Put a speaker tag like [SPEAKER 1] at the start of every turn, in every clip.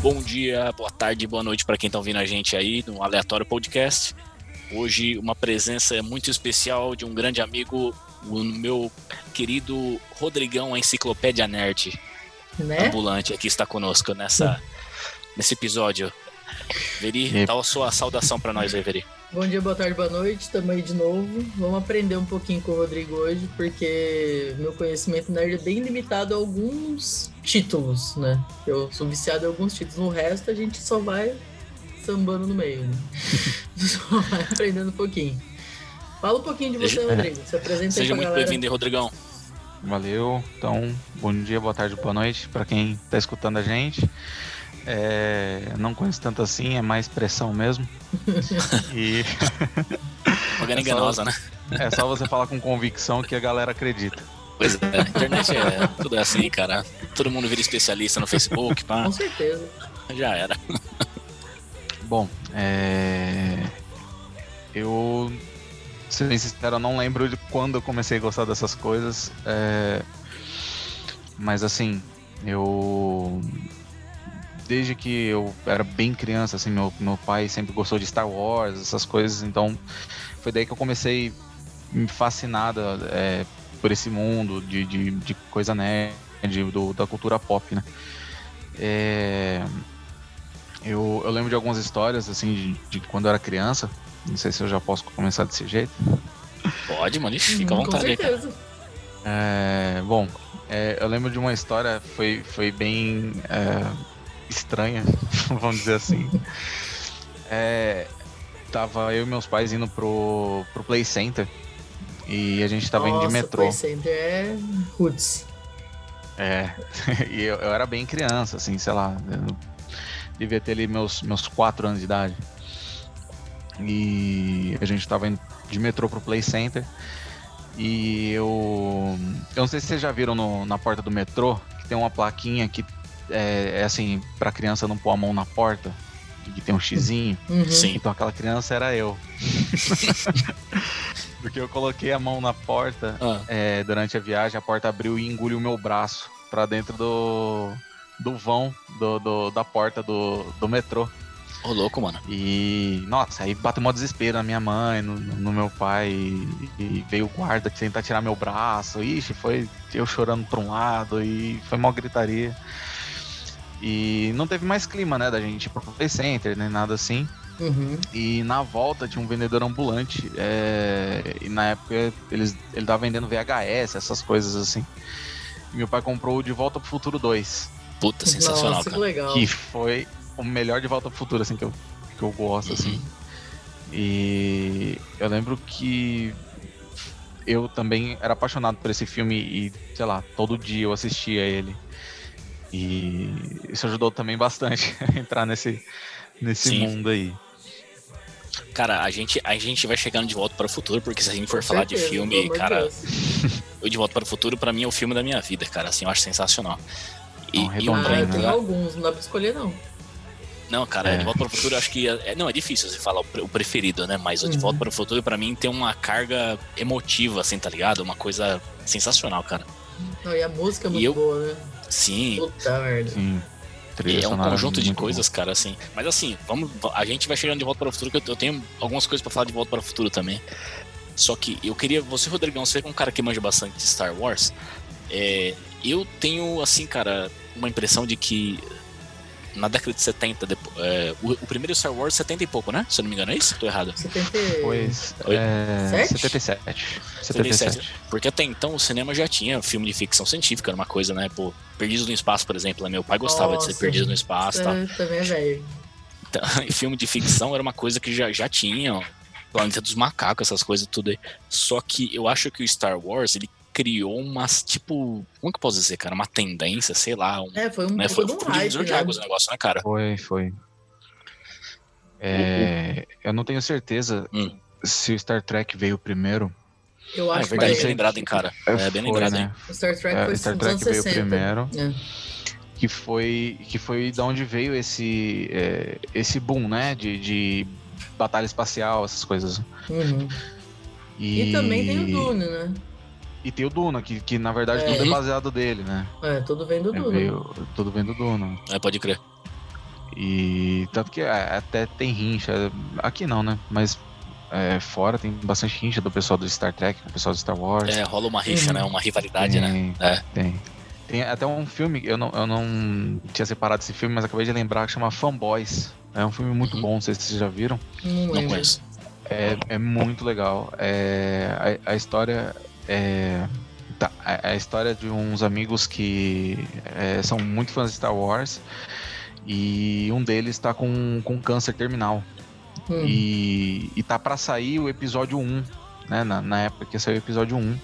[SPEAKER 1] Bom dia, boa tarde, boa noite para quem está ouvindo a gente aí no Aleatório Podcast. Hoje, uma presença muito especial de um grande amigo, o meu querido Rodrigão, a Enciclopédia Nerd
[SPEAKER 2] Né?
[SPEAKER 1] Ambulante, aqui está conosco nessa, nesse episódio. Veri,
[SPEAKER 3] E-
[SPEAKER 1] dá a sua saudação para nós aí, Veri.
[SPEAKER 2] Bom dia, boa tarde, boa noite, tamo aí de novo. Vamos aprender um pouquinho com o Rodrigo hoje, porque meu conhecimento nerd é bem limitado a alguns títulos, né? Eu sou viciado em alguns títulos, no resto a gente só vai sambando no meio, né? só vai aprendendo um pouquinho. Fala um pouquinho de você, Rodrigo, se apresenta
[SPEAKER 1] Seja
[SPEAKER 2] aí pra
[SPEAKER 1] muito
[SPEAKER 2] galera.
[SPEAKER 1] bem-vindo aí, Rodrigão.
[SPEAKER 3] Valeu. Então, bom dia, boa tarde, boa noite para quem tá escutando a gente. É, não conheço tanto assim, é mais pressão mesmo. e
[SPEAKER 1] Uma galera enganosa, né?
[SPEAKER 3] é só você falar com convicção que a galera acredita.
[SPEAKER 1] Pois é, a internet é tudo é assim, cara. Todo mundo vira especialista no Facebook, pá,
[SPEAKER 2] Com certeza.
[SPEAKER 1] já era.
[SPEAKER 3] Bom, é, eu, se bem sincero, eu não lembro de quando eu comecei a gostar dessas coisas. é, Mas assim, eu. Desde que eu era bem criança, assim, meu, meu pai sempre gostou de Star Wars, essas coisas, então foi daí que eu comecei me fascinada é, por esse mundo de, de, de coisa nerd, do, da cultura pop, né? É, eu, eu lembro de algumas histórias, assim, de, de quando eu era criança. Não sei se eu já posso começar desse jeito.
[SPEAKER 1] Pode, mano, ixi, fica à
[SPEAKER 2] Uhum,
[SPEAKER 1] vontade
[SPEAKER 2] Com
[SPEAKER 1] aí, cara.
[SPEAKER 2] certeza.
[SPEAKER 3] É, bom, é, eu lembro de uma história, foi, foi bem é, estranha, vamos dizer assim. É, tava eu e meus pais indo pro, pro Play Center e a gente tava indo de
[SPEAKER 2] Nossa,
[SPEAKER 3] metrô.
[SPEAKER 2] Play Center é roots.
[SPEAKER 3] É, e eu, eu era bem criança, assim, sei lá, eu devia ter ali meus, meus quatro anos de idade. E a gente tava indo de metrô pro Play Center. E eu. Eu não sei se vocês já viram no- na porta do metrô que tem uma plaquinha que é, é assim, pra criança não pôr a mão na porta, e que tem um xizinho.
[SPEAKER 2] Uhum.
[SPEAKER 1] Sim,
[SPEAKER 3] Então aquela criança era eu. Porque eu coloquei a mão na porta
[SPEAKER 1] ah,
[SPEAKER 3] é, durante a viagem, a porta abriu e engoliu o meu braço pra dentro do, do vão do, do- da porta do, do metrô.
[SPEAKER 1] ô louco, mano.
[SPEAKER 3] E, nossa, aí bateu mó desespero na minha mãe, no, no meu pai, e, e veio o guarda tentar tirar meu braço. Ixi, foi eu chorando pra um lado e foi mó gritaria. E não teve mais clima, né, da gente ir pro play center, nem nada assim.
[SPEAKER 2] Uhum.
[SPEAKER 3] E na volta tinha um vendedor ambulante. é, e na época eles, ele tava vendendo VHS, essas coisas assim. E meu pai comprou o De Volta pro Futuro 2.
[SPEAKER 1] Puta, Tá sensacional,
[SPEAKER 2] Nossa, que
[SPEAKER 1] cara.
[SPEAKER 2] legal.
[SPEAKER 3] Que foi o melhor de Volta pro Futuro, assim, que eu, que eu gosto, assim. E eu lembro que eu também era apaixonado por esse filme e, sei lá, todo dia eu assistia ele. E isso ajudou também bastante a entrar nesse, nesse
[SPEAKER 1] Sim.
[SPEAKER 3] mundo aí.
[SPEAKER 1] Cara, a gente, a gente vai chegando de volta para o futuro, porque se a gente for falar de
[SPEAKER 2] Certeza, pelo
[SPEAKER 1] filme,
[SPEAKER 2] amor de
[SPEAKER 1] cara,
[SPEAKER 2] Deus.
[SPEAKER 1] o De Volta para o Futuro, pra mim, é o filme da minha vida, cara. Assim, eu acho sensacional. E,
[SPEAKER 3] É
[SPEAKER 1] e
[SPEAKER 3] um redondinho,
[SPEAKER 1] um
[SPEAKER 2] Ah, eu
[SPEAKER 3] Também,
[SPEAKER 1] grande.
[SPEAKER 3] né?
[SPEAKER 2] tenho alguns, não dá pra escolher, não.
[SPEAKER 1] Não, cara,
[SPEAKER 3] É.
[SPEAKER 1] De Volta para o Futuro, eu acho que. é- é- não, é difícil você falar o pre- o preferido, né? Mas o De
[SPEAKER 2] Uhum.
[SPEAKER 1] Volta para o Futuro, pra mim, tem uma carga emotiva, assim, tá ligado? Uma coisa sensacional, cara.
[SPEAKER 2] Não, e a música é
[SPEAKER 1] E
[SPEAKER 2] muito
[SPEAKER 1] eu-
[SPEAKER 2] boa, né?
[SPEAKER 1] Sim,
[SPEAKER 2] Puta merda.
[SPEAKER 3] Sim. Trilha
[SPEAKER 1] É um
[SPEAKER 3] sonora
[SPEAKER 1] conjunto de
[SPEAKER 3] muito
[SPEAKER 1] coisas, cara, assim. Mas assim, vamos, a gente vai chegando de volta para o futuro, que eu- eu tenho algumas coisas pra falar de volta para o futuro também. Só que eu queria. Você, Rodrigão, você é um cara que manja bastante de Star Wars. É, eu tenho, assim, cara, uma impressão de que na década de 70, depo- é, o, o primeiro Star Wars 70 e pouco, né? Se eu não me engano, é isso? Tô errado.
[SPEAKER 2] Você tem que.
[SPEAKER 3] Pois,
[SPEAKER 1] Oi?
[SPEAKER 3] é,
[SPEAKER 2] Sete?
[SPEAKER 3] 77.
[SPEAKER 1] 77.
[SPEAKER 3] 77.
[SPEAKER 1] Porque até então o cinema já tinha filme de ficção científica, era uma coisa, né? Pô, Perdidos no Espaço, por exemplo, né? Meu pai gostava de ser
[SPEAKER 2] Nossa.
[SPEAKER 1] Perdidos no Espaço
[SPEAKER 2] Você
[SPEAKER 1] e tal.
[SPEAKER 2] também é velho.
[SPEAKER 1] Então, e filme de ficção era uma coisa que já, já tinha, ó, Planeta dos Macacos, essas coisas e tudo aí. Só que eu acho que o Star Wars, ele criou umas, tipo, como que eu posso dizer, cara? Uma tendência, sei lá, um,
[SPEAKER 2] É, foi um
[SPEAKER 1] né?
[SPEAKER 2] pouco
[SPEAKER 1] Foi,
[SPEAKER 2] de
[SPEAKER 1] foi
[SPEAKER 2] um
[SPEAKER 1] um divisor
[SPEAKER 2] hype,
[SPEAKER 1] de
[SPEAKER 2] né?
[SPEAKER 1] águas o negócio, né, cara?
[SPEAKER 3] Foi, foi. É, eu não tenho certeza
[SPEAKER 1] Hum.
[SPEAKER 3] se o Star Trek veio primeiro.
[SPEAKER 2] Eu
[SPEAKER 1] Ah, é
[SPEAKER 2] acho
[SPEAKER 1] verdade,
[SPEAKER 3] que-
[SPEAKER 1] bem
[SPEAKER 2] que
[SPEAKER 1] lembrado, hein, cara? É, bem lembrado, hein?
[SPEAKER 3] né?
[SPEAKER 2] o Star Trek
[SPEAKER 3] É,
[SPEAKER 2] foi
[SPEAKER 3] Star
[SPEAKER 2] nos
[SPEAKER 3] Trek
[SPEAKER 2] anos
[SPEAKER 3] veio
[SPEAKER 2] 60.
[SPEAKER 3] primeiro.
[SPEAKER 2] É.
[SPEAKER 3] Que foi, que foi da onde veio esse, é, esse boom, né? De, de batalha espacial, essas coisas.
[SPEAKER 2] Uhum. E...
[SPEAKER 3] E,
[SPEAKER 2] também tem o Dune, né?
[SPEAKER 3] E tem o Duna, que, que na verdade
[SPEAKER 2] É.
[SPEAKER 1] Uhum.
[SPEAKER 3] tudo é baseado dele, né?
[SPEAKER 2] É, tudo vem do
[SPEAKER 3] É,
[SPEAKER 2] Dune.
[SPEAKER 3] veio- tudo vem do Duna.
[SPEAKER 1] É, pode crer.
[SPEAKER 3] E tanto que é, até tem rincha. Aqui não, né? Mas é, fora tem bastante rincha do pessoal do Star Trek, do pessoal do Star Wars.
[SPEAKER 1] É, rola uma rixa,
[SPEAKER 2] Uhum.
[SPEAKER 1] né? Uma rivalidade,
[SPEAKER 3] tem,
[SPEAKER 1] né? É.
[SPEAKER 3] Tem. Tem até um filme, eu não, eu não tinha separado esse filme, mas acabei de lembrar, que chama Fanboys. É um filme muito
[SPEAKER 1] Uhum.
[SPEAKER 3] bom, não sei se vocês já viram.
[SPEAKER 2] Não
[SPEAKER 1] Não
[SPEAKER 2] lembro.
[SPEAKER 1] conheço.
[SPEAKER 3] É, é muito legal. É, a, a história é. tá, a, a história de uns amigos que é, são muito fãs de Star Wars. E um deles tá com, com câncer terminal.
[SPEAKER 2] Hum.
[SPEAKER 3] E, e tá pra sair o episódio 1, né? Na, na época que saiu o episódio 1.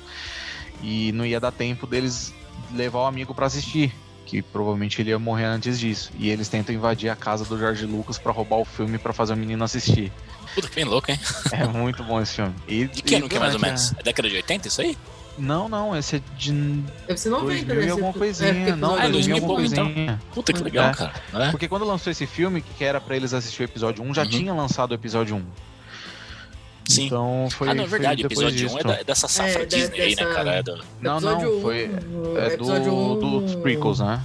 [SPEAKER 3] E não ia dar tempo deles levar o amigo pra assistir. Que provavelmente ele ia morrer antes disso. E eles tentam invadir a casa do George Lucas pra roubar o filme pra fazer o menino assistir.
[SPEAKER 1] Puta que bem louco, hein?
[SPEAKER 3] É muito bom esse filme. E,
[SPEAKER 1] De que
[SPEAKER 3] e
[SPEAKER 1] ano que é mais ou
[SPEAKER 3] durante
[SPEAKER 1] menos? É década de 80 isso aí?
[SPEAKER 3] a- Não, não, esse é de
[SPEAKER 2] Deve ser 90,
[SPEAKER 3] 2000 e
[SPEAKER 2] né?
[SPEAKER 3] alguma
[SPEAKER 2] Esse-
[SPEAKER 3] coisinha.
[SPEAKER 2] é, porque
[SPEAKER 3] não,
[SPEAKER 1] Ah,
[SPEAKER 2] episódio
[SPEAKER 3] 2000
[SPEAKER 1] 2000
[SPEAKER 3] e
[SPEAKER 1] e
[SPEAKER 3] alguma
[SPEAKER 1] pouco, então.
[SPEAKER 3] coisinha.
[SPEAKER 1] Puta que legal,
[SPEAKER 3] É.
[SPEAKER 1] cara. né?
[SPEAKER 2] Então,
[SPEAKER 3] Porque quando lançou esse filme, que era pra eles assistir o episódio 1, já
[SPEAKER 1] Uhum.
[SPEAKER 3] tinha lançado o episódio 1.
[SPEAKER 1] Sim.
[SPEAKER 3] Então foi.
[SPEAKER 1] ah, não, é
[SPEAKER 3] foi
[SPEAKER 1] verdade. O
[SPEAKER 3] depois
[SPEAKER 1] episódio 1 é,
[SPEAKER 3] disso.
[SPEAKER 1] da- é dessa safra
[SPEAKER 2] É, de-
[SPEAKER 1] Disney aí, né,
[SPEAKER 2] dessa-
[SPEAKER 1] cara? É do-
[SPEAKER 3] Não,
[SPEAKER 2] Episódio
[SPEAKER 3] não,
[SPEAKER 2] um,
[SPEAKER 3] foi.
[SPEAKER 2] o
[SPEAKER 3] É
[SPEAKER 2] episódio
[SPEAKER 3] do,
[SPEAKER 2] um-
[SPEAKER 3] dos prequels, né?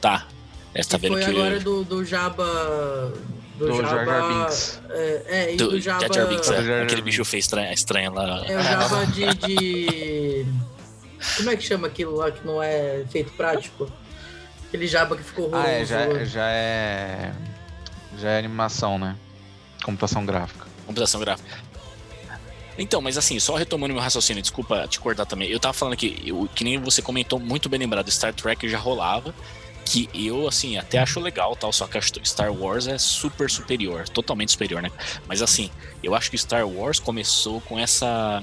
[SPEAKER 1] Tá. É, você tá
[SPEAKER 2] que
[SPEAKER 1] vendo
[SPEAKER 2] foi
[SPEAKER 1] que.
[SPEAKER 2] agora do, do Jabba. Do,
[SPEAKER 3] Do
[SPEAKER 2] Jabba.
[SPEAKER 3] Jar Jar Binks.
[SPEAKER 2] É, é, e do,
[SPEAKER 1] Do Jar
[SPEAKER 2] Jabba.
[SPEAKER 1] Jar Binks,
[SPEAKER 3] Do Jar
[SPEAKER 1] é.
[SPEAKER 3] Jar
[SPEAKER 1] aquele bicho feio estranho, estranho lá.
[SPEAKER 2] É o Jabba de, de- Como é que chama aquilo lá que não é feito prático? Aquele Jabba que ficou horroroso.
[SPEAKER 3] Ah, é, já, já é. Já é animação, né? Computação gráfica.
[SPEAKER 1] Computação gráfica. Então, mas assim, só retomando meu raciocínio, desculpa te cortar também. Eu tava falando que, eu, que nem você comentou, muito bem lembrado, Star Trek já rolava, que eu, assim, até acho legal tal, só que acho que Star Wars é super superior, totalmente superior, né? Mas assim, eu acho que Star Wars começou com essa.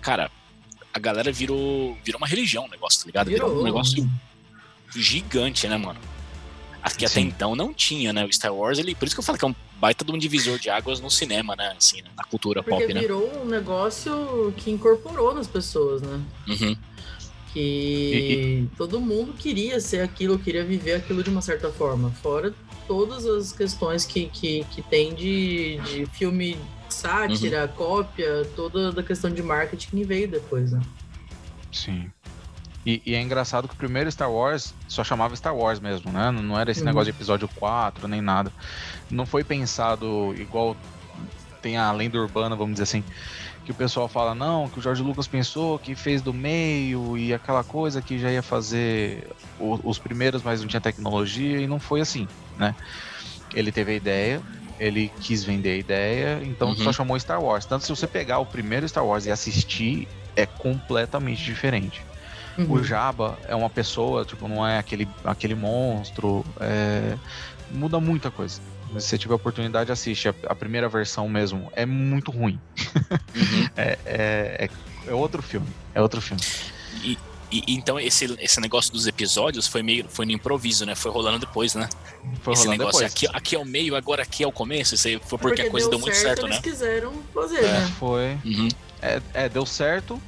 [SPEAKER 1] Cara, a galera virou, virou uma religião o negócio, tá
[SPEAKER 3] é
[SPEAKER 1] ligado? Virou,
[SPEAKER 2] Virou.
[SPEAKER 1] um negócio gigante, né, mano? Que até
[SPEAKER 3] Sim.
[SPEAKER 1] então não tinha, né? O Star Wars, ele, por isso que eu falo que é um baita de um divisor de águas no cinema, né? Assim, né? na cultura
[SPEAKER 2] Porque
[SPEAKER 1] pop, né?
[SPEAKER 2] virou um negócio que incorporou nas pessoas, né?
[SPEAKER 1] Uhum.
[SPEAKER 2] Que todo mundo queria ser aquilo, queria viver aquilo de uma certa forma. Fora todas as questões que, que, que tem de, de filme sátira,
[SPEAKER 3] Uhum.
[SPEAKER 2] cópia, toda a questão de marketing que veio depois, né?
[SPEAKER 3] Sim. E, e é engraçado que o primeiro Star Wars só chamava Star Wars mesmo, né? Não, não era esse
[SPEAKER 2] Uhum.
[SPEAKER 3] negócio de episódio 4 nem nada. Não foi pensado igual tem a lenda urbana, vamos dizer assim, que o pessoal fala, não, que o Jorge Lucas pensou que fez do meio e aquela coisa que já ia fazer o- os primeiros, mas não tinha tecnologia, e não foi assim, né? Ele teve a ideia, ele quis vender a ideia, então
[SPEAKER 1] Uhum.
[SPEAKER 3] só chamou Star Wars. Tanto se você pegar o primeiro Star Wars e assistir, é completamente diferente.
[SPEAKER 1] Uhum.
[SPEAKER 3] O Jabba é uma pessoa, tipo, não é aquele, aquele monstro. é, Muda muita coisa. Se você tiver oportunidade, assiste. A, a primeira versão mesmo é muito ruim.
[SPEAKER 1] Uhum.
[SPEAKER 3] É, é, é- é outro filme. É outro filme.
[SPEAKER 1] E, e- então esse, esse negócio dos episódios foi meio foi no improviso, né? Foi rolando depois, né?
[SPEAKER 3] Foi
[SPEAKER 1] esse
[SPEAKER 3] rolando
[SPEAKER 1] negócio
[SPEAKER 3] depois.
[SPEAKER 1] aqui, aqui é o meio, agora aqui é o começo. Isso aí foi porque, a coisa deu, muito certo,
[SPEAKER 2] eles
[SPEAKER 1] né?
[SPEAKER 2] quiseram fazer,
[SPEAKER 1] É.
[SPEAKER 2] né?
[SPEAKER 3] Foi.
[SPEAKER 1] Uhum.
[SPEAKER 3] É, é, deu certo.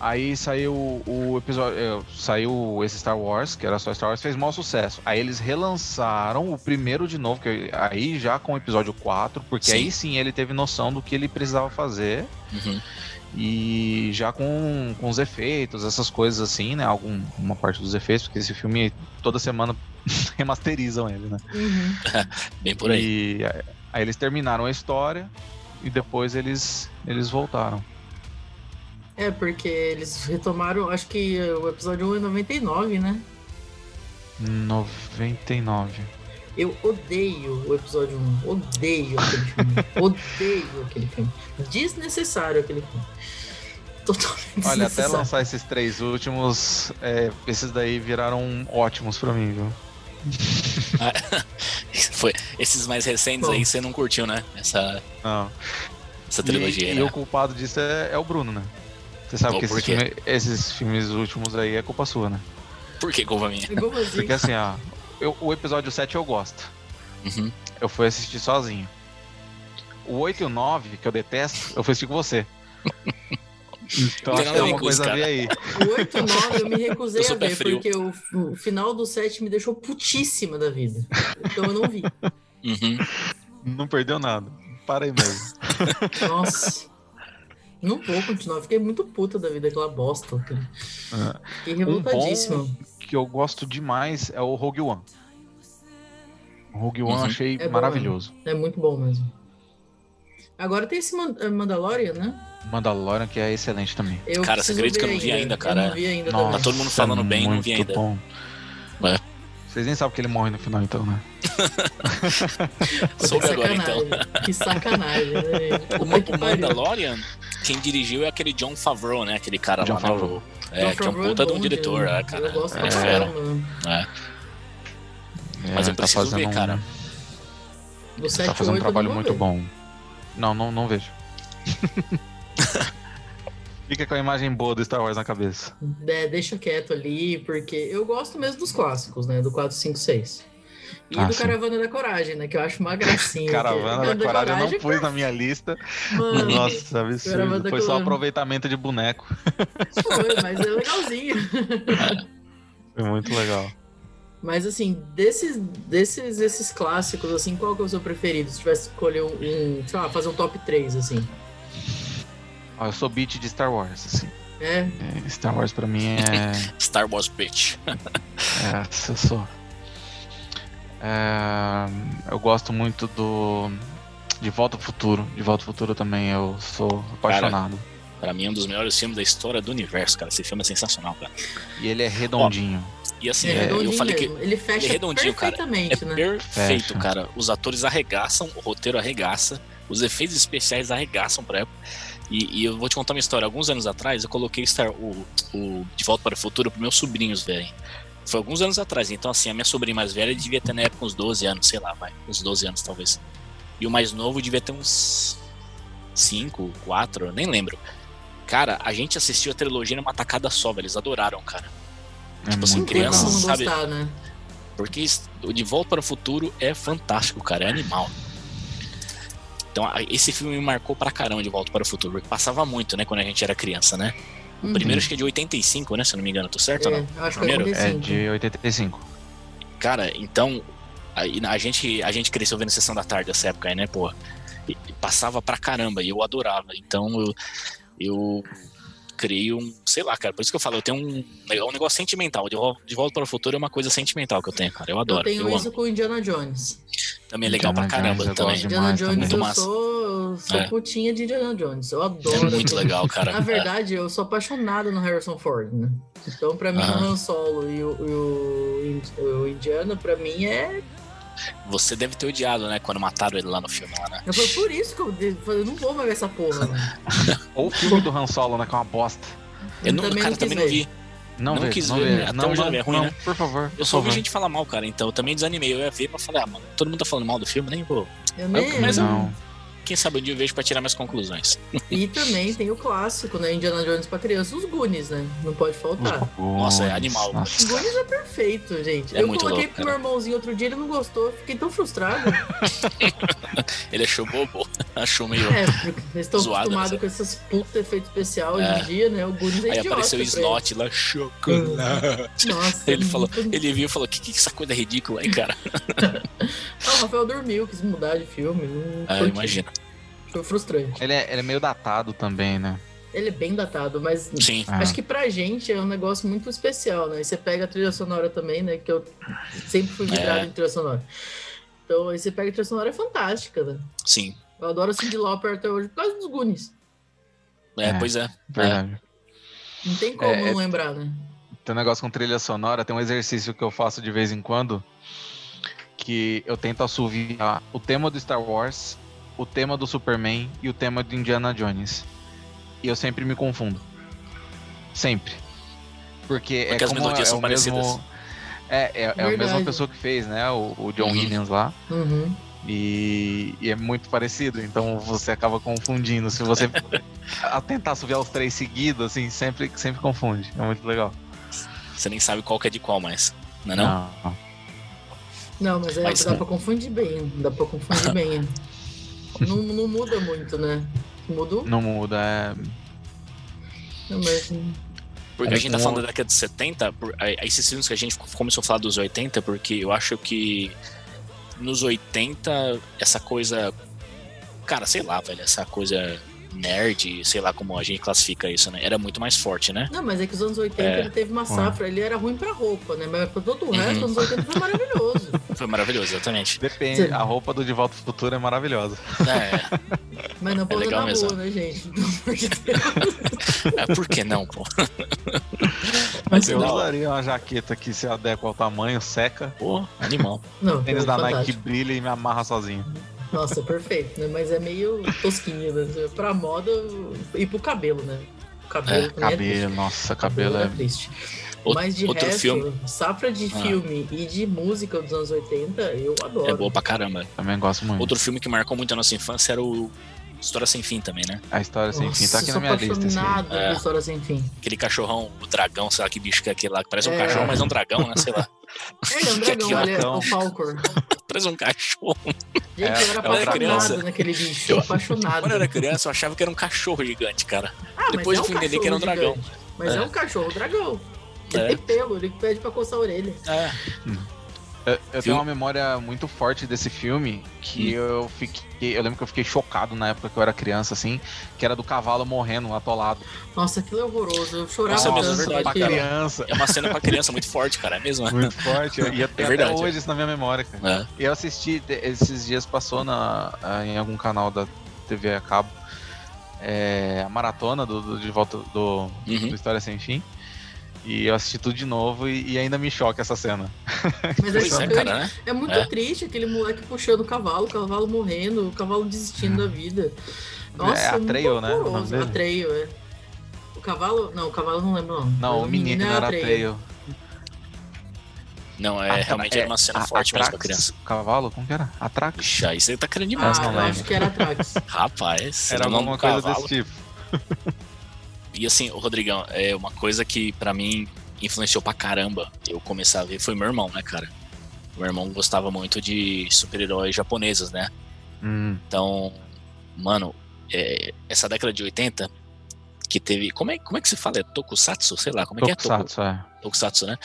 [SPEAKER 3] Aí saiu o episódio. é, Saiu esse Star Wars, que era só Star Wars, fez mau sucesso. Aí eles relançaram o primeiro de novo, que aí já com o episódio 4, porque
[SPEAKER 1] Sim.
[SPEAKER 3] aí sim ele teve noção do que ele precisava fazer.
[SPEAKER 1] Uhum.
[SPEAKER 3] E já com, com os efeitos, essas coisas assim, né? Algum, uma parte dos efeitos, porque esse filme toda semana remasterizam ele, né?
[SPEAKER 2] Uhum.
[SPEAKER 1] Bem por aí.
[SPEAKER 3] E a- aí eles terminaram a história e depois eles, eles voltaram.
[SPEAKER 2] É, porque eles retomaram, acho que o episódio 1 é 99, né?
[SPEAKER 3] 99.
[SPEAKER 2] Eu odeio o episódio 1. Odeio aquele filme. odeio aquele filme. Desnecessário aquele filme. Totalmente
[SPEAKER 3] Olha, até
[SPEAKER 2] desnecessário.
[SPEAKER 3] lançar esses três últimos, é, esses daí viraram ótimos pra mim, viu?
[SPEAKER 1] Foi. Esses mais recentes
[SPEAKER 2] Bom.
[SPEAKER 1] aí você não curtiu, né? Essa,
[SPEAKER 3] Não.
[SPEAKER 1] essa
[SPEAKER 3] e,
[SPEAKER 1] trilogia,
[SPEAKER 3] e
[SPEAKER 1] né?
[SPEAKER 3] o culpado disso é, é o Bruno, né? Você sabe
[SPEAKER 1] Não,
[SPEAKER 3] que esses,
[SPEAKER 1] por quê?
[SPEAKER 3] filme- esses filmes últimos aí é culpa sua, né?
[SPEAKER 1] Por que culpa minha?
[SPEAKER 2] Como assim?
[SPEAKER 3] Porque assim, ó, eu- o episódio 7 eu gosto.
[SPEAKER 1] Uhum.
[SPEAKER 3] Eu fui assistir sozinho. O 8 e o 9, que eu detesto, eu fui assistir com você. Então
[SPEAKER 1] Tem né? nada a ver
[SPEAKER 3] acho que tem uma
[SPEAKER 1] com isso,
[SPEAKER 3] coisa a ver
[SPEAKER 1] cara.
[SPEAKER 3] aí.
[SPEAKER 2] O 8 e o 9 eu me recusei
[SPEAKER 1] Eu
[SPEAKER 2] a
[SPEAKER 1] sou pé
[SPEAKER 2] ver,
[SPEAKER 1] frio.
[SPEAKER 2] porque o, o final do 7 me deixou putíssima da vida. Então eu não vi.
[SPEAKER 1] Uhum.
[SPEAKER 3] Não perdeu nada. Para aí mesmo.
[SPEAKER 2] Nossa. Não vou continuar. eu Fiquei muito puta da vida, aquela bosta. cara. Fiquei
[SPEAKER 3] Um bom
[SPEAKER 2] revoltadíssima.
[SPEAKER 3] que eu gosto demais é o Rogue One. Rogue One
[SPEAKER 1] Uhum.
[SPEAKER 3] achei
[SPEAKER 2] É bom,
[SPEAKER 3] maravilhoso.
[SPEAKER 2] É muito bom mesmo. Agora tem esse Man- eh, Mandalorian, né?
[SPEAKER 3] Mandalorian, que é excelente também.
[SPEAKER 2] Eu
[SPEAKER 1] Cara,
[SPEAKER 2] preciso
[SPEAKER 1] você acredita
[SPEAKER 2] ver
[SPEAKER 1] que eu não vi ainda, cara?
[SPEAKER 2] Eu não vi ainda
[SPEAKER 1] Nossa. Tá todo mundo falando bem, não vi
[SPEAKER 3] muito
[SPEAKER 1] ainda.
[SPEAKER 3] Bom.
[SPEAKER 1] É.
[SPEAKER 3] Vocês nem sabem que ele morre no final, então, né?
[SPEAKER 2] também. Pô,
[SPEAKER 1] Soube
[SPEAKER 2] que
[SPEAKER 1] agora, então.
[SPEAKER 2] sacanagem. Que sacanagem, né? gente?
[SPEAKER 1] O,
[SPEAKER 2] Puta
[SPEAKER 1] Ma-
[SPEAKER 2] que
[SPEAKER 1] o
[SPEAKER 2] pariu.
[SPEAKER 1] Mandalorian, quem dirigiu é aquele John Favreau, né? Aquele cara
[SPEAKER 3] John
[SPEAKER 1] lá. né?
[SPEAKER 3] Favreau.
[SPEAKER 1] É,
[SPEAKER 2] John
[SPEAKER 1] que é um
[SPEAKER 2] Favreau
[SPEAKER 1] puta de um
[SPEAKER 2] bom,
[SPEAKER 1] diretor,
[SPEAKER 2] né?
[SPEAKER 1] é, cara.
[SPEAKER 2] Eu gosto
[SPEAKER 1] É
[SPEAKER 2] pra
[SPEAKER 1] fera.
[SPEAKER 3] Tá
[SPEAKER 2] caramba.
[SPEAKER 3] É,
[SPEAKER 1] Mas eu
[SPEAKER 3] ele
[SPEAKER 1] preciso ver, cara.
[SPEAKER 2] Do
[SPEAKER 3] Ele
[SPEAKER 2] 7
[SPEAKER 3] um tá fazendo um
[SPEAKER 2] 8 eu
[SPEAKER 3] trabalho
[SPEAKER 2] não vou
[SPEAKER 3] muito
[SPEAKER 2] ver.
[SPEAKER 3] bom. Não, não, não vejo. Fica com a imagem boa do Star Wars na cabeça.
[SPEAKER 2] É, deixa quieto ali, porque eu gosto mesmo dos clássicos, né? Do 4, 5, 6. E
[SPEAKER 3] Ah,
[SPEAKER 2] do
[SPEAKER 3] sim.
[SPEAKER 2] Caravana da Coragem, né? Que eu acho uma gracinha.
[SPEAKER 3] Caravana da Coragem eu não
[SPEAKER 2] foi
[SPEAKER 3] pus na minha lista.
[SPEAKER 2] Mano,
[SPEAKER 3] Nossa,
[SPEAKER 2] Caravana
[SPEAKER 3] absurdo.
[SPEAKER 2] da
[SPEAKER 3] Foi só
[SPEAKER 2] Coragem.
[SPEAKER 3] aproveitamento de boneco.
[SPEAKER 2] foi, mas é legalzinho.
[SPEAKER 3] Foi muito legal.
[SPEAKER 2] Mas assim, desses, desses esses clássicos, assim, qual que é o seu preferido? Se tivesse que escolher um, um, sei lá, fazer um top 3, assim.
[SPEAKER 3] Ó, eu sou beat de Star Wars, assim.
[SPEAKER 2] É,
[SPEAKER 3] É, Star Wars pra mim é.
[SPEAKER 1] Star Wars Pitch.
[SPEAKER 3] É, eu sou. É, eu gosto muito do. De Volta ao Futuro. De Volta ao Futuro também eu sou apaixonado.
[SPEAKER 1] Pra mim é um dos melhores filmes da história do universo, cara. Esse filme é sensacional, cara.
[SPEAKER 3] E ele é redondinho.
[SPEAKER 1] E assim,
[SPEAKER 2] é,
[SPEAKER 1] eu
[SPEAKER 2] redondinho
[SPEAKER 1] falei que
[SPEAKER 2] mesmo. Ele fecha
[SPEAKER 1] ele é redondinho, cara.
[SPEAKER 2] perfeitamente,
[SPEAKER 1] é
[SPEAKER 2] né?
[SPEAKER 1] perfeito,
[SPEAKER 3] Fecha.
[SPEAKER 1] cara. Os atores arregaçam, o roteiro arregaça, os efeitos especiais arregaçam pra época. E, e eu vou te contar uma história. Alguns anos atrás, eu coloquei Star, o, o De Volta para o Futuro pros meus sobrinhos verem. Foi alguns anos atrás. Então, assim, a minha sobrinha mais velha devia ter na época uns 12 anos, sei lá, vai. Uns 12 anos, talvez. E o mais novo devia ter uns 5, 4, eu nem lembro. Cara, a gente assistiu a trilogia numa tacada só, velho. Eles adoraram, cara.
[SPEAKER 3] É
[SPEAKER 1] Tipo assim,
[SPEAKER 3] muito
[SPEAKER 2] Tem como
[SPEAKER 1] criança,
[SPEAKER 3] legal.
[SPEAKER 2] não
[SPEAKER 1] sabe?
[SPEAKER 2] gostar, né?
[SPEAKER 1] Porque isso- o De Volta para o Futuro é fantástico, cara. É animal. Então, a- esse filme me marcou pra caramba de Volta para o Futuro. Porque passava muito, né, quando a gente era criança, né? O
[SPEAKER 2] Uhum.
[SPEAKER 1] primeiro acho que é de 85, né? Se eu não me engano, tô certo ou não?
[SPEAKER 2] É, eu acho que
[SPEAKER 1] Primeiro,
[SPEAKER 2] é
[SPEAKER 3] É
[SPEAKER 2] 85.
[SPEAKER 3] de 85.
[SPEAKER 2] É.
[SPEAKER 1] Cara, então. aí na- A, gente, a gente cresceu vendo Sessão da Tarde nessa época aí, né, porra? E- e passava pra caramba e eu adorava. Então eu, eu criei um. Sei lá, cara. Por isso que eu falo, eu tenho um, é um negócio sentimental. De, Vol- de Volta para o Futuro é uma coisa sentimental que eu tenho, cara. Eu
[SPEAKER 2] Eu
[SPEAKER 1] adoro. Eu,
[SPEAKER 2] tenho isso
[SPEAKER 1] amo.
[SPEAKER 2] com Indiana Jones.
[SPEAKER 1] Também é legal pra
[SPEAKER 3] Indiana Jones,
[SPEAKER 1] caramba
[SPEAKER 3] Então, né, eu
[SPEAKER 1] também.
[SPEAKER 2] Indiana
[SPEAKER 3] gosto Demais,
[SPEAKER 2] Jones,
[SPEAKER 1] muito
[SPEAKER 2] eu
[SPEAKER 1] massa.
[SPEAKER 2] sou, eu sou
[SPEAKER 1] É.
[SPEAKER 2] putinha de Indiana Jones. Eu adoro.
[SPEAKER 1] É muito
[SPEAKER 2] aquele
[SPEAKER 1] legal, cara.
[SPEAKER 2] Na verdade, eu sou apaixonado no Harrison Ford, né? Então, pra mim,
[SPEAKER 1] Aham.
[SPEAKER 2] o Han Solo e o, e o- o Indiana, pra mim, é...
[SPEAKER 1] Você deve ter odiado, né? Quando mataram ele lá no filme, lá, né?
[SPEAKER 2] Foi por isso que eu, de- falei, eu não vou mais ver essa porra, mano.
[SPEAKER 3] Ou o filme do Han Solo, né? Que é uma bosta.
[SPEAKER 1] Eu não, cara,
[SPEAKER 2] quis
[SPEAKER 1] também não
[SPEAKER 2] ver.
[SPEAKER 1] vi.
[SPEAKER 3] Não,
[SPEAKER 1] Não
[SPEAKER 3] vejo,
[SPEAKER 1] quis
[SPEAKER 3] não
[SPEAKER 1] ver,
[SPEAKER 3] vejo.
[SPEAKER 1] né? Até
[SPEAKER 3] Não,
[SPEAKER 1] hoje
[SPEAKER 3] não,
[SPEAKER 1] ele é ruim,
[SPEAKER 3] não,
[SPEAKER 1] né?
[SPEAKER 3] por favor.
[SPEAKER 1] Eu só ouvi
[SPEAKER 3] por favor.
[SPEAKER 1] gente falar mal, cara. Então eu também desanimei. Eu ia ver, mas falei, ah, mano, todo mundo tá falando mal do filme, nem vou.
[SPEAKER 2] Eu nem...
[SPEAKER 1] né? Mas eu-
[SPEAKER 3] Não.
[SPEAKER 1] Quem sabe um dia eu vejo pra tirar minhas conclusões.
[SPEAKER 2] E também tem o clássico, né? Indiana Jones pra criança, os Goonies, né? Não pode
[SPEAKER 3] Os
[SPEAKER 2] faltar.
[SPEAKER 3] Goonies,
[SPEAKER 1] Nossa, é animal.
[SPEAKER 2] Os
[SPEAKER 3] Nossa.
[SPEAKER 2] Goonies é perfeito, gente.
[SPEAKER 1] É
[SPEAKER 2] eu
[SPEAKER 1] muito
[SPEAKER 2] coloquei
[SPEAKER 1] louco,
[SPEAKER 2] pro meu
[SPEAKER 1] cara.
[SPEAKER 2] irmãozinho outro dia, ele não gostou. eu Fiquei tão frustrado.
[SPEAKER 1] Ele achou bobo, achou meio.
[SPEAKER 2] é, porque eles estão
[SPEAKER 1] Zoado,
[SPEAKER 2] acostumados
[SPEAKER 1] mas
[SPEAKER 2] com esses puta efeito especial hoje
[SPEAKER 1] É.
[SPEAKER 2] em dia, né? O Goonies é
[SPEAKER 1] Aí
[SPEAKER 2] idiota.
[SPEAKER 1] apareceu o
[SPEAKER 2] pra
[SPEAKER 1] Slot lá, chocolate.
[SPEAKER 2] ele. Nossa,
[SPEAKER 1] Ele
[SPEAKER 2] é
[SPEAKER 1] falou,
[SPEAKER 2] muito-
[SPEAKER 1] ele viu e falou, que, que essa coisa é ridícula aí, cara.
[SPEAKER 2] Ah, o Rafael dormiu, quis mudar de filme. não
[SPEAKER 1] Ah,
[SPEAKER 2] curti.
[SPEAKER 1] imagina.
[SPEAKER 2] Foi frustrante.
[SPEAKER 3] Ele é, ele é meio datado também, né?
[SPEAKER 2] Ele é bem datado, mas
[SPEAKER 1] Sim.
[SPEAKER 3] É.
[SPEAKER 2] acho que pra gente é um negócio muito especial, né? E você pega a trilha sonora também, né? Que eu sempre fui vidrado
[SPEAKER 1] É.
[SPEAKER 2] em trilha sonora. Então, aí você pega a trilha sonora, é fantástica, né?
[SPEAKER 1] Sim.
[SPEAKER 2] Eu adoro Cindy Lauper até hoje por causa dos Goonies.
[SPEAKER 1] É,
[SPEAKER 3] É.
[SPEAKER 1] pois é.
[SPEAKER 3] Verdade.
[SPEAKER 2] Não tem como
[SPEAKER 3] É, é-
[SPEAKER 2] não lembrar, né?
[SPEAKER 3] Tem um negócio com trilha sonora, tem um exercício que eu faço de vez em quando, que eu tento assoviar o tema do Star Wars, o tema do Superman e o tema do Indiana Jones. E eu sempre me confundo. Sempre. Porque,
[SPEAKER 1] Porque
[SPEAKER 3] é
[SPEAKER 1] as
[SPEAKER 3] como
[SPEAKER 1] melodias
[SPEAKER 3] é
[SPEAKER 1] são
[SPEAKER 3] o mesmo...
[SPEAKER 1] parecidas.
[SPEAKER 3] É, é, é a mesma
[SPEAKER 2] Verdade.
[SPEAKER 3] pessoa que fez, né? O, o John
[SPEAKER 1] Uhum.
[SPEAKER 3] Williams lá.
[SPEAKER 2] Uhum.
[SPEAKER 3] E, e é muito parecido, então você acaba confundindo. Se você a tentar assoviar os três seguidos, assim, sempre, sempre confunde. É muito legal.
[SPEAKER 1] Você nem sabe qual que é de qual mais. Não é não?
[SPEAKER 3] não.
[SPEAKER 2] Não, mas, é,
[SPEAKER 1] Mas
[SPEAKER 2] dá
[SPEAKER 1] não.
[SPEAKER 2] pra confundir bem. Dá pra confundir bem. é. Não, não muda muito, né? Mudou?
[SPEAKER 3] Não muda, é.
[SPEAKER 2] Não, mas...
[SPEAKER 1] Porque a gente tá
[SPEAKER 3] Um-
[SPEAKER 1] falando da década de 70, por, aí- aí esses filmes que a gente começou a falar dos 80, porque eu acho que nos 80, essa coisa. Cara, sei lá, velho, essa coisa nerd, sei lá como a gente classifica isso, né? Era muito mais forte, né?
[SPEAKER 2] Não, mas é que os anos 80
[SPEAKER 1] É.
[SPEAKER 2] ele teve uma safra, ele era ruim pra roupa, né? Mas pra todo o resto,
[SPEAKER 1] Uhum.
[SPEAKER 2] os anos 80 foi maravilhoso.
[SPEAKER 1] Foi maravilhoso, exatamente.
[SPEAKER 3] Depende,
[SPEAKER 2] Sim.
[SPEAKER 3] a roupa do De Volta ao Futuro é maravilhosa.
[SPEAKER 1] É,
[SPEAKER 2] Mas não pode
[SPEAKER 1] legal
[SPEAKER 2] na
[SPEAKER 1] mesmo.
[SPEAKER 2] rua, né, gente? Pelo amor de Deus.
[SPEAKER 1] é, por que não, pô?
[SPEAKER 2] Mas
[SPEAKER 3] Eu
[SPEAKER 1] Não.
[SPEAKER 3] usaria uma jaqueta que se adequa ao tamanho, seca,
[SPEAKER 1] Pô, animal.
[SPEAKER 2] Não, é
[SPEAKER 3] tênis da Nike
[SPEAKER 2] fantástico.
[SPEAKER 3] que brilha e me amarra sozinho.
[SPEAKER 2] Nossa, perfeito, né? Mas é meio tosquinho, né? Pra moda e pro cabelo, né? O cabelo
[SPEAKER 1] É,
[SPEAKER 2] também é triste.
[SPEAKER 3] Cabelo, nossa, cabelo é.
[SPEAKER 2] é triste.
[SPEAKER 1] Out-
[SPEAKER 2] Mas de
[SPEAKER 1] outro
[SPEAKER 2] resto,
[SPEAKER 1] filme-
[SPEAKER 2] safra de
[SPEAKER 1] Ah.
[SPEAKER 2] filme e de música dos anos 80, eu adoro.
[SPEAKER 1] É boa pra caramba.
[SPEAKER 3] Também gosto muito.
[SPEAKER 1] Outro filme que marcou muito a nossa infância era o História Sem Fim também, né?
[SPEAKER 3] A história sem
[SPEAKER 2] Nossa,
[SPEAKER 3] fim tá aqui
[SPEAKER 2] eu
[SPEAKER 3] na
[SPEAKER 2] sou
[SPEAKER 3] minha lista. esse aí.
[SPEAKER 2] apaixonado por
[SPEAKER 1] É.
[SPEAKER 2] História Sem Fim.
[SPEAKER 1] Aquele cachorrão, o dragão, sei lá que bicho que é aquele lá, que parece um
[SPEAKER 2] É.
[SPEAKER 1] cachorro, mas é um dragão, né? Sei lá.
[SPEAKER 2] Ele é um dragão,
[SPEAKER 1] Que
[SPEAKER 2] ele é
[SPEAKER 3] latão.
[SPEAKER 2] o Falcor.
[SPEAKER 1] Parece um cachorro.
[SPEAKER 2] Gente, eu
[SPEAKER 3] É,
[SPEAKER 2] era
[SPEAKER 1] Então, é uma criança.
[SPEAKER 2] apaixonado naquele bicho.
[SPEAKER 1] Eu-
[SPEAKER 2] Apaixonado.
[SPEAKER 1] Quando eu era criança, eu achava que era um cachorro gigante, cara.
[SPEAKER 2] Ah,
[SPEAKER 1] Depois
[SPEAKER 2] mas
[SPEAKER 1] eu
[SPEAKER 2] é
[SPEAKER 1] fui entender que era um
[SPEAKER 2] cachorro
[SPEAKER 1] dragão.
[SPEAKER 2] gigante. Mas é.
[SPEAKER 1] É.
[SPEAKER 2] um cachorro dragão. Ele
[SPEAKER 1] É.
[SPEAKER 2] tem pelo, ele pede pra coçar a orelha.
[SPEAKER 1] É,
[SPEAKER 3] Eu, eu
[SPEAKER 1] Viu?
[SPEAKER 3] tenho uma memória muito forte desse filme que
[SPEAKER 1] Hum.
[SPEAKER 3] eu fiquei. Eu lembro que eu fiquei chocado na época que eu era criança, assim, que era do cavalo morrendo atolado.
[SPEAKER 2] Nossa, aquilo é horroroso. Eu chorava
[SPEAKER 1] Nossa, é mesmo,
[SPEAKER 2] tanto.
[SPEAKER 1] verdade,
[SPEAKER 3] pra
[SPEAKER 2] naquilo.
[SPEAKER 3] criança.
[SPEAKER 1] é uma cena pra criança muito forte, cara. É mesmo? né?
[SPEAKER 3] Muito forte. E até,
[SPEAKER 1] verdade.
[SPEAKER 3] até hoje isso na minha memória, cara.
[SPEAKER 1] É.
[SPEAKER 3] E eu assisti, te- esses dias passou na, a- em algum canal da TV a cabo é, a maratona do, do- de volta do, do
[SPEAKER 1] Uhum.
[SPEAKER 3] História Sem Fim. E eu assisti tudo de novo e, e ainda me choca essa cena.
[SPEAKER 2] Mas é
[SPEAKER 1] Pois é,
[SPEAKER 2] chocante.
[SPEAKER 1] cara, né?
[SPEAKER 2] É muito
[SPEAKER 1] É.
[SPEAKER 2] triste aquele moleque puxando o cavalo, o cavalo morrendo, o cavalo desistindo da vida. Nossa,
[SPEAKER 3] Uhum. É,
[SPEAKER 2] é muito
[SPEAKER 3] Atreio, né, o nome
[SPEAKER 2] horroroso.
[SPEAKER 3] dele?
[SPEAKER 2] Atreio, é. O cavalo. Não, o cavalo não lembro, não.
[SPEAKER 3] Não,
[SPEAKER 2] Mas
[SPEAKER 3] o menino
[SPEAKER 2] é
[SPEAKER 3] era Atreio.
[SPEAKER 1] Não, é
[SPEAKER 3] Atra-
[SPEAKER 1] realmente era uma cena
[SPEAKER 3] A-
[SPEAKER 1] forte mesmo pra
[SPEAKER 3] Atrax?
[SPEAKER 1] criança.
[SPEAKER 3] Cavalo? Como que era? Atrax?
[SPEAKER 1] Ixi, aí você tá querendo
[SPEAKER 2] Ah,
[SPEAKER 1] demais,
[SPEAKER 3] Nossa, não
[SPEAKER 2] eu
[SPEAKER 1] cara.
[SPEAKER 2] acho que era Atrax.
[SPEAKER 1] Rapaz,
[SPEAKER 3] Era
[SPEAKER 1] do nome
[SPEAKER 3] alguma
[SPEAKER 1] do
[SPEAKER 3] coisa
[SPEAKER 1] cavalo.
[SPEAKER 3] desse tipo.
[SPEAKER 1] E assim, o Rodrigão, é uma coisa que pra mim influenciou pra caramba. Eu começar a ver foi meu irmão, né, cara? Meu irmão gostava muito de super-heróis japoneses, né?
[SPEAKER 3] Hum,
[SPEAKER 1] Então, mano, é, essa década de 80 que teve, como é, como é que se fala? É tokusatsu, sei lá, como é que é Toku-
[SPEAKER 3] Tokusatsu, é.
[SPEAKER 1] tokusatsu, né?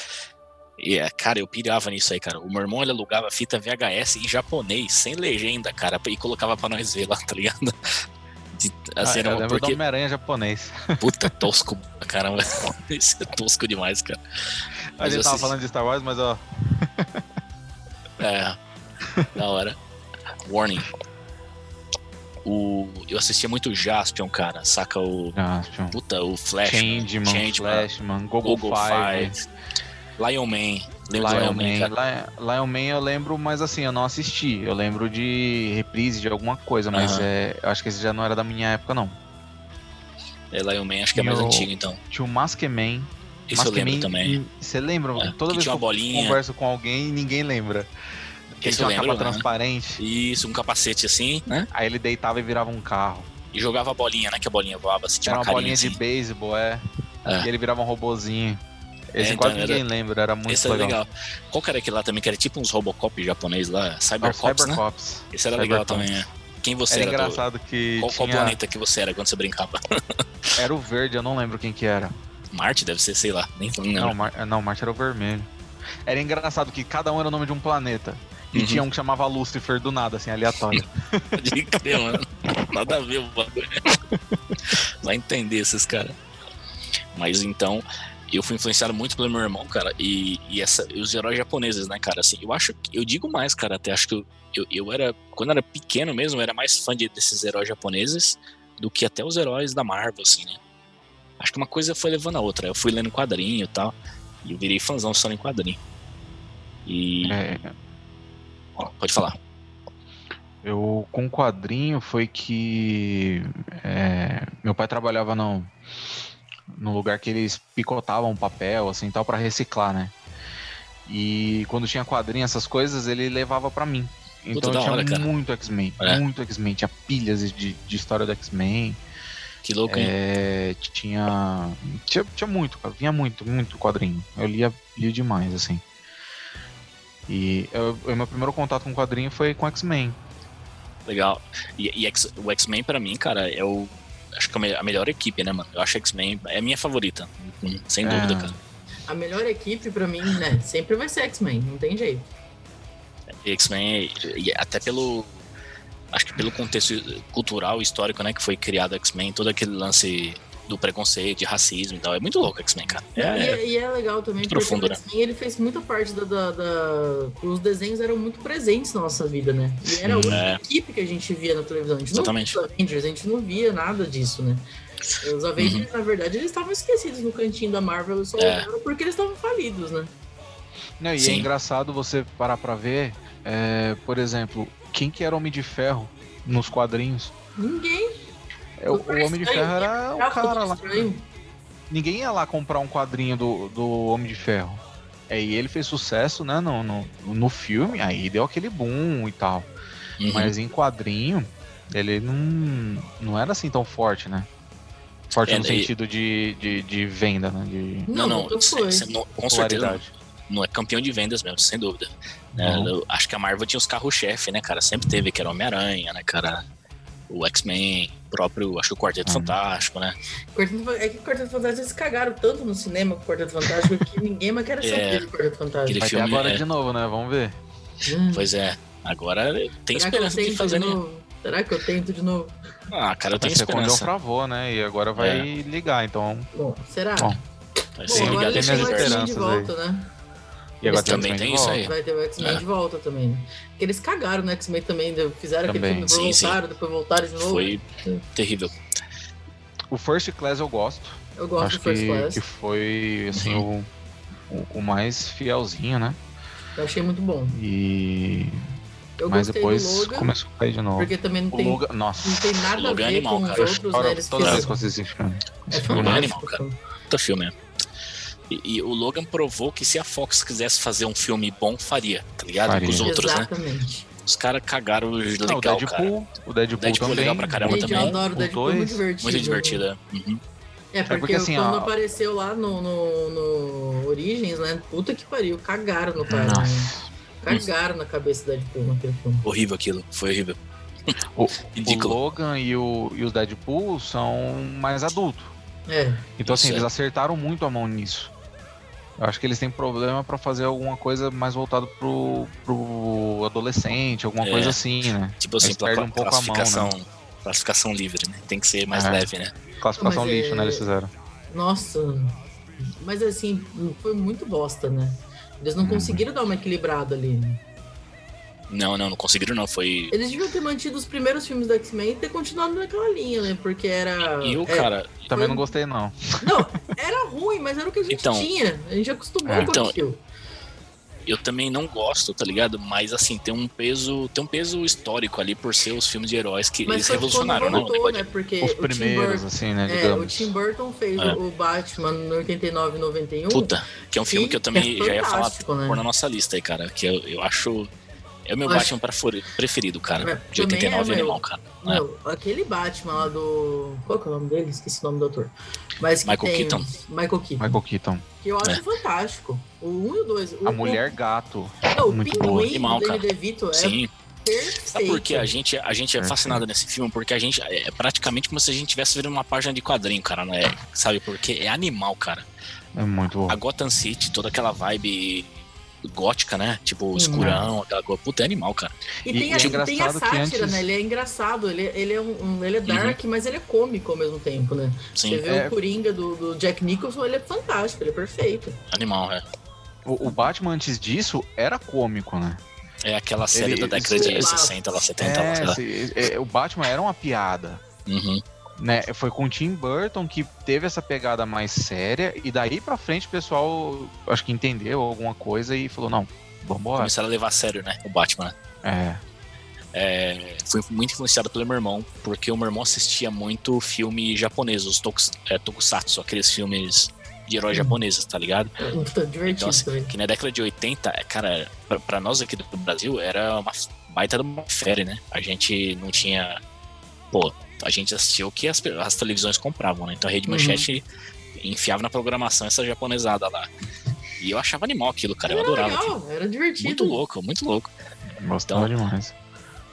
[SPEAKER 1] E, é, cara, eu pirava nisso aí, cara. O meu irmão ele alugava fita VHS em japonês, sem legenda, cara, e colocava pra nós ver lá, tá ligado? De- assim,
[SPEAKER 3] Ah,
[SPEAKER 1] era
[SPEAKER 3] eu
[SPEAKER 1] uma-
[SPEAKER 3] lembro do
[SPEAKER 1] porque
[SPEAKER 3] Homem-Aranha japonês.
[SPEAKER 1] Puta, tosco, pra caramba. Isso é tosco demais, cara.
[SPEAKER 3] A
[SPEAKER 1] Mas eu
[SPEAKER 3] gente tava
[SPEAKER 1] assisti-
[SPEAKER 3] falando de Star Wars, mas ó,
[SPEAKER 1] É. Da hora. Warning. O, eu assistia muito Jaspion, cara. Saca o.
[SPEAKER 3] Jaspion,
[SPEAKER 1] Puta, o Flash.
[SPEAKER 3] Changeman,
[SPEAKER 1] Changeman,
[SPEAKER 3] Flashman, Google,
[SPEAKER 1] Google
[SPEAKER 3] Five,
[SPEAKER 1] Five. Lion Man. Lembra do
[SPEAKER 3] Lion
[SPEAKER 1] Lion Man,
[SPEAKER 3] Man.
[SPEAKER 1] cara?
[SPEAKER 3] Li- Lion Man é eu lembro, mas assim, eu não assisti. Eu lembro de reprise de alguma coisa, mas
[SPEAKER 1] Aham.
[SPEAKER 3] é, eu acho que esse já não era da minha época, não.
[SPEAKER 1] É, Lion Man acho que é
[SPEAKER 3] E
[SPEAKER 1] mais
[SPEAKER 3] o-
[SPEAKER 1] antigo, então.
[SPEAKER 3] Tinha o Maskman.
[SPEAKER 1] Isso eu
[SPEAKER 3] Maskman,
[SPEAKER 1] lembro também.
[SPEAKER 3] e- hum, Você lembra?
[SPEAKER 1] É,
[SPEAKER 3] Toda
[SPEAKER 1] que
[SPEAKER 3] vez que
[SPEAKER 1] tinha
[SPEAKER 3] eu
[SPEAKER 1] uma bolinha.
[SPEAKER 3] converso com alguém, ninguém lembra. Que
[SPEAKER 1] Esse
[SPEAKER 3] tinha
[SPEAKER 1] eu
[SPEAKER 3] uma
[SPEAKER 1] lembro,
[SPEAKER 3] capa
[SPEAKER 1] né?
[SPEAKER 3] transparente,
[SPEAKER 1] Isso, um capacete assim, né?
[SPEAKER 3] aí ele deitava e virava um carro.
[SPEAKER 1] E jogava a bolinha, né? Que a bolinha voava. Assim, tinha
[SPEAKER 3] era
[SPEAKER 1] uma
[SPEAKER 3] uma
[SPEAKER 1] carinha
[SPEAKER 3] bolinha
[SPEAKER 1] assim.
[SPEAKER 3] de beisebol, é.
[SPEAKER 1] É.
[SPEAKER 3] E ele virava um robozinho. Esse
[SPEAKER 1] É, então,
[SPEAKER 3] quase
[SPEAKER 1] era-
[SPEAKER 3] ninguém lembra, era muito
[SPEAKER 1] Esse era
[SPEAKER 3] legal.
[SPEAKER 1] legal. Qual que era aquele lá também, que era tipo uns Robocop japonês lá?
[SPEAKER 3] Ah, o
[SPEAKER 1] Cybercops, né?
[SPEAKER 3] Cybercops.
[SPEAKER 1] Esse era
[SPEAKER 3] Cyber
[SPEAKER 1] legal
[SPEAKER 3] Cops.
[SPEAKER 1] também, né? Quem você
[SPEAKER 3] Era
[SPEAKER 1] era? do-
[SPEAKER 3] engraçado que
[SPEAKER 1] Qual, qual
[SPEAKER 3] tinha...
[SPEAKER 1] planeta que você era quando você brincava?
[SPEAKER 3] era o verde, eu não lembro quem que era.
[SPEAKER 1] Marte deve ser, sei lá. Nem não lembro.
[SPEAKER 3] Não, né? Mar... não, Marte era o vermelho. Era engraçado que cada um era o nome de um planeta. E
[SPEAKER 1] Uhum.
[SPEAKER 3] tinha um que chamava Lucifer do nada, assim, aleatório.
[SPEAKER 1] De crer, mano. Nada a ver o bagulho. Vai entender esses caras. Mas então, eu fui influenciado muito pelo meu irmão, cara. E, e essa, e os heróis japoneses, né, cara? Assim, eu acho que. Eu digo mais, cara. Até acho que eu, eu, eu era. Quando era pequeno mesmo, eu era mais fã de- desses heróis japoneses do que até os heróis da Marvel, assim, né? Acho que uma coisa foi levando a outra. Eu fui lendo quadrinho e tal. E eu virei fãzão só em quadrinho. E.
[SPEAKER 3] É,
[SPEAKER 1] Pode falar.
[SPEAKER 3] eu, com quadrinho, foi que... é, meu pai trabalhava num, num lugar que eles picotavam papel, assim, tal, pra reciclar, né? E quando tinha quadrinho, essas coisas, ele levava pra mim. Então
[SPEAKER 1] da
[SPEAKER 3] tinha
[SPEAKER 1] hora, cara.
[SPEAKER 3] muito X-Men,
[SPEAKER 1] É.
[SPEAKER 3] muito X-Men. Tinha pilhas de, de história do X-Men.
[SPEAKER 1] Que louco, hein?
[SPEAKER 3] É, tinha, tinha. Tinha muito, cara. Vinha muito, muito quadrinho. Eu lia, lia demais, assim. E eu- eu- meu primeiro contato com quadrinho foi com X-Men.
[SPEAKER 1] Legal. E, e X- o X-Men, pra mim, cara, é o. Acho que é a me- a melhor equipe, né, mano? Eu acho que X-Men é a minha favorita. hum, Sem
[SPEAKER 3] É.
[SPEAKER 1] dúvida, cara.
[SPEAKER 2] A melhor equipe pra mim, né? Sempre vai ser X-Men, não tem jeito.
[SPEAKER 1] E X-Men, e- e até pelo. acho que pelo contexto cultural, histórico, né, que foi criado X-Men, todo aquele lance do preconceito, de racismo e tal. É muito louco X-Men, cara.
[SPEAKER 2] É, e, e, é legal também, porque
[SPEAKER 1] profundo, né?
[SPEAKER 2] o X-Men ele fez muita parte da, da, da- Os desenhos eram muito presentes na nossa vida, né? E era a
[SPEAKER 1] Sim,
[SPEAKER 2] única
[SPEAKER 1] é.
[SPEAKER 2] equipe que a gente via na televisão. A gente
[SPEAKER 1] Exatamente.
[SPEAKER 2] não via os Tipo, Avengers, a gente não via nada disso, né? Os Avengers, na verdade, eles estavam esquecidos no cantinho da Marvel e só
[SPEAKER 1] Uhum. É.
[SPEAKER 2] olharam porque eles estavam falidos, né?
[SPEAKER 3] Não, e é
[SPEAKER 1] Sim.
[SPEAKER 3] engraçado você parar pra ver, é, por exemplo, quem que era Homem de Ferro nos quadrinhos?
[SPEAKER 2] Ninguém.
[SPEAKER 3] É, o,
[SPEAKER 2] Doutor
[SPEAKER 3] o Homem de
[SPEAKER 2] Estranho,
[SPEAKER 3] Ferro era
[SPEAKER 2] Ah,
[SPEAKER 3] É o cara lá.
[SPEAKER 2] Estranho.
[SPEAKER 3] Ninguém ia lá comprar um quadrinho do, do Homem de Ferro. É, e ele fez sucesso, né, no, no, no filme, aí deu aquele boom e tal.
[SPEAKER 1] Uhum.
[SPEAKER 3] Mas em quadrinho, ele não, não era assim tão forte, né? Forte
[SPEAKER 1] É,
[SPEAKER 3] no
[SPEAKER 1] e-
[SPEAKER 3] sentido de, de, de venda, né? De
[SPEAKER 1] Uhum. Não, não,
[SPEAKER 2] nunca
[SPEAKER 1] cê-
[SPEAKER 2] foi.
[SPEAKER 1] cê não- com certeza não,
[SPEAKER 3] popularidade.
[SPEAKER 1] não é campeão de vendas mesmo, sem dúvida. É,
[SPEAKER 3] Não.
[SPEAKER 1] eu acho que a Marvel tinha os carros-chefe, né, cara? Sempre teve, que era Homem-Aranha, né, cara? O X-Men, o próprio, acho que o Quarteto
[SPEAKER 3] Uhum.
[SPEAKER 1] Fantástico, né?
[SPEAKER 2] Quarteto Fan- É que o Quarteto Fantástico eles cagaram tanto no cinema com o Quarteto Fantástico que ninguém mais quer saber
[SPEAKER 1] É.
[SPEAKER 2] do Quarteto Fantástico.
[SPEAKER 1] Aquele
[SPEAKER 3] Vai ter
[SPEAKER 1] filme,
[SPEAKER 3] agora
[SPEAKER 1] é.
[SPEAKER 3] de novo, né? Vamos ver. Uhum.
[SPEAKER 2] Hum.
[SPEAKER 1] Pois é, agora tem
[SPEAKER 2] Será que eu
[SPEAKER 1] esperança de
[SPEAKER 2] tento
[SPEAKER 1] fazer,
[SPEAKER 2] de
[SPEAKER 1] né?
[SPEAKER 2] novo? Será que eu tento de novo?
[SPEAKER 1] Ah, cara, eu
[SPEAKER 3] Vai
[SPEAKER 1] tenho
[SPEAKER 3] ser com o John
[SPEAKER 1] esperança. É.
[SPEAKER 3] Favreau, né? E agora vai ligar, então.
[SPEAKER 2] Bom, será?
[SPEAKER 3] Bom,
[SPEAKER 1] Vai
[SPEAKER 2] Bom,
[SPEAKER 1] ser
[SPEAKER 2] agora
[SPEAKER 1] Tá ligado
[SPEAKER 2] ele
[SPEAKER 1] nesse
[SPEAKER 2] tem o
[SPEAKER 3] minhas
[SPEAKER 1] universo.
[SPEAKER 2] X-Men de
[SPEAKER 3] esperanças
[SPEAKER 2] volta, né?
[SPEAKER 3] E agora
[SPEAKER 2] Eles
[SPEAKER 3] o
[SPEAKER 1] também
[SPEAKER 3] X-Men
[SPEAKER 1] tem
[SPEAKER 3] de
[SPEAKER 1] isso
[SPEAKER 3] volta.
[SPEAKER 1] aí. É.
[SPEAKER 2] Vai ter o X-Men
[SPEAKER 1] É.
[SPEAKER 2] de volta também. né? Porque eles cagaram no X-Men também, né? fizeram
[SPEAKER 3] Também.
[SPEAKER 2] aquele filme, depois
[SPEAKER 1] Sim, sim.
[SPEAKER 2] voltaram, depois voltaram de novo.
[SPEAKER 1] Foi terrível.
[SPEAKER 3] O First Class eu gosto.
[SPEAKER 2] Eu gosto
[SPEAKER 3] Acho
[SPEAKER 2] do First
[SPEAKER 3] que,
[SPEAKER 2] Class.
[SPEAKER 3] que foi, assim,
[SPEAKER 1] Uhum.
[SPEAKER 3] o, o, o mais fielzinho, né?
[SPEAKER 2] Eu achei muito bom.
[SPEAKER 3] E...
[SPEAKER 2] Eu
[SPEAKER 3] Mas
[SPEAKER 2] gostei
[SPEAKER 3] depois
[SPEAKER 2] do Logan,
[SPEAKER 3] começou a cair de novo.
[SPEAKER 2] porque também não
[SPEAKER 3] O
[SPEAKER 2] tem,
[SPEAKER 3] Logan... Nossa.
[SPEAKER 2] não tem nada
[SPEAKER 1] Logan
[SPEAKER 2] a
[SPEAKER 1] é
[SPEAKER 2] ver
[SPEAKER 1] animal,
[SPEAKER 2] com
[SPEAKER 1] cara.
[SPEAKER 2] os outros,
[SPEAKER 3] Cara,
[SPEAKER 2] né? Eles
[SPEAKER 3] todas as vezes que
[SPEAKER 2] esqueceram.
[SPEAKER 3] eu assisti esse filme.
[SPEAKER 2] É
[SPEAKER 3] Esse filme
[SPEAKER 1] Logan é
[SPEAKER 2] fantástico.
[SPEAKER 1] animal, cara. Puta filme, é. E, e o Logan provou que se a Fox quisesse fazer um filme bom, faria, tá ligado?
[SPEAKER 3] Faria.
[SPEAKER 1] Com os outros, né?
[SPEAKER 2] Exatamente.
[SPEAKER 1] Os caras cagaram
[SPEAKER 3] Não,
[SPEAKER 1] legal,
[SPEAKER 3] o
[SPEAKER 1] cara.
[SPEAKER 3] Deadpool, o Deadpool,
[SPEAKER 1] Deadpool é
[SPEAKER 3] também.
[SPEAKER 1] legal pra caramba
[SPEAKER 2] Gente, eu
[SPEAKER 1] também.
[SPEAKER 2] adoro o
[SPEAKER 3] O
[SPEAKER 2] Deadpool, é muito
[SPEAKER 3] dois,
[SPEAKER 2] divertido.
[SPEAKER 1] Muito
[SPEAKER 3] né?
[SPEAKER 1] divertida. Uhum.
[SPEAKER 2] É, porque,
[SPEAKER 3] porque assim,
[SPEAKER 2] quando
[SPEAKER 3] ó-
[SPEAKER 2] apareceu lá no, no, no Origins, né? Puta que pariu, cagaram no cara. né?
[SPEAKER 3] Nossa.
[SPEAKER 2] Cagaram na cabeça da Deadpool naquele filme.
[SPEAKER 1] Horrível aquilo. Foi horrível.
[SPEAKER 3] O- O
[SPEAKER 1] Ridículo.
[SPEAKER 3] Logan e o, e o Deadpool são mais adultos.
[SPEAKER 2] É,
[SPEAKER 3] Então, assim,
[SPEAKER 1] Certo.
[SPEAKER 3] eles acertaram muito a mão nisso. Eu acho que eles têm problema pra fazer alguma coisa mais voltado pro, pro adolescente, alguma
[SPEAKER 1] É.
[SPEAKER 3] coisa assim, né?
[SPEAKER 1] Tipo assim,
[SPEAKER 3] Eles
[SPEAKER 1] pra
[SPEAKER 3] perdem um pouco a mão,
[SPEAKER 1] classificação. Classificação livre, né? Tem que ser mais
[SPEAKER 3] É.
[SPEAKER 1] leve, né?
[SPEAKER 3] Classificação
[SPEAKER 2] Não, mas
[SPEAKER 3] lixo,
[SPEAKER 2] é-
[SPEAKER 3] né? Eles fizeram.
[SPEAKER 2] nossa. Mas assim, foi muito bosta, né? Eles
[SPEAKER 1] Uhum.
[SPEAKER 2] não conseguiram dar uma equilibrada ali.
[SPEAKER 1] Não, não, não conseguiram, não. Foi.
[SPEAKER 2] Eles deviam ter mantido os primeiros filmes do X-Men e ter continuado naquela linha, né? Porque era.
[SPEAKER 1] E o
[SPEAKER 2] é,
[SPEAKER 1] cara.
[SPEAKER 3] Também não gostei, não.
[SPEAKER 2] Não, era ruim, mas era o que a gente
[SPEAKER 1] Então.
[SPEAKER 2] tinha. A gente acostumou
[SPEAKER 3] É.
[SPEAKER 2] com
[SPEAKER 1] Então,
[SPEAKER 2] aquilo.
[SPEAKER 1] Eu também não gosto, tá ligado? Mas assim, tem um peso. Tem um peso histórico ali por ser os filmes de heróis que
[SPEAKER 2] Mas
[SPEAKER 1] eles
[SPEAKER 2] foi quando
[SPEAKER 1] revolucionaram, né? O
[SPEAKER 2] voltou,
[SPEAKER 1] negócio
[SPEAKER 2] né?
[SPEAKER 1] de-
[SPEAKER 2] Porque
[SPEAKER 3] Os
[SPEAKER 2] o Tim
[SPEAKER 3] primeiros,
[SPEAKER 2] Burton,
[SPEAKER 3] assim, né?
[SPEAKER 2] é, o
[SPEAKER 3] Digamos.
[SPEAKER 2] Tim Burton fez
[SPEAKER 1] É.
[SPEAKER 2] o Batman no 89 e 91.
[SPEAKER 1] Puta, que é um filme que eu também
[SPEAKER 2] é
[SPEAKER 1] já ia falar
[SPEAKER 2] fantástico, né?
[SPEAKER 1] pôr na nossa lista aí, cara. Que eu, eu acho. É o meu
[SPEAKER 2] Eu acho-
[SPEAKER 1] Batman preferi- preferido,
[SPEAKER 2] É,
[SPEAKER 1] cara. De
[SPEAKER 2] também é,
[SPEAKER 1] 89
[SPEAKER 2] meu.
[SPEAKER 1] animal, cara. né?
[SPEAKER 2] Meu, aquele Batman lá do. Qual que é o nome dele? Esqueci o nome do ator. Mas que
[SPEAKER 1] Michael
[SPEAKER 2] tem-
[SPEAKER 1] Keaton.
[SPEAKER 2] Michael Keaton.
[SPEAKER 3] Michael Keaton.
[SPEAKER 2] Que eu acho
[SPEAKER 1] É.
[SPEAKER 2] fantástico. O 1 e o 2.
[SPEAKER 3] A Mulher Gato.
[SPEAKER 2] Não, o
[SPEAKER 3] muito boa.
[SPEAKER 2] pinguim
[SPEAKER 1] Animal,
[SPEAKER 2] do Danny
[SPEAKER 1] cara.
[SPEAKER 2] DeVito é
[SPEAKER 1] Sim.
[SPEAKER 2] perfeito.
[SPEAKER 1] Sabe por que a gente, a gente é
[SPEAKER 3] Perfeito.
[SPEAKER 1] fascinado nesse filme? Porque a gente é praticamente como se a gente estivesse vendo uma página de quadrinho, cara, né? Sabe por quê? É animal, cara.
[SPEAKER 3] É muito bom.
[SPEAKER 1] A Gotham City, toda aquela vibe gótica, né? Tipo,
[SPEAKER 2] Hum.
[SPEAKER 1] escurão, aquela coisa. Puta, é animal, cara.
[SPEAKER 2] E
[SPEAKER 3] E-
[SPEAKER 2] tem,
[SPEAKER 3] e
[SPEAKER 2] a,
[SPEAKER 3] é
[SPEAKER 2] tem a
[SPEAKER 3] engraçado que
[SPEAKER 2] sátira,
[SPEAKER 3] antes-
[SPEAKER 2] né? Ele é engraçado, ele, ele é um, um- ele é dark, mas ele é cômico ao mesmo tempo, né? Você
[SPEAKER 1] Uhum. Sim,
[SPEAKER 2] vê
[SPEAKER 3] É.
[SPEAKER 2] o Coringa do, do Jack Nicholson, ele é fantástico, ele é perfeito.
[SPEAKER 1] animal, é.
[SPEAKER 3] O, o Batman antes disso era cômico, né?
[SPEAKER 1] É aquela série
[SPEAKER 3] Ele-
[SPEAKER 1] da década
[SPEAKER 2] sei
[SPEAKER 1] de
[SPEAKER 2] lá.
[SPEAKER 1] 60, lá, 70, lá, sei
[SPEAKER 3] É,
[SPEAKER 1] lá.
[SPEAKER 3] se- é, o Batman era uma piada.
[SPEAKER 1] Uhum.
[SPEAKER 3] né, foi com o Tim Burton que teve essa pegada mais séria, e daí pra frente o pessoal acho que entendeu alguma coisa e falou, não, vambora.
[SPEAKER 1] Começaram a levar a sério, né? O Batman, né?
[SPEAKER 3] É,
[SPEAKER 1] é, fui muito influenciado pelo meu irmão, porque o meu irmão assistia muito filme japonês, os tokus, é, tokusatsu, aqueles filmes de heróis japoneses, tá ligado?
[SPEAKER 2] É muito divertido
[SPEAKER 1] Então, assim,
[SPEAKER 2] também.
[SPEAKER 1] que na década de 80, é, cara, pra, pra nós aqui do Brasil, era uma baita de uma férias, né? A gente não tinha. Pô, a gente assistia o que as, pe- as televisões compravam, né? Então a Rede
[SPEAKER 2] Uhum.
[SPEAKER 1] Manchete enfiava na programação essa japonesada lá. E eu achava animal aquilo, cara, eu
[SPEAKER 2] Era
[SPEAKER 1] adorava. aquilo.
[SPEAKER 2] legal, era divertido.
[SPEAKER 1] Muito louco, muito louco.
[SPEAKER 3] gostava
[SPEAKER 1] Então,
[SPEAKER 3] demais.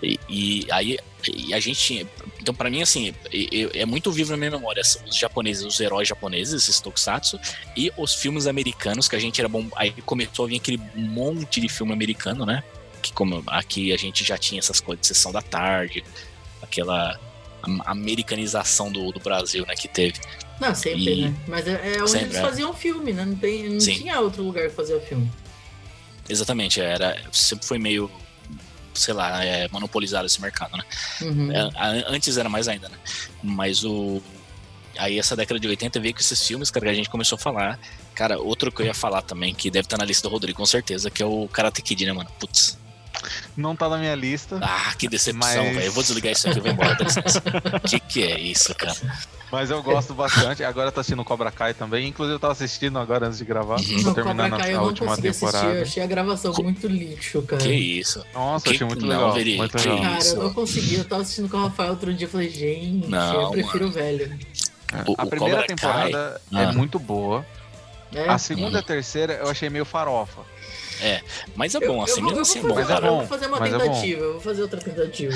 [SPEAKER 1] E, e aí e a gente tinha. Então, pra mim, assim, e- e- é muito vivo na minha memória são os japoneses, os heróis japoneses, esses tokusatsu, e os filmes americanos, que a gente era bom. Aí começou a vir aquele monte de filme americano, né? que como aqui a gente já tinha essas coisas de sessão da tarde, aquela americanização do, do Brasil, né, que teve.
[SPEAKER 2] Não, sempre,
[SPEAKER 1] E-
[SPEAKER 2] né? Mas é, é onde
[SPEAKER 1] Sempre,
[SPEAKER 2] eles
[SPEAKER 1] é.
[SPEAKER 2] faziam filme, né? Não, tem, não
[SPEAKER 1] Sim.
[SPEAKER 2] tinha outro lugar pra fazer o filme.
[SPEAKER 1] Exatamente, era sempre foi meio, sei lá, é, monopolizado esse mercado, né?
[SPEAKER 2] Uhum.
[SPEAKER 1] É, a- Antes era mais ainda, né? Mas o. Aí essa década de 80 veio com esses filmes, cara, que a gente começou a falar. Cara, outro que eu ia falar também, que deve estar na lista do Rodrigo com certeza, que é o Karate Kid, né, mano? Putz.
[SPEAKER 3] Não tá na minha lista,
[SPEAKER 1] Ah, que decepção,
[SPEAKER 3] Mas-
[SPEAKER 1] velho. Eu vou desligar isso aqui e vou embora, dá licença. que que é isso, cara?
[SPEAKER 3] mas eu gosto bastante. Agora tá assistindo Cobra Kai também. Inclusive eu tava assistindo agora antes de gravar.
[SPEAKER 1] Uhum.
[SPEAKER 3] Tô
[SPEAKER 2] Não, Cobra
[SPEAKER 3] terminando
[SPEAKER 2] Kai
[SPEAKER 3] a,
[SPEAKER 2] eu
[SPEAKER 3] a
[SPEAKER 2] não
[SPEAKER 3] última
[SPEAKER 2] consegui assistir, eu
[SPEAKER 3] temporada.
[SPEAKER 2] achei a gravação
[SPEAKER 1] Co-
[SPEAKER 2] muito lixo, cara.
[SPEAKER 1] Que isso?
[SPEAKER 3] Nossa,
[SPEAKER 1] Que-
[SPEAKER 3] achei muito
[SPEAKER 1] não,
[SPEAKER 3] legal.
[SPEAKER 1] Veri,
[SPEAKER 3] muito
[SPEAKER 1] que
[SPEAKER 3] legal.
[SPEAKER 2] Cara, eu não
[SPEAKER 1] isso?
[SPEAKER 2] consegui, eu tava assistindo com o Rafael outro dia e falei, gente,
[SPEAKER 1] Não,
[SPEAKER 2] eu prefiro o velho.
[SPEAKER 1] O-
[SPEAKER 3] É, a
[SPEAKER 1] o
[SPEAKER 3] primeira
[SPEAKER 1] Cobra
[SPEAKER 3] temporada
[SPEAKER 1] Kai-
[SPEAKER 3] é
[SPEAKER 1] Ah.
[SPEAKER 3] muito boa.
[SPEAKER 2] É,
[SPEAKER 3] A segunda e
[SPEAKER 1] Hum.
[SPEAKER 3] a terceira eu achei meio farofa.
[SPEAKER 1] Mas é
[SPEAKER 2] Eu-
[SPEAKER 1] bom,
[SPEAKER 2] eu
[SPEAKER 1] assim,
[SPEAKER 2] vou-
[SPEAKER 1] mesmo
[SPEAKER 2] eu
[SPEAKER 1] assim é
[SPEAKER 2] vou
[SPEAKER 1] bom,
[SPEAKER 2] fazer-
[SPEAKER 1] cara.
[SPEAKER 2] Eu vou fazer uma
[SPEAKER 3] mas é bom.
[SPEAKER 2] tentativa, eu vou fazer outra tentativa.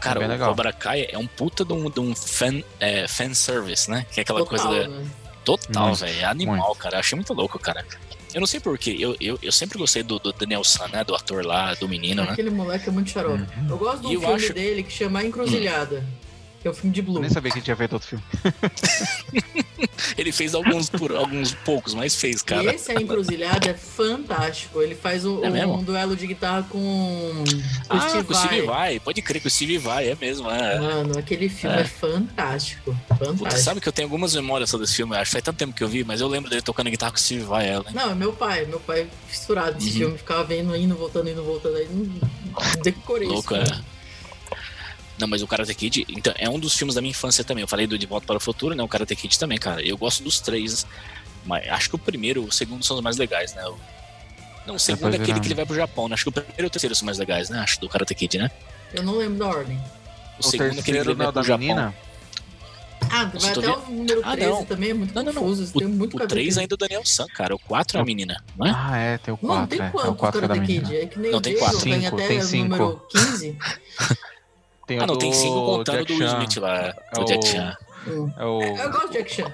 [SPEAKER 1] Cara,
[SPEAKER 3] É Bem
[SPEAKER 1] o
[SPEAKER 3] legal.
[SPEAKER 1] Cobra Kai é um puta de um, de um fan, é, fanservice, né? Que é aquela
[SPEAKER 2] Total,
[SPEAKER 1] coisa da-
[SPEAKER 2] né?
[SPEAKER 1] total,
[SPEAKER 3] Muito,
[SPEAKER 1] velho. É animal, cara. Eu achei muito louco, cara. Eu não sei porquê. Eu, eu, eu sempre gostei do, do Daniel San, né? Do ator lá, do menino, né? Uhum.
[SPEAKER 2] Aquele moleque é muito xarope. Eu gosto de um
[SPEAKER 1] E eu
[SPEAKER 2] filme
[SPEAKER 1] acho-
[SPEAKER 2] dele que chama Encruzilhada. Que é um filme de
[SPEAKER 3] Eu
[SPEAKER 2] Blue.
[SPEAKER 3] nem sabia que tinha feito outro filme.
[SPEAKER 1] Ele fez alguns por alguns poucos, mas fez,
[SPEAKER 2] E
[SPEAKER 1] cara.
[SPEAKER 2] esse A Encruzilhada é fantástico. Ele faz um,
[SPEAKER 1] É mesmo?
[SPEAKER 2] um duelo de guitarra com o
[SPEAKER 1] Ah,
[SPEAKER 2] Steve
[SPEAKER 1] com o Steve
[SPEAKER 2] Vai.
[SPEAKER 1] Vai. Pode crer que o Steve Vai, é mesmo. É.
[SPEAKER 2] Mano, aquele filme é, fantástico. Fantástico.
[SPEAKER 1] Puta, sabe que eu tenho algumas memórias sobre esse filme, eu acho que faz tanto tempo que eu vi, mas eu lembro dele tocando guitarra com o Steve Vai, ela.
[SPEAKER 2] Não, é meu pai. Meu pai fissurado
[SPEAKER 1] Uhum.
[SPEAKER 2] desse filme. Ficava vendo, indo, voltando, indo, voltando. Aí hum, decorei
[SPEAKER 1] Louco, é.
[SPEAKER 2] isso.
[SPEAKER 1] Não, mas o Karate Kid então, é um dos filmes da minha infância também. Eu falei do De Volta para o Futuro, né? O Karate Kid também, cara. Eu gosto dos três. Mas acho que o primeiro, o segundo são os mais legais, né? O- Não, o segundo é
[SPEAKER 3] pode
[SPEAKER 1] aquele
[SPEAKER 3] virar.
[SPEAKER 1] que ele vai pro Japão, né? Acho que o primeiro e o terceiro são mais legais, né? Acho do Karate Kid, né?
[SPEAKER 2] Eu não lembro da ordem.
[SPEAKER 1] O,
[SPEAKER 3] O,
[SPEAKER 1] segundo é aquele que
[SPEAKER 3] terceiro
[SPEAKER 1] ele
[SPEAKER 3] não
[SPEAKER 1] vai
[SPEAKER 3] é o da
[SPEAKER 1] pro Japão.
[SPEAKER 3] menina?
[SPEAKER 2] Ah,
[SPEAKER 1] Eu
[SPEAKER 2] vai
[SPEAKER 1] só tô
[SPEAKER 2] até o número
[SPEAKER 1] Ah,
[SPEAKER 2] 13
[SPEAKER 1] não.
[SPEAKER 2] também. É muito
[SPEAKER 1] Não, não, não.
[SPEAKER 2] confuso. isso tem muito
[SPEAKER 1] O
[SPEAKER 2] cabelo.
[SPEAKER 1] 3 ainda é o Daniel San, cara. O 4 é a menina, não é?
[SPEAKER 3] Ah, é, tem o
[SPEAKER 2] Mano, tem
[SPEAKER 3] 4. É, é o
[SPEAKER 2] quantos
[SPEAKER 3] 4 da
[SPEAKER 2] Karate
[SPEAKER 3] menina.
[SPEAKER 2] Kid? É que nem
[SPEAKER 1] Não,
[SPEAKER 2] o
[SPEAKER 1] tem
[SPEAKER 2] Jason,
[SPEAKER 1] quatro.
[SPEAKER 2] tem
[SPEAKER 3] Cinco,
[SPEAKER 2] até
[SPEAKER 3] tem
[SPEAKER 2] o
[SPEAKER 3] cinco.
[SPEAKER 2] número 15.
[SPEAKER 3] Tem
[SPEAKER 1] Ah,
[SPEAKER 3] É o
[SPEAKER 1] não,
[SPEAKER 3] do
[SPEAKER 1] tem 5 contando
[SPEAKER 3] Jack
[SPEAKER 1] do Will
[SPEAKER 3] Chan.
[SPEAKER 1] Smith lá.
[SPEAKER 3] É
[SPEAKER 1] Do
[SPEAKER 3] o-
[SPEAKER 1] Jack Chan.
[SPEAKER 2] Hum.
[SPEAKER 3] É o
[SPEAKER 2] Eu gosto de Jack Chan.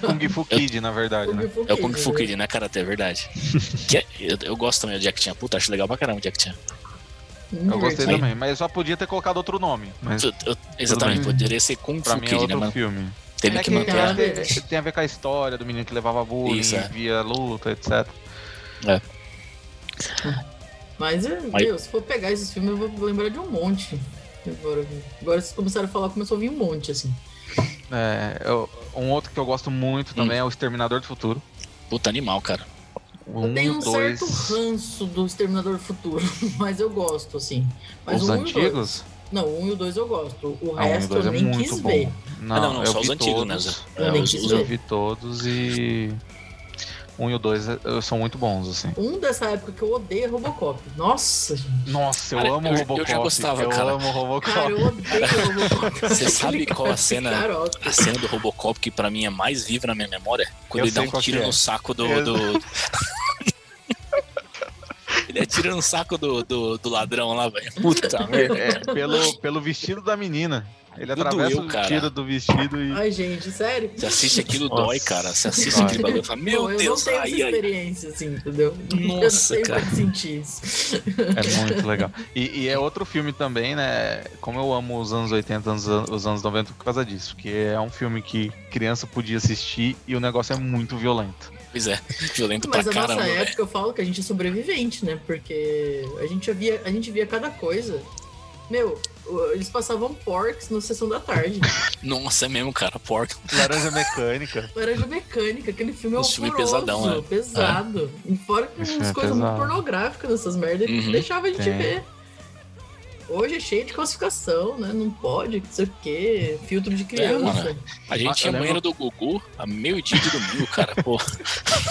[SPEAKER 3] Kung Fu Kid, na verdade, né?
[SPEAKER 1] É o Kung Fu Kid, né, cara? É verdade. Que é- eu, eu gosto também do Jack Chan. Puta, acho legal pra caramba o Jack Chan.
[SPEAKER 3] Eu gostei
[SPEAKER 2] Hum,
[SPEAKER 1] Sim.
[SPEAKER 3] também, mas eu só podia ter colocado outro nome. Mas
[SPEAKER 1] Eu- eu- exatamente,
[SPEAKER 2] bem.
[SPEAKER 1] poderia ser Kung
[SPEAKER 3] pra
[SPEAKER 1] Fu
[SPEAKER 3] mim é
[SPEAKER 1] Kid, né,
[SPEAKER 3] outro
[SPEAKER 1] mano?
[SPEAKER 3] filme.
[SPEAKER 1] Teve
[SPEAKER 3] É
[SPEAKER 1] que
[SPEAKER 3] que
[SPEAKER 1] manter a-
[SPEAKER 2] cara-
[SPEAKER 3] tem, a- tem a ver com a história do menino que levava bullying,
[SPEAKER 1] Isso, é.
[SPEAKER 3] via luta, etc.
[SPEAKER 2] Mas, é,
[SPEAKER 1] Aí-
[SPEAKER 2] meu, se for pegar esses filmes, eu vou lembrar de um monte. Agora, agora vocês começaram a falar, começou a vir um monte, assim.
[SPEAKER 3] É, eu- um outro que eu gosto
[SPEAKER 1] Hum.
[SPEAKER 3] muito também é o Exterminador do Futuro.
[SPEAKER 1] Puta animal, cara.
[SPEAKER 3] O
[SPEAKER 2] Eu
[SPEAKER 3] 1 e
[SPEAKER 2] tenho um
[SPEAKER 3] o 2.
[SPEAKER 2] certo ranço do Exterminador do Futuro, mas eu gosto, assim. Mas
[SPEAKER 3] Os
[SPEAKER 2] o um E o dois,
[SPEAKER 3] antigos?
[SPEAKER 2] não, o 1 um e o 2 eu gosto. O
[SPEAKER 3] Ah, um e o
[SPEAKER 2] resto
[SPEAKER 3] dois
[SPEAKER 2] eu nem quis ver.
[SPEAKER 3] Não,
[SPEAKER 1] Ah, não, não,
[SPEAKER 3] eu
[SPEAKER 1] só os
[SPEAKER 3] vi
[SPEAKER 1] antigos, né?
[SPEAKER 3] todos.
[SPEAKER 1] Zé? É,
[SPEAKER 2] nem
[SPEAKER 1] os-
[SPEAKER 2] quis
[SPEAKER 1] os-
[SPEAKER 2] ver.
[SPEAKER 3] Eu vi todos e. Um e o dois eh, são muito bons, assim.
[SPEAKER 2] Um dessa época que eu odeio é Robocop. Nossa, gente.
[SPEAKER 3] Nossa, eu
[SPEAKER 1] Cara,
[SPEAKER 3] amo
[SPEAKER 1] eu-
[SPEAKER 3] o
[SPEAKER 1] eu
[SPEAKER 3] Robocop.
[SPEAKER 1] já gostava,
[SPEAKER 3] eu
[SPEAKER 1] cara.
[SPEAKER 3] amo o Robocop.
[SPEAKER 2] Cara, eu odeio Robocop. é
[SPEAKER 1] Você sabe qual a cena-
[SPEAKER 2] Xarope.
[SPEAKER 1] a cena do Robocop que pra mim é mais viva na minha memória? Quando
[SPEAKER 3] Eu
[SPEAKER 1] ele dá
[SPEAKER 3] sei
[SPEAKER 1] um
[SPEAKER 3] qual que
[SPEAKER 1] tiro
[SPEAKER 3] é.
[SPEAKER 1] no saco do.
[SPEAKER 3] Eu-
[SPEAKER 1] do- ele atira no saco do, do, do ladrão lá, velho. Puta merda.
[SPEAKER 3] É, é, pelo, pelo vestido da menina. Ele
[SPEAKER 1] Tudo
[SPEAKER 3] atravessa
[SPEAKER 1] eu,
[SPEAKER 3] o
[SPEAKER 1] cara.
[SPEAKER 3] tiro do vestido e.
[SPEAKER 2] Ai, gente, sério?
[SPEAKER 1] Você assiste aquilo,
[SPEAKER 3] Nossa.
[SPEAKER 1] dói, cara. Você assiste
[SPEAKER 3] Dói.
[SPEAKER 1] aquele bagulho e fala, meu
[SPEAKER 2] Bom, eu
[SPEAKER 1] Deus,
[SPEAKER 2] não tenho essa
[SPEAKER 1] ai, ai.
[SPEAKER 2] experiência, assim, entendeu?
[SPEAKER 1] Nossa,
[SPEAKER 2] eu não sei
[SPEAKER 1] cara.
[SPEAKER 2] como sentir isso.
[SPEAKER 3] É muito legal. E, e é outro filme também, né? Como eu amo os anos 80, anos- os anos 90 por causa disso. Porque é um filme que criança podia assistir e o negócio é muito violento.
[SPEAKER 1] Pois é, violento
[SPEAKER 2] Mas
[SPEAKER 1] pra
[SPEAKER 2] a
[SPEAKER 1] caramba,
[SPEAKER 2] nossa
[SPEAKER 1] velho.
[SPEAKER 2] época, eu falo que a gente é sobrevivente, né? Porque a gente já via, a gente via cada coisa. Meu, o- eles passavam porcs na sessão da tarde.
[SPEAKER 1] Nossa, é mesmo, cara. Porca.
[SPEAKER 3] Laranja Mecânica.
[SPEAKER 2] Laranja Mecânica, aquele filme é
[SPEAKER 1] Esse filme é
[SPEAKER 2] horroroso,
[SPEAKER 1] pesadão, né?
[SPEAKER 2] pesado. E fora que
[SPEAKER 3] Esse
[SPEAKER 2] umas
[SPEAKER 3] filme é
[SPEAKER 2] coisas muito
[SPEAKER 3] pesado.
[SPEAKER 2] pornográficas nessas merdas, que
[SPEAKER 1] Uhum,
[SPEAKER 2] não deixava a gente
[SPEAKER 3] tem.
[SPEAKER 2] ver. Hoje é cheio de classificação, né? Não pode, não sei o quê. Filtro
[SPEAKER 1] É,
[SPEAKER 2] de criança.
[SPEAKER 1] A gente
[SPEAKER 3] Ah, eu
[SPEAKER 1] tinha
[SPEAKER 3] lembro-
[SPEAKER 1] banheiro do Gugu a meio-dia de domingo, cara, pô.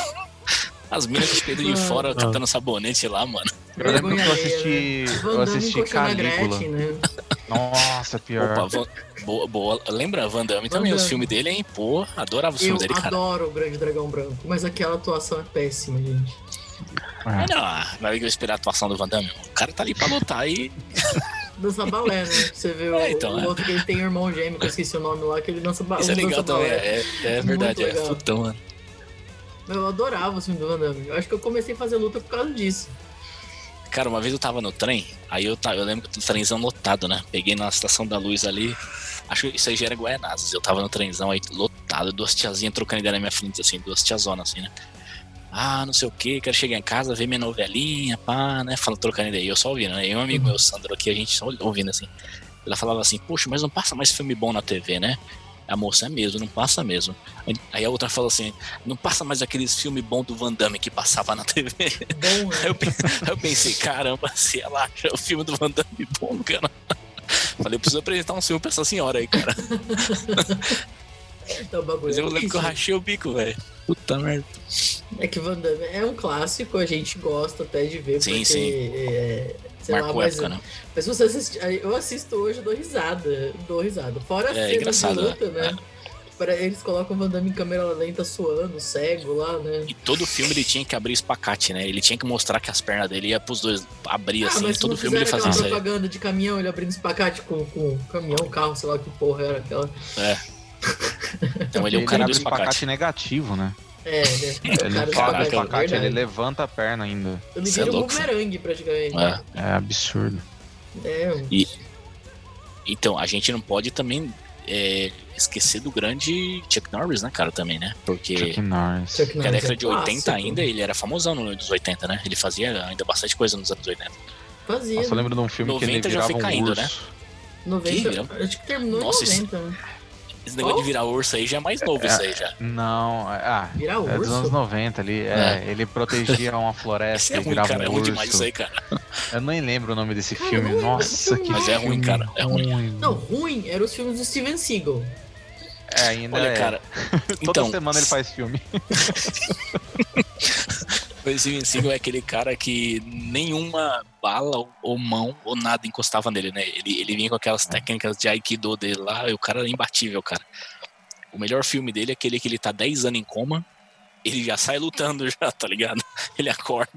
[SPEAKER 1] As minas que peidam de
[SPEAKER 2] Mano.
[SPEAKER 3] Ah.
[SPEAKER 1] fora catando sabonete lá, mano.
[SPEAKER 3] Eu lembro que
[SPEAKER 2] Vergonha
[SPEAKER 3] eu
[SPEAKER 2] né?
[SPEAKER 3] assisti. Eu
[SPEAKER 2] Van Damme
[SPEAKER 3] assisti
[SPEAKER 2] encoxando a
[SPEAKER 3] Calígula.
[SPEAKER 2] Gretchen, né?
[SPEAKER 3] Nossa, pior.
[SPEAKER 1] Opa, Van- boa, boa. Lembra Van Damme também,
[SPEAKER 2] Van
[SPEAKER 1] os
[SPEAKER 2] Damme.
[SPEAKER 1] filmes dele, hein? Pô, adorava os
[SPEAKER 2] Eu
[SPEAKER 1] filmes dele, cara.
[SPEAKER 2] adoro o Grande Dragão Branco, mas aquela atuação é péssima, gente.
[SPEAKER 1] Ah, não, na hora que eu esperar a atuação do Van Damme, o cara tá ali pra lutar e.
[SPEAKER 2] Dança balé, né? Você vê o,
[SPEAKER 1] É, então,
[SPEAKER 2] o
[SPEAKER 1] é.
[SPEAKER 2] outro que ele tem irmão gêmeo, que eu esqueci o nome lá, que ele dança, ba
[SPEAKER 1] Isso é
[SPEAKER 2] dança
[SPEAKER 1] legal também.
[SPEAKER 2] balé.
[SPEAKER 1] É, é verdade,
[SPEAKER 2] Muito
[SPEAKER 1] é
[SPEAKER 2] legal.
[SPEAKER 1] putão, mano.
[SPEAKER 2] Eu adorava o filme do Van Damme. Eu acho que eu comecei a fazer luta por causa disso.
[SPEAKER 1] Cara, uma vez eu tava no trem, aí eu, ta- eu lembro que o trenzão lotado, né? Peguei na estação da luz ali, acho que isso aí já era Guaianazes. Eu tava no trenzão aí lotado, duas tiazinhas trocando ideia na minha frente, assim, duas tiazonas, assim, né? Ah, não sei o que, quero chegar em casa, ver minha novelinha, pá, né? Falando, trocando ideia. E Eu só ouvindo, né? E um amigo meu, Sandro, aqui, a gente só ouvindo assim. Ela falava assim, poxa, mas não passa mais filme bom na TV, né? A moça é mesmo, não passa mesmo. Aí a outra fala assim, não passa mais aqueles filme bom do Van Damme que passava na TV.
[SPEAKER 2] Bom, é.
[SPEAKER 1] Aí eu, pe- aí eu pensei, caramba, se ela acha o filme do Van Damme bom, cara. Falei, eu preciso apresentar um filme pra essa senhora aí, cara.
[SPEAKER 2] então, o bagulho.
[SPEAKER 1] Mas eu
[SPEAKER 2] é
[SPEAKER 1] lembro que eu
[SPEAKER 2] isso.
[SPEAKER 1] rachei o bico, velho. Puta merda.
[SPEAKER 2] É que Van Damme é um clássico, a gente gosta até de ver,
[SPEAKER 1] Sim,
[SPEAKER 2] porque
[SPEAKER 1] sim.
[SPEAKER 2] é, sei lá,
[SPEAKER 1] Marcou
[SPEAKER 2] mas, é.
[SPEAKER 1] época, né?
[SPEAKER 2] mas você assiste, aí eu assisto hoje, eu dou risada, dou risada. Fora a
[SPEAKER 1] É,
[SPEAKER 2] cena
[SPEAKER 1] engraçado,
[SPEAKER 2] de luta,
[SPEAKER 1] né?
[SPEAKER 2] né? Pra- Eles colocam o Van Damme em câmera lenta, suando, cego lá, né?
[SPEAKER 1] E todo filme ele tinha que abrir espacate, né? Ele tinha que mostrar que as pernas dele ia pros dois abrir,
[SPEAKER 2] ah,
[SPEAKER 1] assim.
[SPEAKER 2] mas
[SPEAKER 1] Todo
[SPEAKER 2] não
[SPEAKER 1] filme ele
[SPEAKER 2] fizeram
[SPEAKER 1] fazia
[SPEAKER 2] aquela
[SPEAKER 1] isso aí.
[SPEAKER 2] propaganda de caminhão, ele abrindo espacate com, com caminhão, carro, sei lá que porra era aquela.
[SPEAKER 1] Então ele é o cara do
[SPEAKER 3] abre
[SPEAKER 1] espacate.
[SPEAKER 3] um negativo, né?
[SPEAKER 2] É, né?
[SPEAKER 3] Ele
[SPEAKER 2] Cara,
[SPEAKER 3] não
[SPEAKER 2] do
[SPEAKER 3] para o
[SPEAKER 1] espacate,
[SPEAKER 3] espacate,
[SPEAKER 2] verdade.
[SPEAKER 3] ele levanta a perna ainda.
[SPEAKER 2] Ele
[SPEAKER 1] Cê é
[SPEAKER 2] vira um
[SPEAKER 1] louco, cê.
[SPEAKER 2] bumerangue praticamente.
[SPEAKER 1] É.
[SPEAKER 3] É absurdo.
[SPEAKER 2] É,
[SPEAKER 1] Então, a gente não pode também é, esquecer do grande Chuck Norris, né, cara, também, né? Porque
[SPEAKER 3] Chuck Norris.
[SPEAKER 2] Chuck
[SPEAKER 1] na
[SPEAKER 2] Norris
[SPEAKER 1] década
[SPEAKER 2] é
[SPEAKER 1] de 80
[SPEAKER 2] clássico.
[SPEAKER 1] ainda, ele era famosão nos anos 80, né? Ele fazia ainda bastante coisa nos anos 80.
[SPEAKER 2] Fazia.
[SPEAKER 3] Nossa, eu lembro de um filme que ele
[SPEAKER 1] 90 já
[SPEAKER 3] virava
[SPEAKER 1] foi
[SPEAKER 3] um
[SPEAKER 1] caindo, né?
[SPEAKER 3] urso.
[SPEAKER 2] 90,
[SPEAKER 1] Que, um-
[SPEAKER 2] acho que terminou
[SPEAKER 1] Nossa,
[SPEAKER 2] em
[SPEAKER 1] isso-
[SPEAKER 2] 90. né?
[SPEAKER 1] Esse negócio
[SPEAKER 2] Oh.
[SPEAKER 1] de virar urso aí já é mais novo,
[SPEAKER 3] É.
[SPEAKER 1] isso aí já.
[SPEAKER 3] Não, é- ah,
[SPEAKER 2] Virar
[SPEAKER 3] é dos anos
[SPEAKER 2] urso?
[SPEAKER 3] 90 ali. É, Ele protegia uma
[SPEAKER 1] Esse
[SPEAKER 3] floresta
[SPEAKER 1] é
[SPEAKER 3] e
[SPEAKER 1] ruim,
[SPEAKER 3] virava
[SPEAKER 1] cara. É
[SPEAKER 3] um
[SPEAKER 1] ruim
[SPEAKER 3] urso.
[SPEAKER 1] demais isso aí, cara.
[SPEAKER 3] Eu nem lembro o nome desse
[SPEAKER 2] Cara, eu
[SPEAKER 3] filme.
[SPEAKER 2] não lembro desse
[SPEAKER 3] Nossa,
[SPEAKER 2] filme,
[SPEAKER 3] que
[SPEAKER 1] Mas é ruim,
[SPEAKER 3] filme
[SPEAKER 1] cara. É ruim.
[SPEAKER 2] Não, ruim era os filmes do Steven Seagal.
[SPEAKER 3] É, ainda
[SPEAKER 2] né,
[SPEAKER 1] Olha,
[SPEAKER 3] é.
[SPEAKER 1] cara.
[SPEAKER 3] Toda
[SPEAKER 1] Então,
[SPEAKER 3] semana ele faz filme.
[SPEAKER 1] o Steven Seagal é aquele cara que nenhuma bala ou- ou mão ou nada encostava nele, né? Ele, ele vinha com aquelas
[SPEAKER 3] É.
[SPEAKER 1] técnicas de Aikido dele lá, e o cara era imbatível, cara. O melhor filme dele é aquele que ele tá 10 anos em coma, ele já sai lutando já, tá ligado? Ele acorda,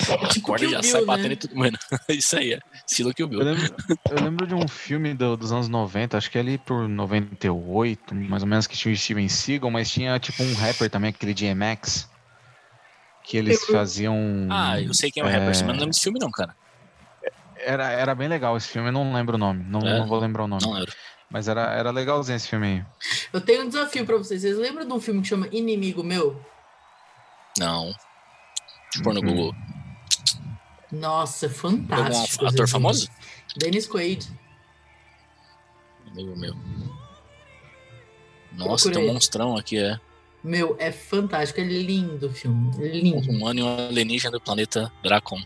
[SPEAKER 1] acorda e
[SPEAKER 2] Kill
[SPEAKER 1] já
[SPEAKER 2] Bill,
[SPEAKER 1] sai
[SPEAKER 2] né?
[SPEAKER 1] batendo e tudo, mano. Isso aí, é. estilo que o
[SPEAKER 3] Eu
[SPEAKER 1] Bill.
[SPEAKER 3] lembro, eu lembro de um filme do- dos anos 90, acho que ali por 98, mais ou menos, que tinha o Steven Seagal, mas tinha tipo um rapper também, aquele DMX. Que eles faziam.
[SPEAKER 1] Ah, eu sei quem é o rapper, mas não lembro desse filme não, cara.
[SPEAKER 3] Era, era bem legal esse filme, eu não lembro o nome. Não,
[SPEAKER 1] É?
[SPEAKER 3] não vou lembrar o nome.
[SPEAKER 1] Não lembro.
[SPEAKER 3] Mas era, era legalzinho esse filme aí.
[SPEAKER 2] Eu tenho um desafio pra vocês. Vocês lembram de um filme que chama Inimigo Meu?
[SPEAKER 1] Não. Deixa eu pôr no
[SPEAKER 3] Uhum.
[SPEAKER 1] Google.
[SPEAKER 2] Nossa, é
[SPEAKER 1] Algum
[SPEAKER 2] fantástico.
[SPEAKER 1] ator
[SPEAKER 2] Zezinho.
[SPEAKER 1] famoso?
[SPEAKER 2] Dennis Quaid.
[SPEAKER 1] Amigo meu. Nossa, tem um
[SPEAKER 2] Procurei.
[SPEAKER 1] monstrão aqui, é.
[SPEAKER 2] Meu, é fantástico. É lindo o filme. é Lindo.
[SPEAKER 1] Um humano e um alienígena do planeta Dracon.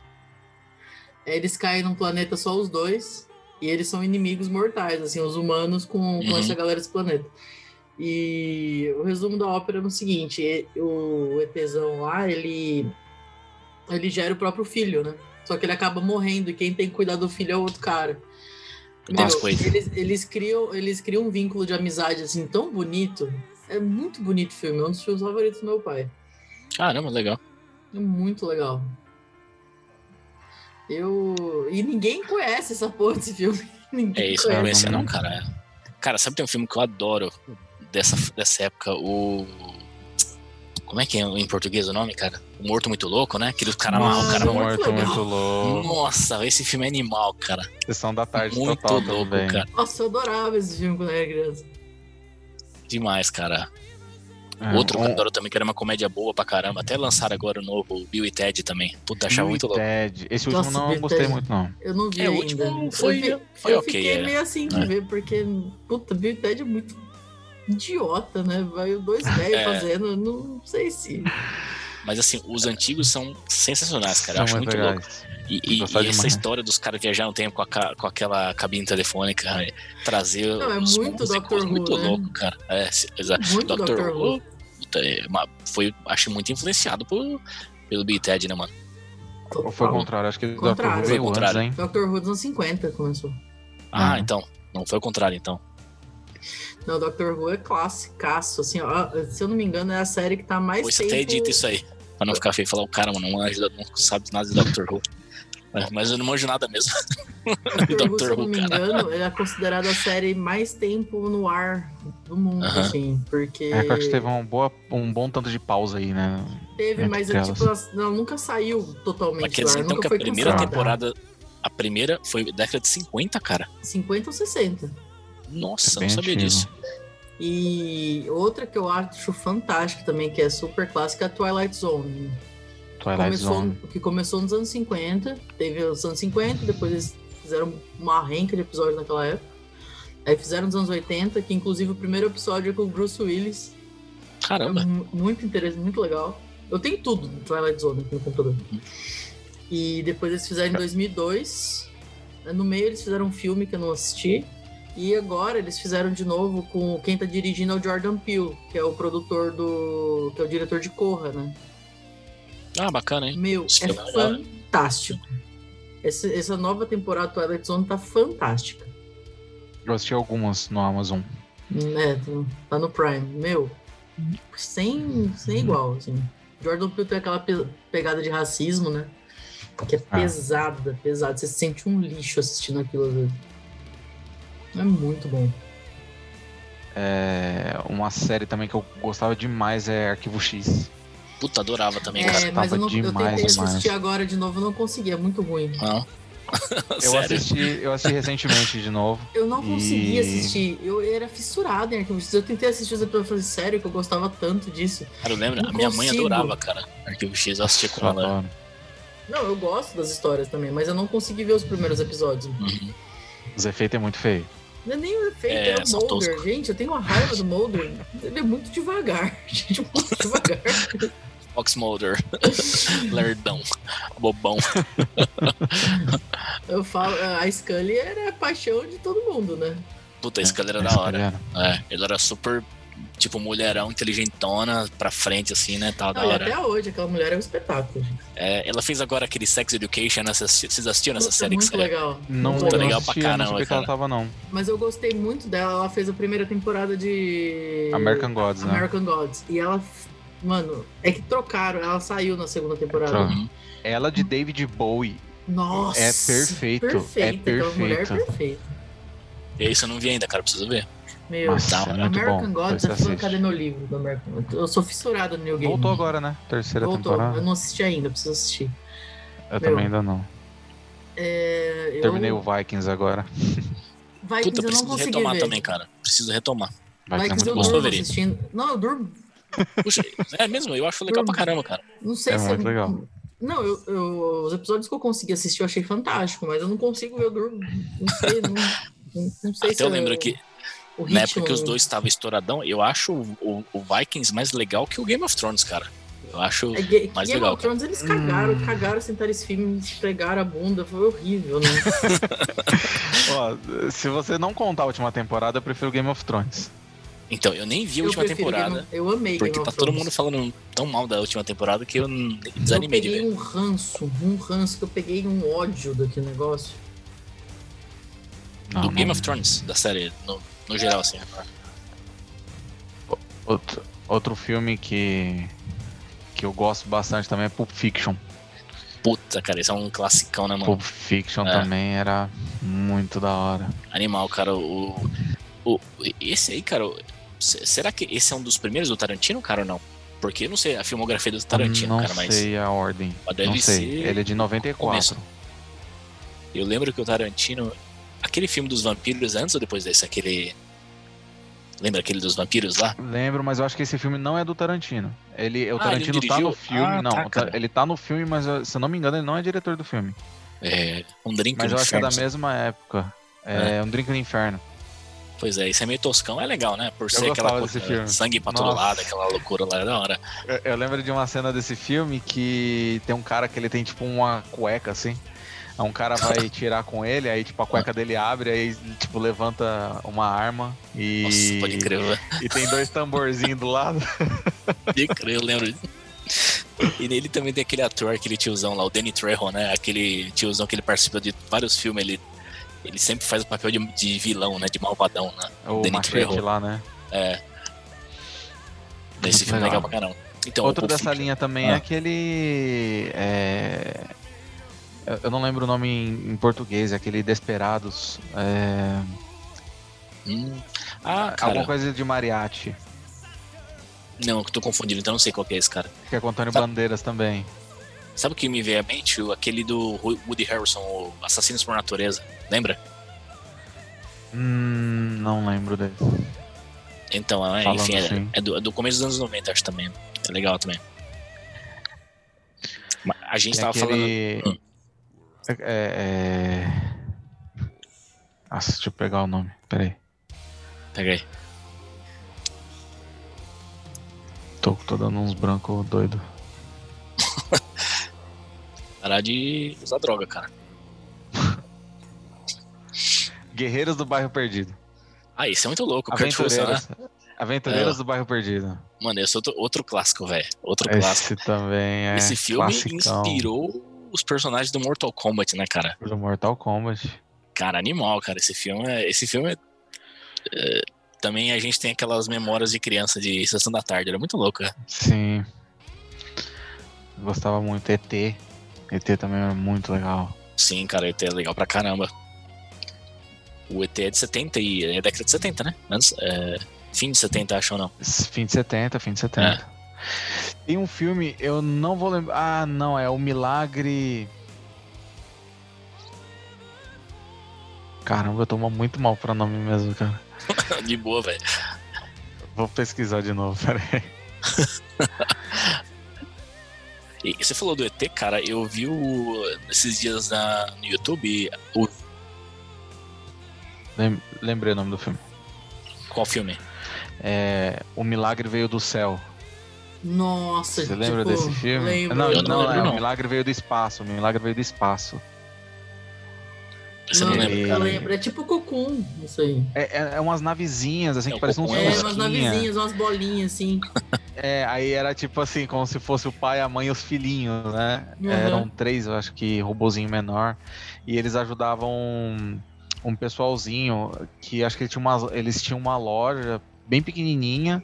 [SPEAKER 2] Eles caem num planeta só os dois. E eles são inimigos mortais, assim, os humanos com, com
[SPEAKER 1] Uhum.
[SPEAKER 2] essa galera desse planeta. E o resumo da ópera é o seguinte: e- o ETzão lá, ele. Ele gera o próprio filho, né? Só que ele acaba morrendo e quem tem que cuidar do filho é o outro cara. Meu,
[SPEAKER 1] Umas coisas.
[SPEAKER 2] eles, eles criam, eles criam um vínculo de amizade assim tão bonito. É muito bonito o filme, é um dos filmes favoritos do meu pai.
[SPEAKER 1] Caramba, legal.
[SPEAKER 2] É muito legal. Eu. E ninguém conhece essa porra desse filme. Ninguém
[SPEAKER 1] É isso, não
[SPEAKER 2] conhece.
[SPEAKER 1] conhecia
[SPEAKER 3] não.
[SPEAKER 1] não, cara. É. Cara, sabe tem um filme que eu adoro dessa, dessa época? O. Como é que é em português o nome, cara? O Morto Muito Louco, né? Aquele cara mal, o cara
[SPEAKER 2] Mano.
[SPEAKER 1] mal.
[SPEAKER 2] muito
[SPEAKER 3] morto,
[SPEAKER 2] legal.
[SPEAKER 3] muito louco.
[SPEAKER 1] Nossa, esse filme é animal, cara.
[SPEAKER 3] Sessão da tarde
[SPEAKER 1] Muito
[SPEAKER 3] total
[SPEAKER 1] louco,
[SPEAKER 3] também.
[SPEAKER 1] cara.
[SPEAKER 2] Nossa, eu adorava esse filme quando eu era criança.
[SPEAKER 1] Demais, cara.
[SPEAKER 3] É,
[SPEAKER 1] Outro que eu
[SPEAKER 3] um-
[SPEAKER 1] adoro também, que era uma comédia boa pra caramba. Até lançaram agora o novo Bill e Ted também. Puta, achava
[SPEAKER 3] Bill
[SPEAKER 1] muito
[SPEAKER 3] e
[SPEAKER 1] louco.
[SPEAKER 3] Ted. Esse
[SPEAKER 2] Nossa,
[SPEAKER 3] último não
[SPEAKER 2] Bill e
[SPEAKER 3] gostei
[SPEAKER 2] Ted.
[SPEAKER 3] muito, não.
[SPEAKER 2] Eu não vi
[SPEAKER 1] É, o
[SPEAKER 2] ainda.
[SPEAKER 1] último
[SPEAKER 2] Eu
[SPEAKER 1] foi-
[SPEAKER 2] vi-
[SPEAKER 1] foi
[SPEAKER 2] eu
[SPEAKER 1] ok,
[SPEAKER 2] fiquei
[SPEAKER 1] é.
[SPEAKER 2] meio assim de
[SPEAKER 1] É.
[SPEAKER 2] ver, porque, puta, Bill e Ted é muito idiota, né? Vai os dois velhos
[SPEAKER 1] É.
[SPEAKER 2] fazendo, não sei se.
[SPEAKER 1] Mas assim, os antigos são sensacionais, cara. Eu acho
[SPEAKER 3] São
[SPEAKER 1] muito louco.
[SPEAKER 3] legais.
[SPEAKER 1] E, e-
[SPEAKER 3] Gostar
[SPEAKER 1] e essa
[SPEAKER 3] demais.
[SPEAKER 1] história dos caras viajar no tempo com, a ca- com aquela cabine telefônica, né? trazer
[SPEAKER 2] Não, é
[SPEAKER 1] os
[SPEAKER 2] muito
[SPEAKER 1] músicos,
[SPEAKER 2] Dr. Who,
[SPEAKER 1] muito
[SPEAKER 2] né?
[SPEAKER 1] louco, cara. É, se- exato.
[SPEAKER 2] Muito
[SPEAKER 1] Dr.
[SPEAKER 2] Dr. Who.
[SPEAKER 1] Who puta, é uma- foi, acho muito influenciado por, pelo Big Ted, né, mano?
[SPEAKER 3] Ou foi o
[SPEAKER 2] Total.
[SPEAKER 3] contrário? Acho que o Dr.
[SPEAKER 2] Contrário.
[SPEAKER 1] Foi
[SPEAKER 3] Who
[SPEAKER 1] o
[SPEAKER 3] veio antes,
[SPEAKER 1] contrário.
[SPEAKER 3] hein?
[SPEAKER 2] Dr. Who dos anos 50 começou.
[SPEAKER 1] Ah,
[SPEAKER 3] Uhum.
[SPEAKER 1] então. Não foi o contrário, então.
[SPEAKER 2] Não, Dr. Who é classicaço, assim, ó, se eu não me engano, é a série que tá mais
[SPEAKER 1] Ou você
[SPEAKER 2] tempo...
[SPEAKER 1] é, até edita isso aí. Pra não ficar feio e falar, o cara, mano, não ajuda, não sabe nada de Dr. Who. Mas, mas eu não manjo nada mesmo.
[SPEAKER 2] Doctor
[SPEAKER 1] Dr.
[SPEAKER 2] Who, se eu não
[SPEAKER 1] Who,
[SPEAKER 2] me
[SPEAKER 1] cara.
[SPEAKER 2] engano, é considerada a série mais tempo no ar do mundo,
[SPEAKER 1] Aham.
[SPEAKER 2] assim, porque
[SPEAKER 3] É, que eu acho que teve uma boa, um bom tanto de pausa aí, né?
[SPEAKER 2] teve,
[SPEAKER 3] entre
[SPEAKER 2] mas é,
[SPEAKER 3] elas.
[SPEAKER 2] tipo, ela, ela nunca saiu totalmente
[SPEAKER 1] Mas quer
[SPEAKER 2] do ar,
[SPEAKER 1] dizer então
[SPEAKER 2] nunca
[SPEAKER 1] que a
[SPEAKER 2] foi
[SPEAKER 1] primeira
[SPEAKER 2] cancelada.
[SPEAKER 1] temporada. A primeira foi década de 50, cara.
[SPEAKER 2] 50 ou 60.
[SPEAKER 1] Nossa,
[SPEAKER 3] É bem
[SPEAKER 1] não sabia
[SPEAKER 3] antigo.
[SPEAKER 1] disso.
[SPEAKER 2] E outra que eu acho fantástica também, que é super clássica, é a Twilight Zone.
[SPEAKER 3] Twilight
[SPEAKER 2] começou,
[SPEAKER 1] um-
[SPEAKER 3] Zone.
[SPEAKER 2] Que começou nos anos 50, teve os anos 50, depois eles fizeram uma renca de episódios naquela época. Aí fizeram nos anos 80, que inclusive o primeiro episódio é com o Bruce Willis. É
[SPEAKER 1] Caramba.
[SPEAKER 2] mu- muito interessante, muito legal. Eu tenho tudo do Twilight Zone aqui no computador.
[SPEAKER 1] Uhum.
[SPEAKER 2] E depois eles fizeram em 2002. No meio eles fizeram um filme que eu não assisti. E agora eles fizeram de novo com quem tá dirigindo é o Jordan Peele, que é o produtor do. que é o diretor de Corra, né?
[SPEAKER 1] Ah, bacana, hein?
[SPEAKER 2] Meu,
[SPEAKER 1] Isso
[SPEAKER 2] é
[SPEAKER 1] que é legal, né?
[SPEAKER 2] fantástico. Essa, essa nova temporada do Twilight Zone tá fantástica.
[SPEAKER 3] Eu assisti algumas no Amazon.
[SPEAKER 2] Né? Tá no Prime. Meu, sem,
[SPEAKER 3] Uhum.
[SPEAKER 2] sem igual, assim. Jordan Peele tem aquela pe- pegada de racismo, né? Que é
[SPEAKER 3] Ah.
[SPEAKER 2] pesada, pesada. Você se sente um lixo assistindo aquilo. às vezes. É muito bom.
[SPEAKER 3] É, uma série também que eu gostava demais é Arquivo X.
[SPEAKER 1] Puta, adorava também, cara.
[SPEAKER 2] É, mas eu, não, eu
[SPEAKER 3] demais,
[SPEAKER 2] tentei assistir
[SPEAKER 3] demais.
[SPEAKER 2] agora de novo, eu não consegui, é muito ruim.
[SPEAKER 1] Não.
[SPEAKER 3] Eu
[SPEAKER 1] Sério.
[SPEAKER 3] assisti, eu assisti recentemente de novo.
[SPEAKER 2] Eu não consegui
[SPEAKER 3] E-
[SPEAKER 2] assistir, eu era fissurado em Arquivo X. Eu tentei assistir os episódios e falei, sério, que eu gostava tanto disso.
[SPEAKER 1] Cara, eu lembro,
[SPEAKER 2] Não
[SPEAKER 1] a minha mãe
[SPEAKER 2] consigo.
[SPEAKER 1] adorava, cara, Arquivo X, eu assistia com
[SPEAKER 3] Eu
[SPEAKER 1] ela. né?
[SPEAKER 3] adoro.
[SPEAKER 2] Não, eu gosto das histórias também, mas eu não consegui ver os primeiros episódios.
[SPEAKER 1] Uhum.
[SPEAKER 3] Os efeitos é muito feio.
[SPEAKER 2] Não é nem o efeito,
[SPEAKER 1] É,
[SPEAKER 2] é, o
[SPEAKER 1] são
[SPEAKER 2] Mulder.
[SPEAKER 1] toscos.
[SPEAKER 2] Gente, eu tenho uma raiva do Mulder. Ele é muito devagar. Gente, muito devagar.
[SPEAKER 1] Fox Mulder, lerdão, bobão.
[SPEAKER 2] Eu falo, a Scully era a paixão de todo mundo, né?
[SPEAKER 1] Puta, esse cara era
[SPEAKER 3] Esse
[SPEAKER 1] Tá da hora.
[SPEAKER 3] cara era.
[SPEAKER 1] É, ele era super, tipo, mulherão, inteligentona, pra frente, assim, né, tal, da
[SPEAKER 2] Não, e
[SPEAKER 1] hora.
[SPEAKER 2] até hoje, aquela mulher é um espetáculo.
[SPEAKER 1] É, ela fez agora aquele Sex Education, né, vocês vocês assistiram essa
[SPEAKER 2] Nossa,
[SPEAKER 1] série que
[SPEAKER 2] muito
[SPEAKER 1] saiu?
[SPEAKER 2] legal.
[SPEAKER 3] Não,
[SPEAKER 2] Muito
[SPEAKER 3] eu não
[SPEAKER 1] Tá legal pra
[SPEAKER 3] assisti, eu não
[SPEAKER 1] caramba,
[SPEAKER 3] sabia que ela
[SPEAKER 1] cara.
[SPEAKER 3] tava, não.
[SPEAKER 2] Mas eu gostei muito dela. Ela fez a primeira temporada de.
[SPEAKER 3] American Gods, né?
[SPEAKER 2] American Gods. E ela. Mano, é que trocaram. Ela saiu na segunda temporada.
[SPEAKER 3] Trocaram.
[SPEAKER 1] Uhum.
[SPEAKER 3] Ela de David Bowie.
[SPEAKER 2] Nossa.
[SPEAKER 3] Tá. É perfeito, é
[SPEAKER 2] Perfeita. aquela mulher
[SPEAKER 3] perfeito.
[SPEAKER 2] perfeita.
[SPEAKER 1] E isso eu não vi ainda, cara, preciso ver.
[SPEAKER 2] Meu
[SPEAKER 3] Nossa,
[SPEAKER 1] Tá,
[SPEAKER 3] é muito
[SPEAKER 2] American
[SPEAKER 3] bom.
[SPEAKER 2] Gods
[SPEAKER 3] Depois
[SPEAKER 2] é
[SPEAKER 3] você
[SPEAKER 2] tudo, cadê
[SPEAKER 3] assiste.
[SPEAKER 2] meu livro do American Gods? Eu sou fissurado no New Game.
[SPEAKER 3] Voltou agora, né? Terceira
[SPEAKER 2] Voltou. Eu
[SPEAKER 3] temporada.
[SPEAKER 2] não assisti ainda, preciso assistir. Meu.
[SPEAKER 3] Eu também ainda não.
[SPEAKER 2] É, eu...
[SPEAKER 3] Terminei o Vikings agora.
[SPEAKER 2] Vai,
[SPEAKER 1] Puta,
[SPEAKER 2] eu não
[SPEAKER 1] preciso
[SPEAKER 2] consegui
[SPEAKER 1] retomar
[SPEAKER 2] ver.
[SPEAKER 1] também, cara. Preciso retomar.
[SPEAKER 2] Vai,
[SPEAKER 3] Vikings é
[SPEAKER 2] eu
[SPEAKER 3] muito
[SPEAKER 1] bom.
[SPEAKER 2] durmo
[SPEAKER 3] bom.
[SPEAKER 1] Wolverine.
[SPEAKER 2] assistindo. Não, eu durmo.
[SPEAKER 1] Puxa, é mesmo, eu acho legal pra caramba, cara.
[SPEAKER 2] Uhum. Não sei
[SPEAKER 3] É
[SPEAKER 2] se.
[SPEAKER 3] muito
[SPEAKER 2] eu...
[SPEAKER 3] legal.
[SPEAKER 2] Não, eu, eu- os episódios que eu consegui assistir eu achei fantástico, mas eu não consigo ver, eu durmo. Não sei, não, não- não sei se é
[SPEAKER 1] Até eu lembro que
[SPEAKER 2] o
[SPEAKER 1] na
[SPEAKER 2] ritmo-
[SPEAKER 1] época que os dois estavam estouradão, eu acho o, o- o Vikings mais legal que o Game of Thrones, cara. Eu acho.
[SPEAKER 2] É, Ga-
[SPEAKER 1] mais
[SPEAKER 2] Game
[SPEAKER 1] legal,
[SPEAKER 2] of Thrones eles cagaram, cagaram, sentaram esse filme, esfregaram a bunda, foi horrível, né?
[SPEAKER 3] Ó, se você não contar a última temporada, eu prefiro Game of Thrones.
[SPEAKER 1] Então, eu nem vi a
[SPEAKER 2] Eu
[SPEAKER 1] última
[SPEAKER 2] prefiro Game
[SPEAKER 1] temporada.
[SPEAKER 2] of- Eu amei
[SPEAKER 1] Porque
[SPEAKER 2] Game
[SPEAKER 1] tá
[SPEAKER 2] of
[SPEAKER 1] todo
[SPEAKER 2] Thrones.
[SPEAKER 1] mundo falando tão mal da última temporada que eu n-
[SPEAKER 2] Eu
[SPEAKER 1] desanimei de
[SPEAKER 2] peguei
[SPEAKER 1] ver.
[SPEAKER 2] um ranço, um ranço que eu peguei um ódio daquele negócio.
[SPEAKER 3] Não,
[SPEAKER 1] Do
[SPEAKER 3] não-
[SPEAKER 1] Game of Thrones, da série, no, no geral, assim.
[SPEAKER 3] Outro, outro filme que que eu gosto bastante também é Pulp Fiction.
[SPEAKER 1] Puta, cara, isso é um classicão, né, mano?
[SPEAKER 3] Pulp Fiction
[SPEAKER 1] É.
[SPEAKER 3] também era muito da hora.
[SPEAKER 1] Animal, cara. O, o- esse aí, cara, o- se- será que esse é um dos primeiros do Tarantino, cara, ou não? Porque eu não sei a filmografia do Tarantino,
[SPEAKER 3] não
[SPEAKER 1] cara, mas
[SPEAKER 3] sei a ordem.
[SPEAKER 1] mas deve
[SPEAKER 3] não sei.
[SPEAKER 1] ser
[SPEAKER 3] Ele é de 94.
[SPEAKER 1] eu lembro que o Tarantino. Aquele filme dos vampiros antes ou depois desse? Aquele. Lembra aquele dos vampiros lá?
[SPEAKER 3] Lembro, mas eu acho que esse filme não é do Tarantino. Ele, o
[SPEAKER 1] Ah,
[SPEAKER 3] Tarantino
[SPEAKER 1] ele
[SPEAKER 3] tá
[SPEAKER 1] dirigiu?
[SPEAKER 3] no filme,
[SPEAKER 1] Ah,
[SPEAKER 3] não.
[SPEAKER 1] tá,
[SPEAKER 3] o Tar-
[SPEAKER 1] cara.
[SPEAKER 3] ele tá no filme, mas eu- se eu não me engano, ele não é diretor do filme.
[SPEAKER 1] É, um drink
[SPEAKER 3] Mas
[SPEAKER 1] no
[SPEAKER 3] eu acho que é
[SPEAKER 1] inferno.
[SPEAKER 3] da mesma época. É, Um Drink no Inferno.
[SPEAKER 1] Pois é, isso é meio toscão, é legal, né? Por
[SPEAKER 3] Eu
[SPEAKER 1] ser aquela
[SPEAKER 3] gostava desse
[SPEAKER 1] coisa,
[SPEAKER 3] filme.
[SPEAKER 1] sangue pra todo
[SPEAKER 3] Nossa.
[SPEAKER 1] lado, aquela loucura lá, é da hora.
[SPEAKER 3] Eu, eu lembro de uma cena desse filme que tem um cara que ele tem tipo uma cueca assim. Aí Um cara vai tirar com ele, aí tipo a cueca dele abre, aí tipo levanta uma arma e.
[SPEAKER 1] Nossa, pode crer, velho.
[SPEAKER 3] E tem dois tamborzinhos do lado.
[SPEAKER 1] pode crer, eu lembro. E nele também tem aquele ator, aquele tiozão lá, o Danny Trejo, né? Aquele tiozão que ele participa de vários filmes, ele, ele sempre faz o papel de, de vilão, né? De malvadão, né?
[SPEAKER 3] O
[SPEAKER 1] Danny
[SPEAKER 3] machete
[SPEAKER 1] Trejo.
[SPEAKER 3] lá, né?
[SPEAKER 1] É. Esse
[SPEAKER 3] Muito
[SPEAKER 1] filme é
[SPEAKER 3] legal.
[SPEAKER 1] legal pra caramba. Então,
[SPEAKER 3] Outro
[SPEAKER 1] o Pulp
[SPEAKER 3] dessa
[SPEAKER 1] Fiction.
[SPEAKER 3] linha também é
[SPEAKER 1] Ah.
[SPEAKER 3] aquele. É... Eu, eu não lembro o nome em, em português, é aquele Desperados. É...
[SPEAKER 1] Hum. Ah,
[SPEAKER 3] Alguma
[SPEAKER 1] cara.
[SPEAKER 3] coisa de mariachi.
[SPEAKER 1] Não, eu tô confundindo, então eu não sei qual que é esse cara.
[SPEAKER 3] Que é com o Antônio
[SPEAKER 1] Tá.
[SPEAKER 3] Bandeiras também.
[SPEAKER 1] Sabe o que me veio à mente? O- Aquele do Ru- Woody Harrison, o Assassinos por Natureza. Lembra?
[SPEAKER 3] Hum, não lembro dele.
[SPEAKER 1] Então, é,
[SPEAKER 3] Falando
[SPEAKER 1] enfim,
[SPEAKER 3] assim.
[SPEAKER 1] é, é do, é do começo dos anos 90, acho também. É legal também. Mas A gente
[SPEAKER 3] Tem
[SPEAKER 1] tava falando.
[SPEAKER 3] aquele...
[SPEAKER 1] falando-
[SPEAKER 3] É, é... Nossa, deixa eu pegar o nome, peraí.
[SPEAKER 1] Pega aí.
[SPEAKER 3] Tô, tô dando uns brancos doido.
[SPEAKER 1] Parar de usar droga, cara.
[SPEAKER 3] Guerreiros do Bairro Perdido.
[SPEAKER 1] Ah, esse é muito louco. Kurt Russell, né?
[SPEAKER 3] Aventureiros. Aventureiros do Bairro Perdido.
[SPEAKER 1] Mano, esse é outro, outro clássico, velho. Outro clássico.
[SPEAKER 3] Esse também é
[SPEAKER 1] Esse filme
[SPEAKER 3] classicão
[SPEAKER 1] inspirou os personagens do Mortal Kombat, né, cara?
[SPEAKER 3] do Mortal Kombat.
[SPEAKER 1] Cara, animal, cara. Esse filme é. Esse filme é, é, também a gente tem aquelas memórias de criança de sessão da tarde. Era muito louco, né?
[SPEAKER 3] Sim. Gostava muito. ET. ET também era muito legal.
[SPEAKER 1] Sim, cara, o ET é legal pra caramba. O ET é de 70 e é década de 70, né? Antes- é, fim de 70, acho ou não.
[SPEAKER 3] Esse Fim de 70, fim de 70. Tem um filme, eu não vou lembrar. Ah, não, é o Milagre. Caramba, eu tomo muito mal pra nome mesmo, cara.
[SPEAKER 1] de boa, velho.
[SPEAKER 3] Vou pesquisar de novo, peraí.
[SPEAKER 1] E você falou do ET, cara, eu vi o, esses dias na, no YouTube o,
[SPEAKER 3] Lem- Lembrei o nome do filme.
[SPEAKER 1] qual filme?
[SPEAKER 3] É, o Milagre Veio do Céu.
[SPEAKER 2] Nossa,
[SPEAKER 3] Você lembra
[SPEAKER 2] tipo,
[SPEAKER 3] desse filme?
[SPEAKER 2] Lembro.
[SPEAKER 3] Não,
[SPEAKER 1] Eu
[SPEAKER 3] não,
[SPEAKER 1] não lembro,
[SPEAKER 3] é,
[SPEAKER 1] não.
[SPEAKER 3] O Milagre Veio do Espaço. O Milagre Veio do Espaço.
[SPEAKER 1] Você não,
[SPEAKER 3] Não.
[SPEAKER 1] lembra?
[SPEAKER 2] Eu lembro. É tipo Cocum, isso aí.
[SPEAKER 3] É, é- é umas navezinhas, assim,
[SPEAKER 1] É,
[SPEAKER 3] que parecem uns
[SPEAKER 1] é,
[SPEAKER 2] É,
[SPEAKER 1] umas
[SPEAKER 2] umas
[SPEAKER 3] fusquinha.
[SPEAKER 2] navezinhas, umas bolinhas, assim.
[SPEAKER 3] É, aí era tipo assim, como se fosse o pai, a mãe e os filhinhos, né?
[SPEAKER 2] Uhum.
[SPEAKER 3] Eram três, eu acho que, robozinho menor. E eles ajudavam um, um pessoalzinho que acho que ele tinha uma- eles tinham uma loja bem pequenininha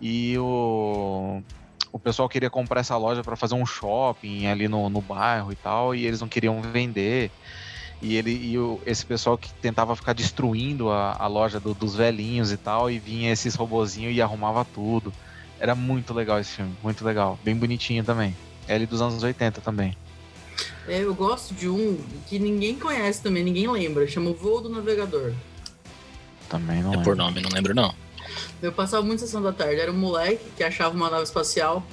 [SPEAKER 3] e o, o pessoal queria comprar essa loja para fazer um shopping ali no, no bairro e tal, e eles não queriam vender. E, ele, e o- esse pessoal que tentava ficar destruindo a, a loja do- dos velhinhos e tal, e vinha esses robozinhos e arrumava tudo. Era muito legal esse filme, muito legal. Bem bonitinho também. É ele dos anos 80 também.
[SPEAKER 2] É, eu gosto de um que ninguém conhece também, ninguém lembra. Chama o Voo do Navegador.
[SPEAKER 3] Também não
[SPEAKER 1] É
[SPEAKER 3] é.
[SPEAKER 1] por nome, não lembro não.
[SPEAKER 2] Eu passava muito sessão da tarde. Era um moleque que achava uma nave espacial.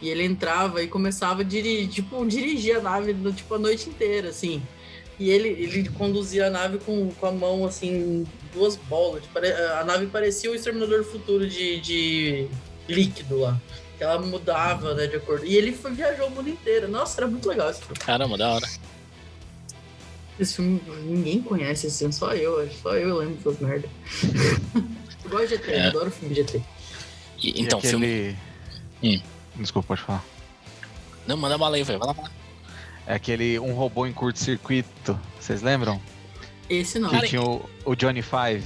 [SPEAKER 2] E ele entrava e começava a dirigir, tipo, dirigir a nave no- tipo, a noite inteira, assim. E ele, ele conduzia a nave com, com a mão, assim, duas bolas. Tipo, pare- a nave parecia o Exterminador do Futuro de, de líquido lá. Que ela mudava, né, de acordo. E ele foi, viajou o mundo inteiro. Nossa, era muito legal esse filme.
[SPEAKER 1] Caramba, da hora.
[SPEAKER 2] Esse filme ninguém conhece, assim, só eu, acho. Só eu lembro dessas merda. eu gosto de GT,
[SPEAKER 1] É.
[SPEAKER 2] eu adoro filme de GT.
[SPEAKER 1] E-
[SPEAKER 3] E
[SPEAKER 1] então, filme.
[SPEAKER 3] aquele...
[SPEAKER 1] Hum.
[SPEAKER 3] Desculpa, pode falar.
[SPEAKER 1] Não, manda bala aí, velho. Vai lá, vai lá.
[SPEAKER 3] É aquele Um Robô em Curto-Circuito. Vocês lembram?
[SPEAKER 2] Esse
[SPEAKER 1] Ah,
[SPEAKER 2] não.
[SPEAKER 3] Que tinha o, o Johnny Five.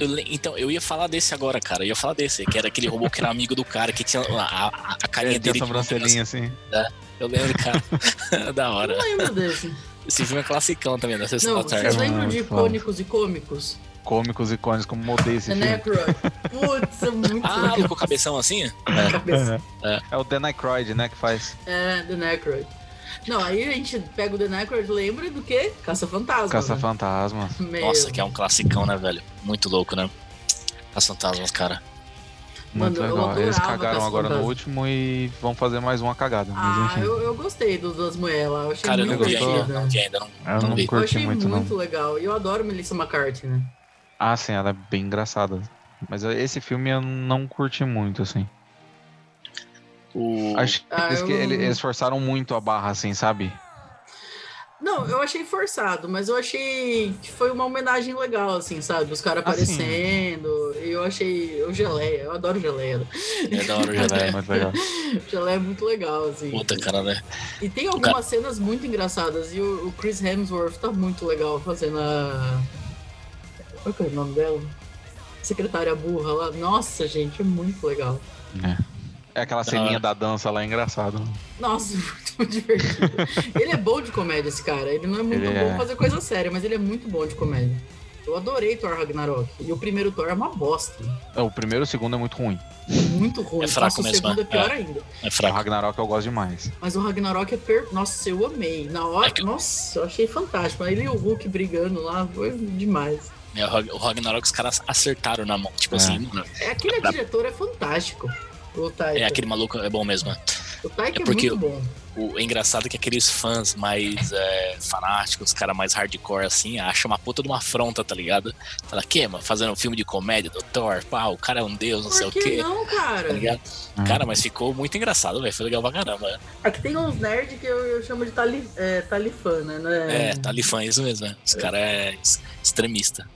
[SPEAKER 1] Eu le- então, eu ia falar desse agora, cara. Eu ia falar desse, que era aquele robô que era amigo do cara, que tinha a, a, a carinha
[SPEAKER 3] Ele tem
[SPEAKER 1] dele.
[SPEAKER 3] a
[SPEAKER 1] de
[SPEAKER 3] sobrancelhinha assim.
[SPEAKER 1] criança. Eu lembro, cara. da hora.
[SPEAKER 2] Não lembro desse.
[SPEAKER 1] Esse filme é classicão também, da sessão
[SPEAKER 2] Não,
[SPEAKER 1] da tarde.
[SPEAKER 2] vocês
[SPEAKER 3] Não,
[SPEAKER 2] lembram
[SPEAKER 3] não,
[SPEAKER 2] de
[SPEAKER 3] não fala.
[SPEAKER 2] Cônicos e Cômicos?
[SPEAKER 3] Cômicos e cônicos, como odeio esse
[SPEAKER 2] The
[SPEAKER 3] filme.
[SPEAKER 2] Necroid. Putz, é muito
[SPEAKER 1] Ah,
[SPEAKER 2] legal.
[SPEAKER 1] com o cabeção assim?
[SPEAKER 2] Cabeça.
[SPEAKER 3] É. É o Dan Aykroyd, né, que faz
[SPEAKER 2] É, The Necroid. Não, aí a gente pega o The Necroid, lembra do quê? Caça-Fantasma.
[SPEAKER 3] Caça-Fantasma.
[SPEAKER 2] né? Meu,
[SPEAKER 1] Nossa, que é um classicão, né, velho? Muito louco, né? As fantasmas, cara.
[SPEAKER 3] Muito
[SPEAKER 2] Mano, eu
[SPEAKER 3] legal. Eles
[SPEAKER 2] adorava
[SPEAKER 3] cagaram agora no
[SPEAKER 2] Caça-Fantasma.
[SPEAKER 3] último e vão fazer mais uma cagada.
[SPEAKER 2] Ah,
[SPEAKER 3] Mas enfim,
[SPEAKER 2] eu, eu gostei do, das mulheres lá. Eu achei
[SPEAKER 1] Cara, eu não
[SPEAKER 2] muito né?
[SPEAKER 1] vi
[SPEAKER 3] gostou?
[SPEAKER 1] ainda.
[SPEAKER 2] divertido.
[SPEAKER 1] Não vi ainda, não,
[SPEAKER 3] eu
[SPEAKER 1] não
[SPEAKER 3] não
[SPEAKER 1] vi.
[SPEAKER 2] Eu
[SPEAKER 3] curti
[SPEAKER 2] achei
[SPEAKER 3] muito,
[SPEAKER 2] muito,
[SPEAKER 3] não.
[SPEAKER 2] legal. E eu adoro Melissa McCarthy, né?
[SPEAKER 3] Ah, sim, ela é bem engraçada. Mas eu- esse filme eu não curti muito, assim.
[SPEAKER 1] O...
[SPEAKER 3] Acho que
[SPEAKER 2] Ah,
[SPEAKER 3] eles,
[SPEAKER 2] eu
[SPEAKER 3] que
[SPEAKER 2] não-
[SPEAKER 3] ele- eles forçaram muito a barra, assim, sabe?
[SPEAKER 2] Não, eu achei forçado, mas eu achei que foi uma homenagem legal, assim, sabe? Os caras
[SPEAKER 3] Assim.
[SPEAKER 2] aparecendo. E eu achei. Eu geleia, eu adoro geleia.
[SPEAKER 1] É da hora, já,
[SPEAKER 3] É
[SPEAKER 1] velho.
[SPEAKER 3] muito legal.
[SPEAKER 2] Ela é muito legal, assim.
[SPEAKER 1] Puta, cara, né?
[SPEAKER 2] E tem algumas cenas muito engraçadas. E o, o Chris Hemsworth tá muito legal fazendo a. Qual que é o nome dela? Secretária burra lá. Nossa, gente, é muito legal.
[SPEAKER 3] É. É aquela
[SPEAKER 1] Da
[SPEAKER 3] ceninha
[SPEAKER 1] hora.
[SPEAKER 3] da dança lá, é engraçado. né?
[SPEAKER 2] Nossa, muito divertido. ele é bom de comédia, esse cara. Ele não é muito
[SPEAKER 3] Ele
[SPEAKER 2] bom
[SPEAKER 3] é.
[SPEAKER 2] fazer coisa séria, mas ele é muito bom de comédia. Eu adorei Thor Ragnarok. E o primeiro Thor é uma bosta.
[SPEAKER 3] É, O primeiro e o segundo é muito ruim.
[SPEAKER 2] Muito ruim.
[SPEAKER 1] É fraco
[SPEAKER 2] Nossa, o
[SPEAKER 1] mesmo,
[SPEAKER 2] segundo é
[SPEAKER 1] né?
[SPEAKER 2] pior ainda.
[SPEAKER 1] É
[SPEAKER 3] O
[SPEAKER 1] fraco.
[SPEAKER 3] Ragnarok eu gosto demais.
[SPEAKER 2] Mas o Ragnarok é per... Nossa, eu amei. Na hora.
[SPEAKER 1] É que-
[SPEAKER 2] Nossa, eu achei fantástico. Ele e o Hulk brigando lá foi demais.
[SPEAKER 1] É, o Rag- o Ragnarok os caras acertaram na mão. Tipo
[SPEAKER 3] É.
[SPEAKER 1] assim, mano,
[SPEAKER 2] É, aquele
[SPEAKER 1] Pra-
[SPEAKER 2] diretor é fantástico. O Taika.
[SPEAKER 1] é aquele maluco, é bom mesmo. né?
[SPEAKER 2] O Taika é,
[SPEAKER 1] é porque-
[SPEAKER 2] muito bom.
[SPEAKER 1] O é engraçado é que aqueles fãs mais é, fanáticos, os caras mais hardcore assim, acham uma puta de uma afronta, tá ligado? Fala, que, mano, fazendo um filme de comédia do Thor, pá, o cara é um deus, não sei
[SPEAKER 2] Por
[SPEAKER 1] o
[SPEAKER 2] que
[SPEAKER 1] quê.
[SPEAKER 2] não,
[SPEAKER 1] Tá
[SPEAKER 2] cara?
[SPEAKER 1] ligado? Cara, mas ficou muito engraçado, velho. Foi legal pra caramba.
[SPEAKER 2] Aqui É tem uns nerds que eu, eu chamo de tali, é, talifã, né? Não
[SPEAKER 1] É,
[SPEAKER 2] é-
[SPEAKER 1] tá ali fã, isso mesmo, né? Os caras é es- extremista.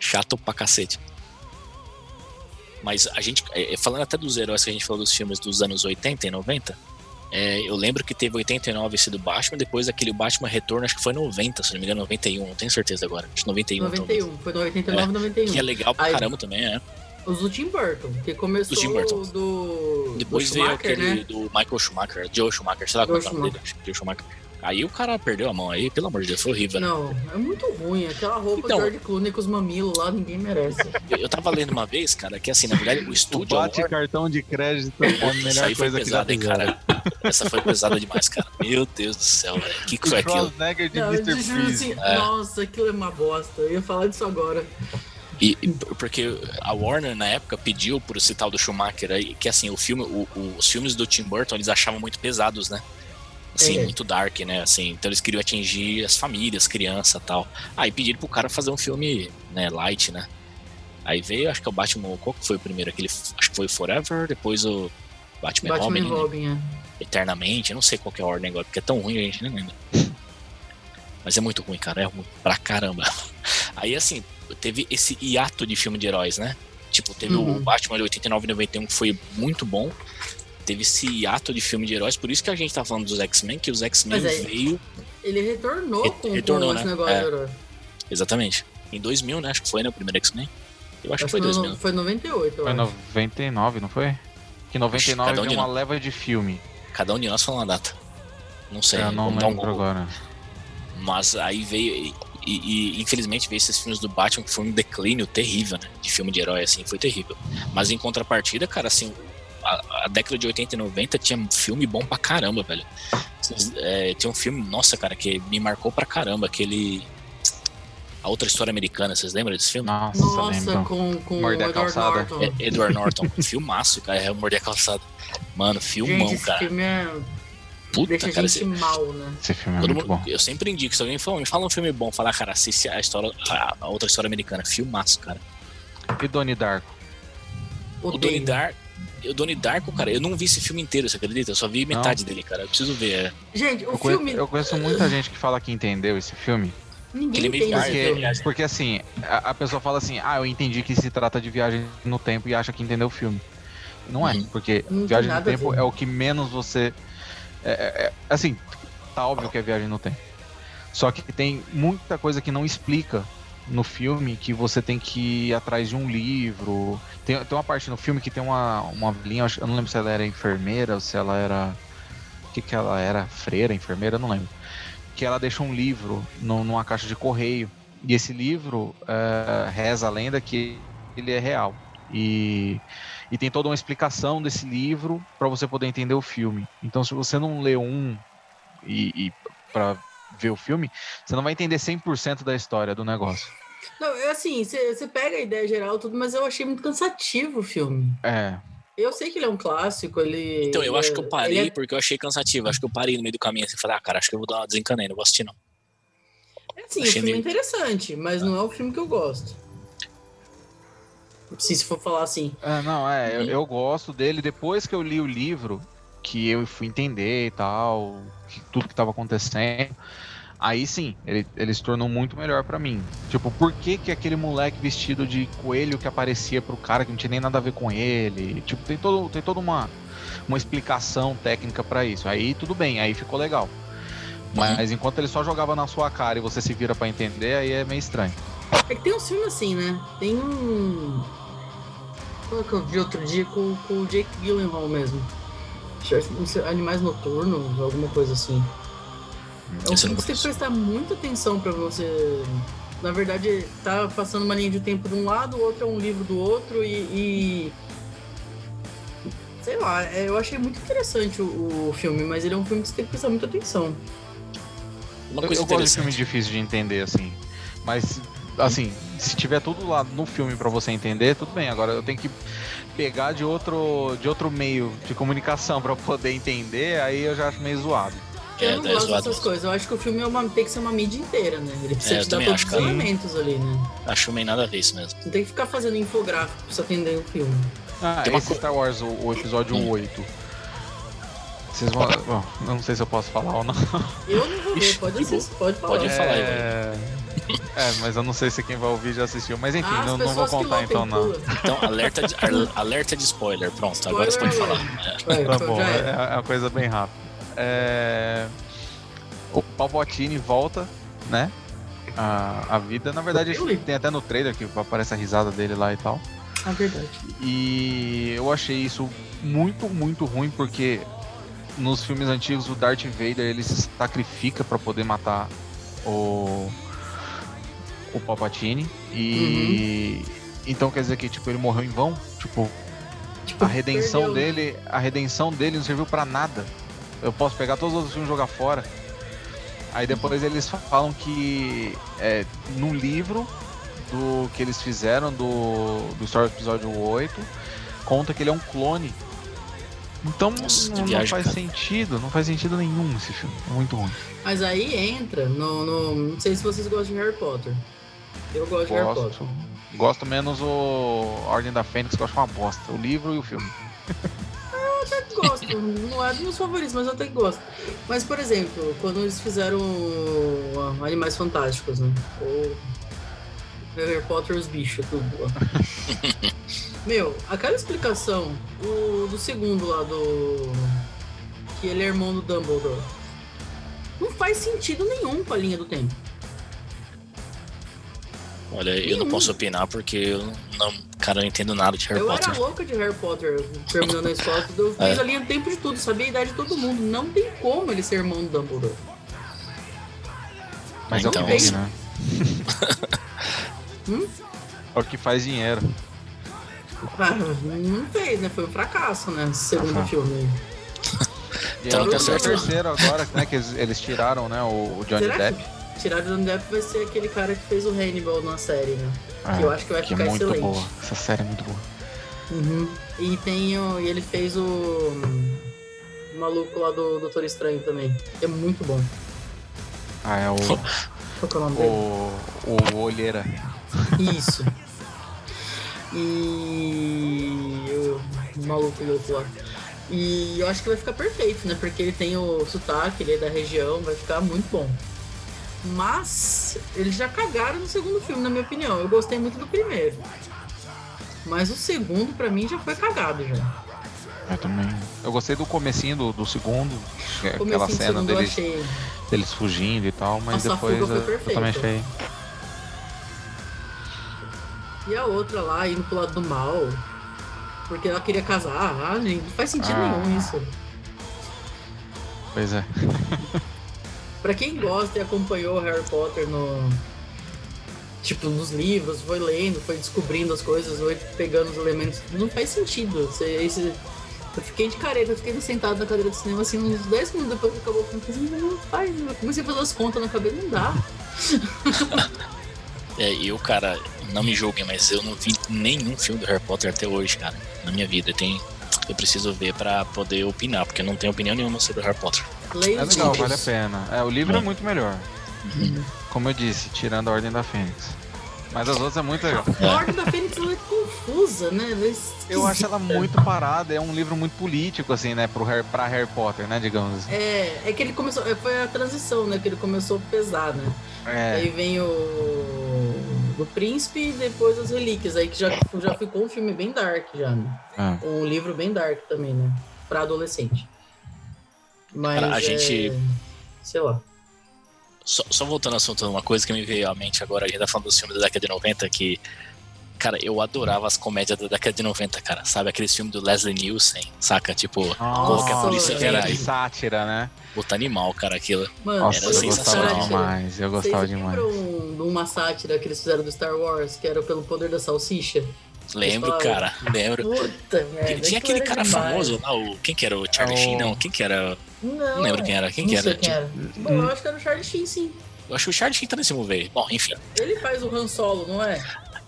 [SPEAKER 1] Chato pra cacete. Mas a gente, é, é, falando até dos heróis que a gente falou dos filmes dos anos 80 e 90, é, eu lembro que teve 89 esse do Batman, depois aquele Batman Retorno, acho que foi 90, se não me engano, 91, não tenho certeza agora. Acho que 91. talvez.
[SPEAKER 2] 91, foi no 89, 91.
[SPEAKER 1] Que um é legal pra
[SPEAKER 2] Aí-
[SPEAKER 1] caramba também, é.
[SPEAKER 2] Os do Tim Burton, que começou
[SPEAKER 1] Os Tim Burton.
[SPEAKER 2] do.
[SPEAKER 1] Depois
[SPEAKER 2] do
[SPEAKER 1] veio
[SPEAKER 2] Schumacher,
[SPEAKER 1] aquele
[SPEAKER 2] né?
[SPEAKER 1] do Michael Schumacher, Joe Schumacher, sei lá
[SPEAKER 2] Joe
[SPEAKER 1] como é o nome dele, acho que Joe Schumacher. Aí o cara perdeu a mão aí, pelo amor de Deus, foi horrível, né?
[SPEAKER 2] Não, é muito ruim. Aquela roupa
[SPEAKER 1] Então-
[SPEAKER 2] do George Clooney com os mamilos lá, ninguém merece.
[SPEAKER 1] Eu, eu tava lendo uma vez, cara, que assim, na verdade, o
[SPEAKER 3] Tu
[SPEAKER 1] estúdio.
[SPEAKER 3] bate
[SPEAKER 1] Warner-
[SPEAKER 3] cartão de crédito é a
[SPEAKER 1] Isso
[SPEAKER 3] melhor
[SPEAKER 1] aí foi
[SPEAKER 3] coisa que já
[SPEAKER 1] pesado, hein,
[SPEAKER 3] fizeram.
[SPEAKER 1] cara. Essa foi pesada demais, cara. Meu Deus do céu, velho. O que, que foi
[SPEAKER 3] O
[SPEAKER 1] aquilo?
[SPEAKER 3] Schwarzenegger de
[SPEAKER 2] Não, eu
[SPEAKER 3] Mr.
[SPEAKER 2] te juro
[SPEAKER 3] Freeze.
[SPEAKER 2] assim, nossa, aquilo é uma bosta. Eu ia falar disso agora.
[SPEAKER 1] É E, e por- porque a Warner, na época, pediu por esse tal do Schumacher aí, que assim, o filme, o- o- os filmes do Tim Burton, eles achavam muito pesados, né? Assim,
[SPEAKER 2] É.
[SPEAKER 1] muito dark, né? Assim, então eles queriam atingir as famílias, criança e tal. Aí pediram pro cara fazer um filme, né, light, né? Aí veio, acho que é o Batman, qual que foi o primeiro? Aquele, acho que foi o Forever, depois o Batman,
[SPEAKER 2] Batman
[SPEAKER 1] Robin,
[SPEAKER 2] e
[SPEAKER 1] né?
[SPEAKER 2] Robin, é.
[SPEAKER 1] eternamente. Eu não sei qual que é a ordem agora, porque é tão ruim a gente nem lembra. Mas é muito ruim, cara. É ruim pra caramba. Aí, assim, teve esse hiato de filme de heróis, né? Tipo, teve o
[SPEAKER 2] Uhum.
[SPEAKER 1] Batman de 89 e 91, que foi muito bom. Teve esse hiato de filme de heróis. Por isso que a gente tá falando dos X-Men, que os X-Men
[SPEAKER 2] Mas aí-
[SPEAKER 1] veio...
[SPEAKER 2] Ele retornou
[SPEAKER 1] Re-
[SPEAKER 2] com,
[SPEAKER 1] retornou,
[SPEAKER 2] com esse
[SPEAKER 1] né?
[SPEAKER 2] negócio.
[SPEAKER 1] É.
[SPEAKER 2] era-
[SPEAKER 1] Exatamente. Em 2000, né? Acho que foi, né? O primeiro X-Men. Eu acho que foi
[SPEAKER 2] no-
[SPEAKER 1] 2000.
[SPEAKER 2] foi 98, eu
[SPEAKER 3] Foi
[SPEAKER 2] acho.
[SPEAKER 3] 99, não foi? Que
[SPEAKER 1] cada
[SPEAKER 3] 99
[SPEAKER 1] um
[SPEAKER 3] veio
[SPEAKER 1] de
[SPEAKER 3] uma leva de filme.
[SPEAKER 1] Cada um de nós falou uma data. Não sei.
[SPEAKER 3] Eu não
[SPEAKER 1] vamos dar um
[SPEAKER 3] lembro
[SPEAKER 1] Google.
[SPEAKER 3] agora.
[SPEAKER 1] Mas aí veio. E, e, infelizmente veio esses filmes do Batman que foi um declínio terrível, né? De filme de herói, assim, foi terrível. Mas em contrapartida, cara, assim, a, a década de 80 e 90 tinha um filme bom pra caramba, velho. Esses, É, tinha um filme, nossa, cara, que me marcou pra caramba, aquele. A outra história americana, vocês lembram desse filme?
[SPEAKER 3] Nossa,
[SPEAKER 2] Nossa,
[SPEAKER 3] lembro.
[SPEAKER 2] com, com o
[SPEAKER 3] Mordei a
[SPEAKER 2] Edward
[SPEAKER 3] então. calçada.
[SPEAKER 2] Norton.
[SPEAKER 1] É, Edward Norton, filmaço, cara, é o Morder Calçado. Mano, filmão,
[SPEAKER 2] Gente, esse
[SPEAKER 1] cara.
[SPEAKER 2] filme é...
[SPEAKER 1] Puta,
[SPEAKER 2] deixa
[SPEAKER 1] cara,
[SPEAKER 2] a gente
[SPEAKER 1] esse-
[SPEAKER 2] mal, né?
[SPEAKER 3] Esse filme é
[SPEAKER 1] Todo
[SPEAKER 3] muito
[SPEAKER 1] mundo-
[SPEAKER 3] bom.
[SPEAKER 1] eu sempre indico, se alguém fala, me fala um filme bom, falar, cara, assiste a história, a, a outra história americana, filmaço, cara.
[SPEAKER 3] E Donnie Darko?
[SPEAKER 1] O Donnie Darko, o Donnie Darko, cara, eu não vi esse filme inteiro, você acredita? Eu só vi metade dele, cara. Eu preciso ver. é.
[SPEAKER 2] Gente, o
[SPEAKER 3] Eu conheço,
[SPEAKER 2] filme...
[SPEAKER 3] eu conheço muita gente que fala que entendeu esse filme.
[SPEAKER 2] Ninguém
[SPEAKER 1] Ele é meio
[SPEAKER 2] entende esse
[SPEAKER 1] dark,
[SPEAKER 2] filme.
[SPEAKER 1] né?
[SPEAKER 3] Porque, porque assim, a, a pessoa fala assim, ah, eu entendi que se trata de viagem no tempo e acha que entendeu o filme. Não é,
[SPEAKER 1] Uhum.
[SPEAKER 3] porque
[SPEAKER 2] Não tem
[SPEAKER 3] viagem no
[SPEAKER 2] nada a
[SPEAKER 3] tempo
[SPEAKER 2] ver.
[SPEAKER 3] é o que menos você. é- é- é- assim, tá óbvio que é viagem no tempo. Só que tem muita coisa que não explica no filme que você tem que ir atrás de um livro. Tem, tem uma parte no filme que tem uma, uma linha, eu não lembro se ela era enfermeira ou se ela era. O que, que ela era? Freira, enfermeira, eu não lembro. Que ela deixa um livro no- numa caixa de correio. E esse livro eh, reza a lenda que ele é real. E, e tem toda uma explicação desse livro para você poder entender o filme. Então, se você não lê um e, e para ver o filme, você não vai entender 100% da história do negócio.
[SPEAKER 2] Não, eu, assim, você pega a ideia geral tudo, mas eu achei muito cansativo o filme.
[SPEAKER 3] É,
[SPEAKER 2] Eu sei que ele é um clássico, ele...
[SPEAKER 1] Então, eu
[SPEAKER 2] ele
[SPEAKER 1] acho
[SPEAKER 2] é-
[SPEAKER 1] que eu
[SPEAKER 2] ele
[SPEAKER 1] parei
[SPEAKER 2] é-
[SPEAKER 1] porque eu achei cansativo. Acho que eu parei no meio do caminho assim e falei, ah, cara, acho que eu vou dar uma desencanei, não vou assistir não.
[SPEAKER 2] É assim, o
[SPEAKER 1] achei
[SPEAKER 2] filme é
[SPEAKER 1] meio- Ah.
[SPEAKER 2] interessante, mas não é o filme que eu gosto. Se se for falar assim,
[SPEAKER 3] É, não, é, eu, eu gosto dele depois que eu li o livro, que eu fui entender e tal, que tudo que tava acontecendo. Aí sim, ele, ele se tornou muito melhor pra mim. Tipo, por que que aquele moleque vestido de coelho que aparecia pro cara que não tinha nem nada a ver com ele? Tipo, tem, todo, tem toda uma, uma explicação técnica pra isso. Aí tudo bem, aí ficou legal. Mas enquanto ele só jogava na sua cara e você se vira pra entender, aí é meio estranho.
[SPEAKER 2] É que tem uns filmes assim, né? Tem é um. Qual que eu vi outro dia com, com o Jake Gyllenhaal mesmo? Animais noturnos, alguma coisa assim. É um
[SPEAKER 1] Esse eu
[SPEAKER 2] filme que
[SPEAKER 1] nunca
[SPEAKER 2] você tem
[SPEAKER 1] fiz.
[SPEAKER 2] que prestar muita atenção pra você. Na verdade, tá passando uma linha de tempo de um lado, o outro é um livro do outro e. e- Sei lá, é, eu achei muito interessante o, o filme, mas ele é um filme que você tem que prestar muita atenção.
[SPEAKER 1] Uma
[SPEAKER 3] Eu-
[SPEAKER 1] coisa
[SPEAKER 3] eu gosto de filme
[SPEAKER 1] interessante.
[SPEAKER 3] difícil de entender, assim. Mas, assim, se tiver tudo lá no filme pra você entender, tudo bem. Agora eu tenho que pegar de outro, de outro meio de comunicação pra poder entender, aí eu já acho meio zoado.
[SPEAKER 1] É,
[SPEAKER 2] eu não
[SPEAKER 1] é
[SPEAKER 2] gosto
[SPEAKER 1] zoado
[SPEAKER 2] dessas
[SPEAKER 1] mesmo.
[SPEAKER 2] coisas. Eu acho que o filme é uma- tem que ser uma mídia inteira, né? Ele precisa
[SPEAKER 1] É, eu
[SPEAKER 2] te dar
[SPEAKER 1] também
[SPEAKER 2] todos
[SPEAKER 1] acho,
[SPEAKER 2] os
[SPEAKER 1] cara.
[SPEAKER 2] elementos ali, né?
[SPEAKER 1] Acho meio nada a ver isso mesmo.
[SPEAKER 2] Não tem que ficar fazendo infográfico pra você atender o filme.
[SPEAKER 3] Ah,
[SPEAKER 1] Tem uma
[SPEAKER 3] esse
[SPEAKER 1] co-
[SPEAKER 3] Star Wars, o, o episódio
[SPEAKER 1] Hum.
[SPEAKER 3] 8. Vocês vão. Bom, eu não sei se eu posso falar ou não.
[SPEAKER 2] Eu não vou ver,
[SPEAKER 1] Ixi,
[SPEAKER 2] pode
[SPEAKER 1] de boa.
[SPEAKER 2] assistir, pode falar.
[SPEAKER 1] Pode falar. aí,
[SPEAKER 3] é... é, mas eu não sei se quem vai ouvir já assistiu. Mas enfim,
[SPEAKER 2] Ah, as
[SPEAKER 3] não, não vou
[SPEAKER 2] pessoas que
[SPEAKER 3] contar
[SPEAKER 2] lutem,
[SPEAKER 3] então, não.
[SPEAKER 2] pula.
[SPEAKER 1] Então, alerta de, al- alerta de spoiler. Pronto, agora você pode
[SPEAKER 2] Spoiler
[SPEAKER 1] falar.
[SPEAKER 2] Vai,
[SPEAKER 3] Tá
[SPEAKER 2] então
[SPEAKER 3] bom,
[SPEAKER 2] já
[SPEAKER 3] é,
[SPEAKER 2] era.
[SPEAKER 3] é uma coisa bem rápida. É, O Palpatine volta, né? A, a vida, na verdade,
[SPEAKER 2] Eu li.
[SPEAKER 3] tem até no trailer que aparece a risada dele lá e tal.
[SPEAKER 2] Na É verdade.
[SPEAKER 3] E eu achei isso muito, muito ruim, porque nos filmes antigos o Darth Vader ele se sacrifica pra poder matar o. o Palpatine. E.
[SPEAKER 2] Uhum.
[SPEAKER 3] Então quer dizer que tipo, ele morreu em vão? Tipo,
[SPEAKER 2] Tipo,
[SPEAKER 3] a redenção
[SPEAKER 2] perdeu, né?
[SPEAKER 3] dele, a redenção dele não serviu pra nada. Eu posso pegar todos os outros filmes e jogar fora. Aí depois eles falam que é, no livro do que eles fizeram do, do Star Wars episódio 8 conta que ele é um clone. Então
[SPEAKER 1] Nossa, que
[SPEAKER 3] não, não
[SPEAKER 1] viagem,
[SPEAKER 3] faz
[SPEAKER 1] cara.
[SPEAKER 3] sentido, não faz sentido nenhum esse filme. É muito ruim.
[SPEAKER 2] Mas aí entra no, no- Não sei se vocês gostam de Harry Potter. Eu gosto de Harry Potter.
[SPEAKER 3] Gosto, gosto menos o Ordem da Fênix, que eu acho uma bosta. O livro e o filme.
[SPEAKER 2] Gosto, não é dos meus favoritos, mas eu até que gosto. Mas, por exemplo, quando eles fizeram o- Animais Fantásticos, né? Ou Harry Potter e os bichos, tudo. ó. Meu, aquela explicação o- do segundo lá do. Que ele é irmão do Dumbledore. Não faz sentido nenhum com a linha do tempo.
[SPEAKER 1] Olha, eu não
[SPEAKER 2] Nenhum.
[SPEAKER 1] posso opinar porque eu não, cara, eu não entendo nada de Harry
[SPEAKER 2] eu
[SPEAKER 1] Potter.
[SPEAKER 2] era louca de Harry Potter terminando a escola. tudo. Eu fiz a linha do tempo de tudo, sabia a idade de todo mundo. Não tem como ele ser irmão do Dumbledore.
[SPEAKER 3] Mas é
[SPEAKER 1] Então,
[SPEAKER 3] o que vende,
[SPEAKER 1] isso-
[SPEAKER 3] né?
[SPEAKER 2] Hum?
[SPEAKER 3] É o que faz dinheiro.
[SPEAKER 2] Ah, não fez, né? Foi um fracasso, né? Esse segundo
[SPEAKER 3] Aham.
[SPEAKER 2] filme.
[SPEAKER 3] E
[SPEAKER 1] Então
[SPEAKER 3] aí
[SPEAKER 2] não tá
[SPEAKER 3] o
[SPEAKER 2] certo, não.
[SPEAKER 3] terceiro agora, né? Que eles, eles tiraram, né? O, o Johnny
[SPEAKER 2] Será
[SPEAKER 3] Depp.
[SPEAKER 2] que tirar o Johnny Depp vai ser aquele cara que fez o Hannibal na série, né?
[SPEAKER 3] É,
[SPEAKER 2] que eu acho que vai
[SPEAKER 3] que é
[SPEAKER 2] ficar
[SPEAKER 3] muito
[SPEAKER 2] excelente.
[SPEAKER 3] boa. Essa série é muito boa.
[SPEAKER 2] Uhum. E tem o, e ele fez o, hum, o maluco lá do Doutor Estranho também. É muito bom.
[SPEAKER 3] Ah, é o.
[SPEAKER 2] Qual que é o nome dele?
[SPEAKER 3] O, o Olheira.
[SPEAKER 2] Isso. E eu, o maluco louco lá. E eu acho que vai ficar perfeito, né? Porque ele tem o sotaque, ele é da região, vai ficar muito bom. Mas eles já cagaram no segundo filme, na minha opinião. Eu gostei muito do primeiro. Mas o segundo, pra mim, já foi cagado já.
[SPEAKER 3] Eu também. Eu gostei do comecinho do, do segundo. que é
[SPEAKER 2] Comecinho
[SPEAKER 3] Aquela
[SPEAKER 2] do
[SPEAKER 3] cena
[SPEAKER 2] segundo eu
[SPEAKER 3] deles,
[SPEAKER 2] achei.
[SPEAKER 3] deles fugindo e tal, mas
[SPEAKER 2] Nossa, a
[SPEAKER 3] depois
[SPEAKER 2] fuga foi
[SPEAKER 3] eu, eu também
[SPEAKER 2] perfeita.
[SPEAKER 3] achei.
[SPEAKER 2] E a outra lá, indo pro lado do mal. Porque ela queria casar. Ah, gente, não faz sentido
[SPEAKER 3] Ah.
[SPEAKER 2] nenhum isso.
[SPEAKER 3] Pois é.
[SPEAKER 2] Pra quem gosta e acompanhou Harry Potter no. Tipo, nos livros, foi lendo, foi descobrindo as coisas, foi pegando os elementos. Não faz sentido. Você, esse- eu fiquei de careta, eu fiquei sentado na cadeira do cinema assim, uns 10 minutos depois que acabou o filme, eu falei assim, não faz. Eu comecei a fazer as contas na cabeça, não dá.
[SPEAKER 1] É, eu, cara, não me julguem, mas eu não vi nenhum filme do Harry Potter até hoje, cara, na minha vida. Tem, eu preciso ver pra poder opinar, porque eu não tenho opinião nenhuma sobre o Harry Potter.
[SPEAKER 2] Leia
[SPEAKER 3] É
[SPEAKER 2] os
[SPEAKER 3] legal,
[SPEAKER 2] livros.
[SPEAKER 3] vale a pena. É, o livro é muito melhor.
[SPEAKER 1] Uhum.
[SPEAKER 3] Como eu disse, tirando a Ordem da Fênix. Mas as outras é muito legal.
[SPEAKER 2] A Ordem da Fênix ela é confusa, né? Ela é
[SPEAKER 3] Eu acho ela
[SPEAKER 2] esquisita.
[SPEAKER 3] muito parada, é um livro muito político, assim, né? Pro Harry, pra Harry Potter, né? Digamos assim.
[SPEAKER 2] É, é que ele começou. é, Foi a transição, né? Que ele começou a pesar, né?
[SPEAKER 3] É.
[SPEAKER 2] Aí vem o do príncipe e depois as relíquias, aí que já, já ficou um filme bem dark já, né?
[SPEAKER 3] é.
[SPEAKER 2] Um livro bem dark também, né? Pra adolescente. Mas
[SPEAKER 1] Cara, a
[SPEAKER 2] é,
[SPEAKER 1] gente-
[SPEAKER 2] sei lá.
[SPEAKER 1] tá Só, só voltando ao assunto, uma coisa que me veio à mente agora, ainda falando dos filmes da década de 90, que Cara, eu adorava as comédias da década de 90, cara. Sabe, aqueles filmes do Leslie Nielsen, saca? Tipo, como que a polícia
[SPEAKER 3] que era
[SPEAKER 1] vem aí.
[SPEAKER 3] de sátira, né?
[SPEAKER 1] Puta animal, cara, aquilo.
[SPEAKER 2] Mano,
[SPEAKER 3] Nossa,
[SPEAKER 1] Era
[SPEAKER 3] eu gostava
[SPEAKER 1] sensacional.
[SPEAKER 3] demais, eu gostava demais.
[SPEAKER 2] Vocês lembram de uma sátira que eles fizeram do Star Wars, que era pelo poder da salsicha?
[SPEAKER 1] Lembro,
[SPEAKER 2] Pessoal,
[SPEAKER 1] cara, lembro.
[SPEAKER 2] Puta, velho.
[SPEAKER 1] Tinha aquele
[SPEAKER 2] aquilo era
[SPEAKER 1] cara
[SPEAKER 2] demais.
[SPEAKER 1] famoso lá, o... quem que era? O Charlie
[SPEAKER 3] É o-
[SPEAKER 1] Sheen? Não, quem que era?
[SPEAKER 2] Não,
[SPEAKER 1] Não lembro quem era. Quem
[SPEAKER 2] não
[SPEAKER 1] que
[SPEAKER 2] sei
[SPEAKER 1] era? tipo,
[SPEAKER 2] quem era. Bom, eu acho que era o Charlie Sheen, sim.
[SPEAKER 1] Eu acho que o Charlie Sheen tá nesse movie. aí. Bom, enfim.
[SPEAKER 2] Ele faz o Han Solo, não é?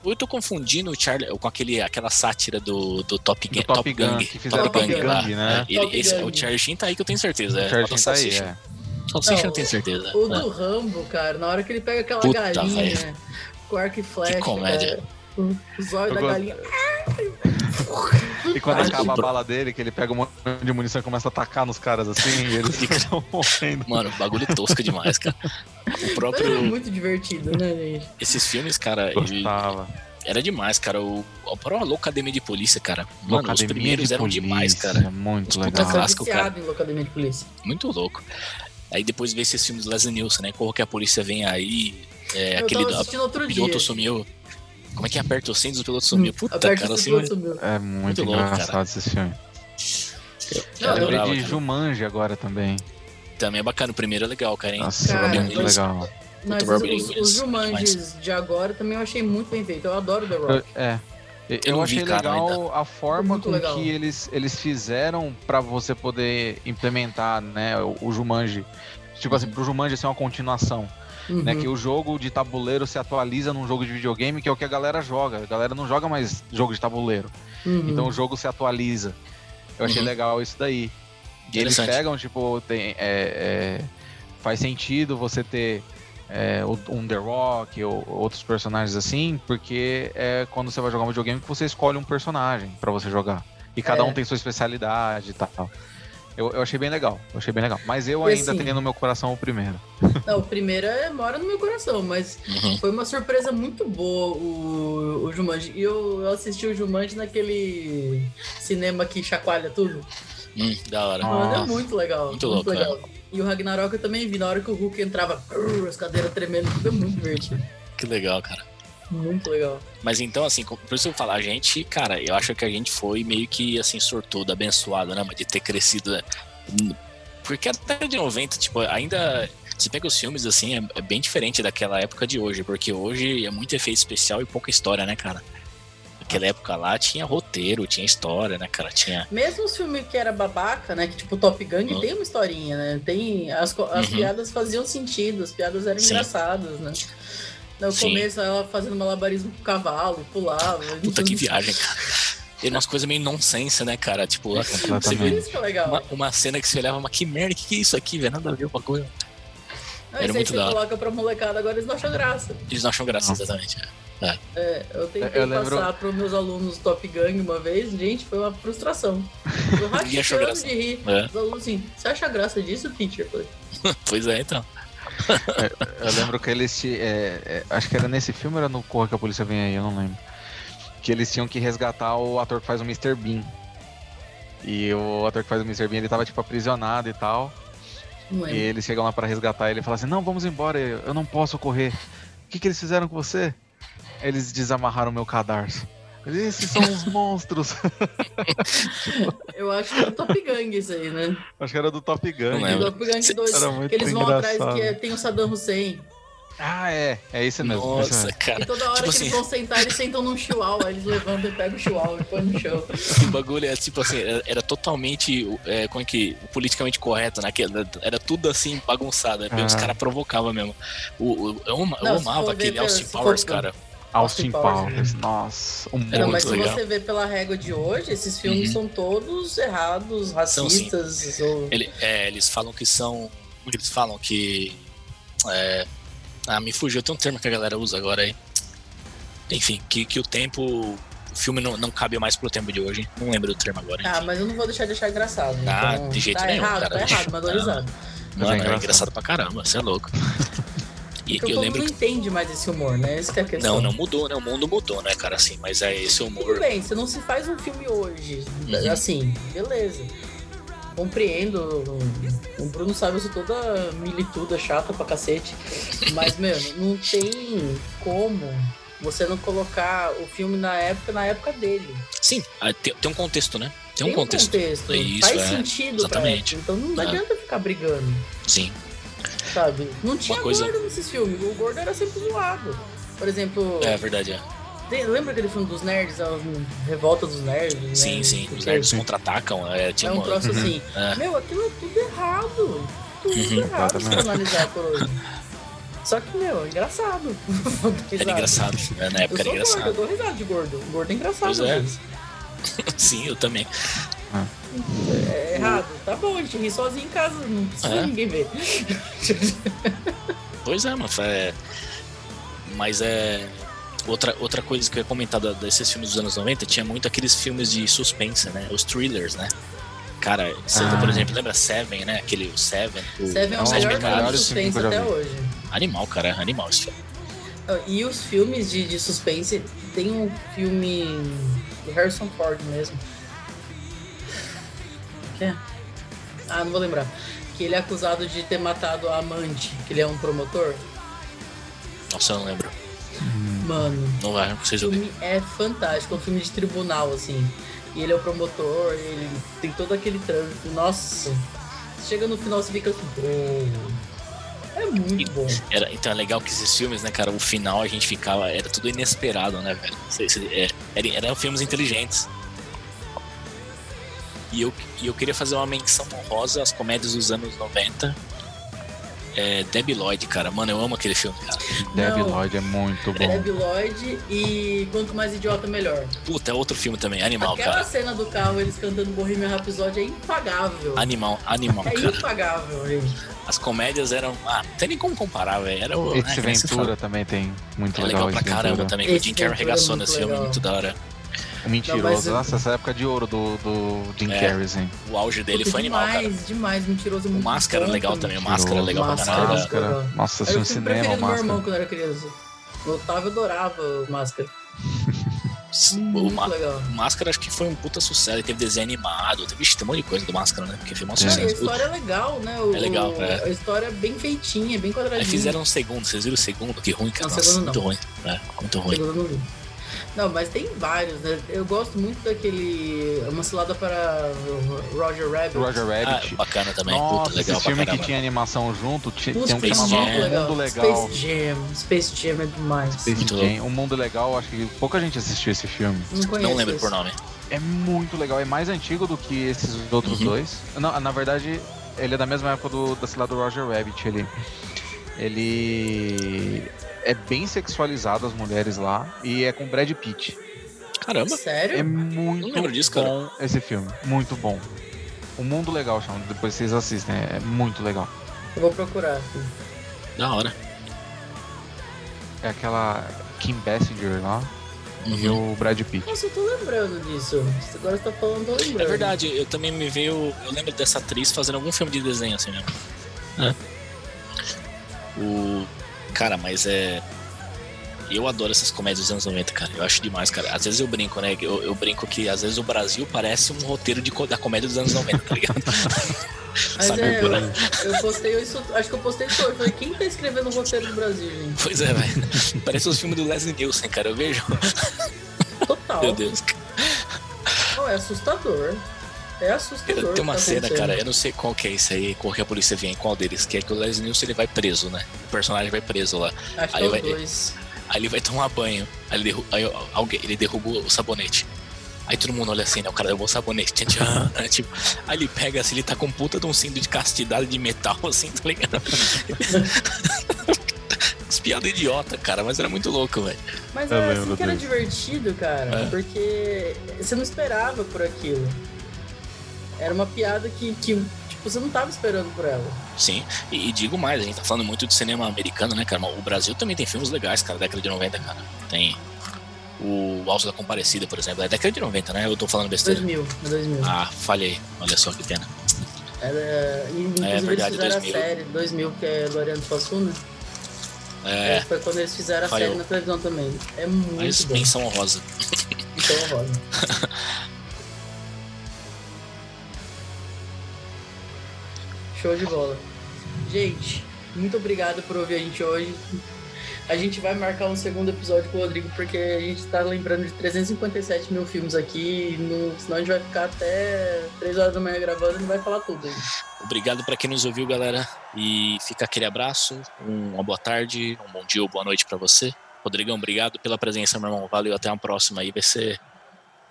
[SPEAKER 1] Eu tô confundindo o Charlie com aquele, aquela sátira do, do Top Gun.
[SPEAKER 3] Do Top Gun, que fizeram
[SPEAKER 2] Top Gun,
[SPEAKER 1] lá.
[SPEAKER 3] né?
[SPEAKER 1] É, ele-
[SPEAKER 2] Top
[SPEAKER 1] esse-
[SPEAKER 2] Gun.
[SPEAKER 1] o Charlie Sheen tá aí que eu tenho certeza. é.
[SPEAKER 3] O Charlie
[SPEAKER 1] Falta
[SPEAKER 3] Sheen tá aí,
[SPEAKER 1] Salsicha.
[SPEAKER 3] é.
[SPEAKER 1] Salsicha eu
[SPEAKER 2] Não,
[SPEAKER 1] não tenho certeza.
[SPEAKER 2] O
[SPEAKER 1] né?
[SPEAKER 2] do Rambo, cara, na hora que ele pega aquela
[SPEAKER 1] Puta,
[SPEAKER 2] galinha,
[SPEAKER 1] velho.
[SPEAKER 2] com arco e flecha,
[SPEAKER 1] comédia.
[SPEAKER 2] cara, o- o zóio
[SPEAKER 3] Eu
[SPEAKER 2] da
[SPEAKER 3] gosto-
[SPEAKER 2] galinha.
[SPEAKER 3] E quando
[SPEAKER 1] Ai,
[SPEAKER 3] acaba a
[SPEAKER 1] bro.
[SPEAKER 3] bala dele, que ele pega um monte de munição e começa a atacar nos caras assim, e eles ficam morrendo.
[SPEAKER 1] Mano, o bagulho é tosco demais, cara. O
[SPEAKER 2] Mas era
[SPEAKER 1] próprio.
[SPEAKER 2] muito divertido, né, gente?
[SPEAKER 1] Esses filmes, cara, ele-
[SPEAKER 3] Gostava.
[SPEAKER 1] era demais, cara. O, a própria Locademia de Polícia, cara. Mano, os
[SPEAKER 3] Academia
[SPEAKER 1] primeiros
[SPEAKER 3] de
[SPEAKER 1] eram demais,
[SPEAKER 3] Polícia, é
[SPEAKER 1] cara. Os
[SPEAKER 3] Muito
[SPEAKER 1] puta
[SPEAKER 3] legal.
[SPEAKER 2] Nossa,
[SPEAKER 1] Tá clássico,
[SPEAKER 2] viciado
[SPEAKER 1] cara.
[SPEAKER 2] em locademia de polícia.
[SPEAKER 1] Muito louco. Aí depois veio esses filmes do Leslie Nielsen, né? Corro que a polícia vem aí. É,
[SPEAKER 2] eu
[SPEAKER 1] aquele
[SPEAKER 2] tava
[SPEAKER 1] do a-
[SPEAKER 2] assistindo outro dia. Hum,
[SPEAKER 1] piloto sumiu. Como é que aperta o cintos e o piloto sumiu? Puta,
[SPEAKER 2] Aperta
[SPEAKER 1] cara,
[SPEAKER 2] esse
[SPEAKER 1] assim.
[SPEAKER 2] piloto sumiu.
[SPEAKER 3] É muito,
[SPEAKER 1] Muito louco,
[SPEAKER 3] engraçado
[SPEAKER 1] cara.
[SPEAKER 3] esse filme.
[SPEAKER 1] eu
[SPEAKER 2] Não,
[SPEAKER 3] Eu lembrei
[SPEAKER 1] adorava,
[SPEAKER 3] de
[SPEAKER 1] cara.
[SPEAKER 3] Jumanji agora também.
[SPEAKER 1] Também é bacana. O primeiro é legal, cara, hein?
[SPEAKER 3] Nossa,
[SPEAKER 2] Cara,
[SPEAKER 3] é muito
[SPEAKER 1] eles-
[SPEAKER 3] legal.
[SPEAKER 2] Mas
[SPEAKER 1] Robin
[SPEAKER 2] os, os,
[SPEAKER 1] Williams,
[SPEAKER 2] os Jumanjis de agora também eu achei muito bem feito. Eu adoro The
[SPEAKER 3] Eu-
[SPEAKER 2] Rock.
[SPEAKER 3] é. Eu,
[SPEAKER 1] Eu não vi,
[SPEAKER 3] achei
[SPEAKER 1] cara,
[SPEAKER 3] legal a forma
[SPEAKER 2] Muito
[SPEAKER 3] com
[SPEAKER 2] legal.
[SPEAKER 3] que eles, eles fizeram pra você poder implementar, né, o, o Jumanji. Tipo assim, pro Jumanji ser uma continuação,
[SPEAKER 2] Uhum.
[SPEAKER 3] né? Que o jogo de tabuleiro se atualiza num jogo de videogame, que é o que a galera joga. A galera não joga mais jogo de tabuleiro.
[SPEAKER 2] Uhum.
[SPEAKER 3] Então o jogo se atualiza. Eu achei
[SPEAKER 1] Uhum.
[SPEAKER 3] legal isso daí. E eles
[SPEAKER 1] Interessante.
[SPEAKER 3] pegam, tipo, tem, é, é, faz sentido você ter é, o- um The Rock ou outros personagens assim, porque é quando você vai jogar um videogame que você escolhe um personagem pra você jogar. E cada
[SPEAKER 2] É.
[SPEAKER 3] um tem sua especialidade e tal. Eu, eu achei bem legal, eu achei bem legal. Mas eu
[SPEAKER 2] E
[SPEAKER 3] ainda
[SPEAKER 2] assim-
[SPEAKER 3] tenho no meu coração o primeiro.
[SPEAKER 2] Não, o primeiro é, mora no meu coração, mas
[SPEAKER 1] Uhum.
[SPEAKER 2] foi uma surpresa muito boa o, o Jumanji. E eu, eu assisti o Jumanji naquele cinema que chacoalha tudo.
[SPEAKER 1] Hum, da hora.
[SPEAKER 3] Nossa.
[SPEAKER 2] Mano, é muito legal.
[SPEAKER 1] Muito louco, né?
[SPEAKER 2] legal. E o Ragnarok eu também vi. Na hora que o Hulk entrava, brrr, as cadeiras tremendo, tudo é muito divertido.
[SPEAKER 1] Ah, Que legal, cara.
[SPEAKER 2] Muito legal.
[SPEAKER 1] Mas então, assim, com- por isso eu falo, a gente, cara, eu acho que a gente foi meio que, assim, sortudo, abençoado, né? mas De ter crescido. né? Porque até de 90, tipo, ainda. Você pega os filmes, assim, é- é bem diferente daquela época de hoje, porque hoje é muito efeito especial e pouca história, né, cara? Naquela época lá tinha roteiro, tinha história, né, cara? Tinha.
[SPEAKER 2] Mesmo os filmes que era babaca, né? Que tipo Top Gun
[SPEAKER 1] Uhum.
[SPEAKER 2] tem uma historinha, né? Tem, as, co- as
[SPEAKER 1] Uhum.
[SPEAKER 2] piadas faziam sentido, as piadas eram
[SPEAKER 1] Sim.
[SPEAKER 2] engraçadas, né? No
[SPEAKER 1] Sim.
[SPEAKER 2] começo ela fazendo malabarismo com o cavalo, pulava. a gente
[SPEAKER 1] Puta que
[SPEAKER 2] não-
[SPEAKER 1] viagem, cara. Era umas coisas meio nonsense, né, cara? Tipo, você
[SPEAKER 2] Por
[SPEAKER 1] vê
[SPEAKER 3] Completamente.
[SPEAKER 2] isso que é legal.
[SPEAKER 1] uma, uma cena que você olhava, mas que merda, que, que é isso aqui, velho? Nada a ver o bagulho.
[SPEAKER 2] Não, isso
[SPEAKER 1] era
[SPEAKER 2] aí
[SPEAKER 1] muito
[SPEAKER 2] você
[SPEAKER 1] da hora.
[SPEAKER 2] coloca pra molecada, agora eles não acham graça.
[SPEAKER 1] Eles não acham graça,
[SPEAKER 3] Não.
[SPEAKER 1] exatamente.
[SPEAKER 2] É, eu tentei
[SPEAKER 3] Eu lembro-
[SPEAKER 2] passar para meus alunos Top Gang uma vez, gente, foi uma frustração. Eu
[SPEAKER 1] Ninguém achou
[SPEAKER 2] rachando
[SPEAKER 1] graça.
[SPEAKER 2] de rir.
[SPEAKER 1] É.
[SPEAKER 2] Os alunos assim, você acha graça disso, teacher? Eu falei,
[SPEAKER 1] Pois é, então.
[SPEAKER 3] Eu lembro que eles. ti- é, é, acho que era nesse filme, ou era no Corra que a Polícia Vem Aí, eu não lembro. Que eles tinham que resgatar o ator que faz o Mr. Bean. E o ator que faz o Mr. Bean, ele tava tipo aprisionado e tal.
[SPEAKER 2] Não
[SPEAKER 3] E
[SPEAKER 2] é.
[SPEAKER 3] eles chegam lá pra resgatar ele e falam assim: Não, vamos embora, eu eu não posso correr. O que, que eles fizeram com você? Eles desamarraram meu cadarço. Eles, Esses são os monstros.
[SPEAKER 2] Eu acho que é o Top Gang isso aí, né?
[SPEAKER 3] acho que era do Top Gun.
[SPEAKER 1] Não
[SPEAKER 2] O
[SPEAKER 1] lembro.
[SPEAKER 3] né?
[SPEAKER 2] Top Gang
[SPEAKER 1] Cê-
[SPEAKER 2] 2,
[SPEAKER 3] era muito
[SPEAKER 2] que eles vão atrás,
[SPEAKER 3] engraçado.
[SPEAKER 2] que é- tem o Saddam Hussein.
[SPEAKER 3] Ah, é. É isso mesmo. é isso
[SPEAKER 1] Nossa,
[SPEAKER 3] mesmo.
[SPEAKER 2] E
[SPEAKER 1] cara,
[SPEAKER 2] toda hora
[SPEAKER 1] Tipo
[SPEAKER 2] que
[SPEAKER 1] assim-
[SPEAKER 2] eles vão sentar, eles sentam num chihuahua, eles levantam e pegam o chihuahua e põem no chão.
[SPEAKER 1] o bagulho é tipo assim, era, era totalmente, é, como é que, politicamente correto, né? Que Era, era tudo assim, bagunçado, né? os
[SPEAKER 3] Ah.
[SPEAKER 1] caras provocavam mesmo. O, o- eu ama- eu
[SPEAKER 2] Não, se for
[SPEAKER 1] amava
[SPEAKER 2] ver
[SPEAKER 1] aquele
[SPEAKER 2] pelo-
[SPEAKER 1] Austin
[SPEAKER 2] se for
[SPEAKER 1] Powers,
[SPEAKER 2] pelo-
[SPEAKER 1] cara.
[SPEAKER 3] Austin
[SPEAKER 2] Austin Powers.
[SPEAKER 3] Powers. Nossa, um
[SPEAKER 1] Era
[SPEAKER 2] Não, mas
[SPEAKER 1] muito
[SPEAKER 2] se
[SPEAKER 1] legal.
[SPEAKER 2] você vê pela régua de hoje, esses filmes
[SPEAKER 1] Uhum.
[SPEAKER 2] são todos errados,
[SPEAKER 1] São, sim.
[SPEAKER 2] racistas. ou-
[SPEAKER 1] Ele- é, eles falam que são, como que eles falam que, é, ah, me fugiu, tem um termo que a galera usa agora aí. Enfim, que, que o tempo, o filme não, não cabe mais pro tempo de hoje, não lembro do termo agora.
[SPEAKER 2] Ah,
[SPEAKER 1] enfim.
[SPEAKER 2] mas eu não vou deixar de achar engraçado.
[SPEAKER 1] Ah,
[SPEAKER 2] então,
[SPEAKER 1] de jeito
[SPEAKER 2] tá
[SPEAKER 1] nenhum,
[SPEAKER 2] errado,
[SPEAKER 1] cara.
[SPEAKER 2] Tá errado, mas
[SPEAKER 1] Não.
[SPEAKER 2] valorizado.
[SPEAKER 3] Mas
[SPEAKER 1] Mano,
[SPEAKER 3] é
[SPEAKER 1] é engraçado.
[SPEAKER 3] engraçado.
[SPEAKER 1] pra caramba, você é louco. E
[SPEAKER 2] Porque
[SPEAKER 1] eu
[SPEAKER 2] o povo
[SPEAKER 1] lembro
[SPEAKER 2] não
[SPEAKER 1] que.
[SPEAKER 2] entende mais esse humor, né? Essa que é a questão.
[SPEAKER 1] Não, não mudou, né? O mundo mudou, né, cara? Assim, mas é esse
[SPEAKER 2] Tudo
[SPEAKER 1] humor.
[SPEAKER 2] bem, você não se faz um filme hoje.
[SPEAKER 1] Uhum.
[SPEAKER 2] Assim, beleza. Compreendo. O Bruno sabe, eu sou toda milituda, chata pra cacete. Mas, meu, não tem como Você não colocar o filme na época, na época dele.
[SPEAKER 1] Sim, ah, tem, tem um contexto, né? Tem um
[SPEAKER 2] Tem
[SPEAKER 1] contexto.
[SPEAKER 2] contexto.
[SPEAKER 1] Isso,
[SPEAKER 2] Faz
[SPEAKER 1] é.
[SPEAKER 2] sentido
[SPEAKER 1] exatamente.
[SPEAKER 2] pra época. Então não
[SPEAKER 1] É.
[SPEAKER 2] adianta ficar brigando,
[SPEAKER 1] Sim.
[SPEAKER 2] sabe? Não tinha
[SPEAKER 1] coisa-
[SPEAKER 2] gordo nesses filmes. O gordo era sempre zoado. Por exemplo,
[SPEAKER 1] É verdade, é.
[SPEAKER 2] tem- lembra aquele filme dos nerds? A Revolta dos nerds? né?
[SPEAKER 1] Sim, sim. Os
[SPEAKER 2] Porque
[SPEAKER 1] nerds contra-atacam. É,
[SPEAKER 2] É
[SPEAKER 1] tinha
[SPEAKER 2] um
[SPEAKER 1] uma-
[SPEAKER 2] troço assim.
[SPEAKER 1] É.
[SPEAKER 2] Meu, aquilo é tudo errado. Tudo
[SPEAKER 1] Uhum,
[SPEAKER 2] errado se
[SPEAKER 3] exatamente.
[SPEAKER 2] analisar por hoje. Só que, meu, é engraçado.
[SPEAKER 1] Era engraçado. né? Na
[SPEAKER 2] Eu
[SPEAKER 1] época era
[SPEAKER 2] sou gordo, eu
[SPEAKER 1] engraçado.
[SPEAKER 2] dou risada de gordo. O gordo é engraçado.
[SPEAKER 1] Pois é.
[SPEAKER 2] às vezes.
[SPEAKER 1] Sim, eu também.
[SPEAKER 2] É errado. Tá bom, a gente ri sozinho em casa, não precisa
[SPEAKER 1] Uhum. É.
[SPEAKER 2] ninguém ver.
[SPEAKER 1] Pois é, mano. é- Mas é. Outra, outra coisa que eu ia comentar da- desses filmes dos anos 90 tinha muito aqueles filmes de suspense, né? Os thrillers, né? Cara, você,
[SPEAKER 3] Ah.
[SPEAKER 1] por exemplo, lembra Seven, né? Aquele o Seven.
[SPEAKER 2] Seven é
[SPEAKER 3] É um
[SPEAKER 2] o
[SPEAKER 3] dos
[SPEAKER 2] melhor
[SPEAKER 1] melhores
[SPEAKER 2] filme de
[SPEAKER 3] filmes que
[SPEAKER 2] suspense
[SPEAKER 3] eu já
[SPEAKER 2] até
[SPEAKER 3] vi.
[SPEAKER 2] hoje.
[SPEAKER 1] Animal, cara. Animal esse filme.
[SPEAKER 2] Ah, E os filmes de, de suspense, tem um filme do Harrison Ford mesmo. Que é? Ah, não vou lembrar. Que ele é acusado de ter matado a amante, que ele é um promotor.
[SPEAKER 1] Nossa, eu não lembro.
[SPEAKER 2] Mano,
[SPEAKER 1] Não vai, não sei se
[SPEAKER 2] o
[SPEAKER 1] eu vi.
[SPEAKER 2] filme é fantástico, é um filme de tribunal, assim. E ele é o promotor, ele tem todo aquele trânsito. Nossa, chega no final você fica assim. "Oh". É muito bom.
[SPEAKER 1] Era- então é legal que esses filmes, né, cara, o final a gente ficava. Era tudo inesperado, né, velho? Cê- cê- é, era- eram filmes inteligentes. E eu, e eu queria fazer uma menção honrosa às comédias dos anos 90. É, Debbie Lloyd, cara. Mano, eu amo aquele filme, cara.
[SPEAKER 3] Dev
[SPEAKER 2] Não.
[SPEAKER 3] Lloyd é muito bom.
[SPEAKER 2] Deb Lloyd e quanto mais idiota, melhor.
[SPEAKER 1] Puta, é outro filme também. Animal,
[SPEAKER 2] Aquela
[SPEAKER 1] cara.
[SPEAKER 2] cena do carro, eles cantando Bohemian Rhapsody é impagável.
[SPEAKER 1] Animal, animal,
[SPEAKER 2] É
[SPEAKER 1] cara.
[SPEAKER 2] impagável, gente.
[SPEAKER 1] As comédias eram. Ah, não tem nem como comparar, velho. Era o.
[SPEAKER 3] Ace
[SPEAKER 1] né, que nem se fala.
[SPEAKER 3] Ventura também tem. Muito
[SPEAKER 1] É
[SPEAKER 3] legal,
[SPEAKER 1] legal pra
[SPEAKER 3] Ace
[SPEAKER 1] caramba
[SPEAKER 3] Ventura.
[SPEAKER 1] também. que O
[SPEAKER 2] Esse
[SPEAKER 1] Jim Carrey
[SPEAKER 2] Ventura é
[SPEAKER 1] arregaçou
[SPEAKER 2] muito
[SPEAKER 1] nesse filme,
[SPEAKER 2] legal.
[SPEAKER 1] muito da hora.
[SPEAKER 3] O
[SPEAKER 2] Não, mas
[SPEAKER 3] É Mentiroso.
[SPEAKER 2] eu-
[SPEAKER 3] Nossa, essa época de ouro do, do Jim
[SPEAKER 1] É.
[SPEAKER 3] Carrey, assim, hein?
[SPEAKER 1] O auge dele
[SPEAKER 2] Puta,
[SPEAKER 1] foi animal,
[SPEAKER 2] demais,
[SPEAKER 1] cara.
[SPEAKER 2] demais, mentiroso.
[SPEAKER 1] O Máscara é legal também. O Máscara é legal pra
[SPEAKER 2] Máscara.
[SPEAKER 1] caramba.
[SPEAKER 3] Máscara.
[SPEAKER 2] Era
[SPEAKER 3] Nossa, assim,
[SPEAKER 2] o
[SPEAKER 3] o
[SPEAKER 2] filme
[SPEAKER 3] cinema,
[SPEAKER 2] preferido
[SPEAKER 3] o
[SPEAKER 2] do meu irmão
[SPEAKER 3] máscara.
[SPEAKER 2] quando eu era criança. O Otávio adorava o Máscara.
[SPEAKER 1] O
[SPEAKER 2] Muito
[SPEAKER 1] Ma-
[SPEAKER 2] legal.
[SPEAKER 3] É.
[SPEAKER 1] Máscara acho que foi um puta sucesso. Ele teve desenho animado, teve, vixe, tem um monte de coisa do Máscara, né? Porque foi um
[SPEAKER 3] É.
[SPEAKER 2] Não, e a
[SPEAKER 1] sucesso.
[SPEAKER 2] história é legal, né? O-
[SPEAKER 1] É legal, é.
[SPEAKER 2] A história é bem feitinha, bem
[SPEAKER 1] Aí
[SPEAKER 2] quadradinha.
[SPEAKER 1] fizeram um segundo, vocês viram o segundo? Que ruim, cara.
[SPEAKER 2] Não,
[SPEAKER 1] Nossa,
[SPEAKER 2] segundo
[SPEAKER 1] muito ruim. né? muito ruim.
[SPEAKER 2] Segundo eu não vi. Não, mas tem vários, né? Eu gosto muito daquele. Uma cilada para o Roger Rabbit.
[SPEAKER 3] Roger
[SPEAKER 1] Ah,
[SPEAKER 3] Rabbit.
[SPEAKER 1] bacana também. puta,
[SPEAKER 3] Nossa,
[SPEAKER 1] legal
[SPEAKER 3] esse
[SPEAKER 1] pra
[SPEAKER 3] filme que
[SPEAKER 1] caramba.
[SPEAKER 3] tinha animação junto, ti-
[SPEAKER 2] O
[SPEAKER 3] tem um que
[SPEAKER 2] Space
[SPEAKER 1] chama
[SPEAKER 3] chamava
[SPEAKER 2] Jam
[SPEAKER 1] Novo
[SPEAKER 2] é legal.
[SPEAKER 3] O Mundo Legal.
[SPEAKER 2] Space Jam. Space Jam é demais.
[SPEAKER 3] Space
[SPEAKER 1] Muito
[SPEAKER 3] Jam. O Mundo Legal, acho que pouca gente assistiu esse filme.
[SPEAKER 2] Não conheço.
[SPEAKER 1] Não lembro
[SPEAKER 2] esse.
[SPEAKER 1] por nome.
[SPEAKER 3] É muito legal, é mais antigo do que esses outros
[SPEAKER 1] Uhum.
[SPEAKER 3] dois. Não, na verdade, ele é da mesma época do, da cilada do Roger Rabbit. Ele, ele é bem sexualizado as mulheres lá e é com Brad Pitt.
[SPEAKER 1] Caramba.
[SPEAKER 3] É
[SPEAKER 2] Sério?
[SPEAKER 3] muito
[SPEAKER 1] Não lembro disso,
[SPEAKER 3] bom
[SPEAKER 1] cara.
[SPEAKER 3] esse filme, muito bom. O Mundo Legal chama, depois vocês assistem, é muito legal.
[SPEAKER 2] Eu vou procurar.
[SPEAKER 1] Da hora.
[SPEAKER 3] É aquela Kim Basinger lá e
[SPEAKER 1] Uhum.
[SPEAKER 3] o Brad Pitt.
[SPEAKER 2] Nossa, eu tô lembrando disso. Agora você tá falando, eu tô lembrando.
[SPEAKER 1] É verdade, eu também me veio. Eu lembro dessa atriz fazendo algum filme de desenho assim mesmo.
[SPEAKER 2] É.
[SPEAKER 1] O. Cara, mas é. Eu adoro essas comédias dos anos 90, cara. Eu acho demais, cara. Às vezes eu brinco, né? Eu, eu brinco que às vezes o Brasil parece um roteiro de, co- da comédia dos anos 90, tá ligado?
[SPEAKER 2] Mas
[SPEAKER 1] Sabe,
[SPEAKER 2] é,
[SPEAKER 1] né?
[SPEAKER 2] eu, eu postei isso. Acho que eu postei isso hoje. Eu Falei, quem tá escrevendo o roteiro do Brasil, gente?
[SPEAKER 1] Pois é, velho. Parece os filmes do Leslie Nielsen, cara. Eu vejo.
[SPEAKER 2] Total.
[SPEAKER 1] Meu Deus.
[SPEAKER 2] Não, é assustador. É
[SPEAKER 1] Eu-
[SPEAKER 2] assustador.
[SPEAKER 1] Tem
[SPEAKER 2] o
[SPEAKER 1] uma
[SPEAKER 2] que tá
[SPEAKER 1] cena,
[SPEAKER 2] acontecendo.
[SPEAKER 1] cara, eu não sei qual que é isso aí, qual que a polícia vem, qual deles, que é que o Leslie Nielsen ele vai preso, né? O personagem vai preso lá.
[SPEAKER 2] Acho que
[SPEAKER 1] Aí
[SPEAKER 2] é os
[SPEAKER 1] vai-
[SPEAKER 2] dois.
[SPEAKER 1] Aí ele vai tomar banho. Aí ele, derru- aí alguém- ele derrubou o sabonete. Aí todo mundo olha assim, né? O cara derrubou o sabonete. Tchan, tchan. tipo, aí ele pega assim, ele tá com um puta de um cinto de castidade de metal, assim, tá ligado? As piadas idiota, cara, mas era muito louco, velho.
[SPEAKER 2] Mas
[SPEAKER 3] Eu
[SPEAKER 2] era assim
[SPEAKER 3] lembro
[SPEAKER 2] que era
[SPEAKER 3] disso.
[SPEAKER 2] divertido, cara,
[SPEAKER 1] É.
[SPEAKER 2] porque você não esperava por aquilo. Era uma piada que, que, tipo, você não tava esperando por ela.
[SPEAKER 1] Sim, e, e digo mais, a gente tá falando muito de cinema americano, né, cara? Mas o Brasil também tem filmes legais, cara, década de 90, cara. Tem o Alto da Comparecida, por exemplo. É década de 90, né? Eu tô falando besteira.
[SPEAKER 2] 2000, 2000.
[SPEAKER 1] Ah, falhei. Olha só que pena.
[SPEAKER 2] Era, e, inclusive
[SPEAKER 1] É verdade,
[SPEAKER 2] eles fizeram
[SPEAKER 1] 2000.
[SPEAKER 2] a série 2000, que é Gloriano Fassuna.
[SPEAKER 1] É,
[SPEAKER 2] Foi quando eles fizeram a
[SPEAKER 1] Falhou.
[SPEAKER 2] série na televisão também. É muito
[SPEAKER 1] mas
[SPEAKER 2] bom.
[SPEAKER 1] menção honrosa.
[SPEAKER 2] Então rola. Show de bola. Gente, muito obrigado por ouvir a gente hoje. A gente vai marcar um segundo episódio com o Rodrigo, porque a gente tá lembrando de 357 mil filmes aqui, e não- senão a gente vai ficar até 3 horas da manhã gravando e não vai falar tudo. hein?
[SPEAKER 1] Obrigado pra quem nos ouviu, galera. E fica aquele abraço, um- uma boa tarde, um bom dia ou boa noite pra você. Rodrigão, obrigado pela presença, meu irmão. Valeu, até uma próxima aí. Vai ser.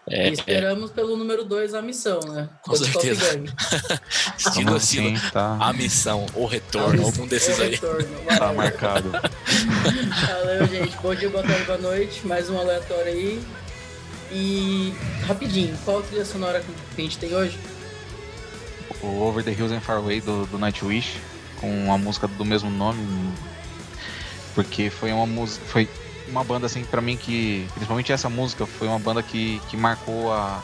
[SPEAKER 1] É,
[SPEAKER 2] e esperamos pelo número 2 a missão, né?
[SPEAKER 1] Com
[SPEAKER 2] Do Top
[SPEAKER 1] certeza.
[SPEAKER 2] Gun.
[SPEAKER 1] estilo, estilo,
[SPEAKER 3] assim, tá,
[SPEAKER 1] é, a missão, o retorno, algum desses
[SPEAKER 2] É o
[SPEAKER 1] aí.
[SPEAKER 2] retorno,
[SPEAKER 3] tá
[SPEAKER 2] valeu.
[SPEAKER 3] marcado.
[SPEAKER 2] Valeu, gente. Bom dia, boa tarde, boa noite. Mais um aleatório aí. E rapidinho, qual a trilha sonora que a gente tem hoje?
[SPEAKER 3] o Over the Hills and Faraway do, do Nightwish com a música do mesmo nome porque foi uma música foi uma banda assim pra mim que principalmente essa música foi uma banda que, que marcou a,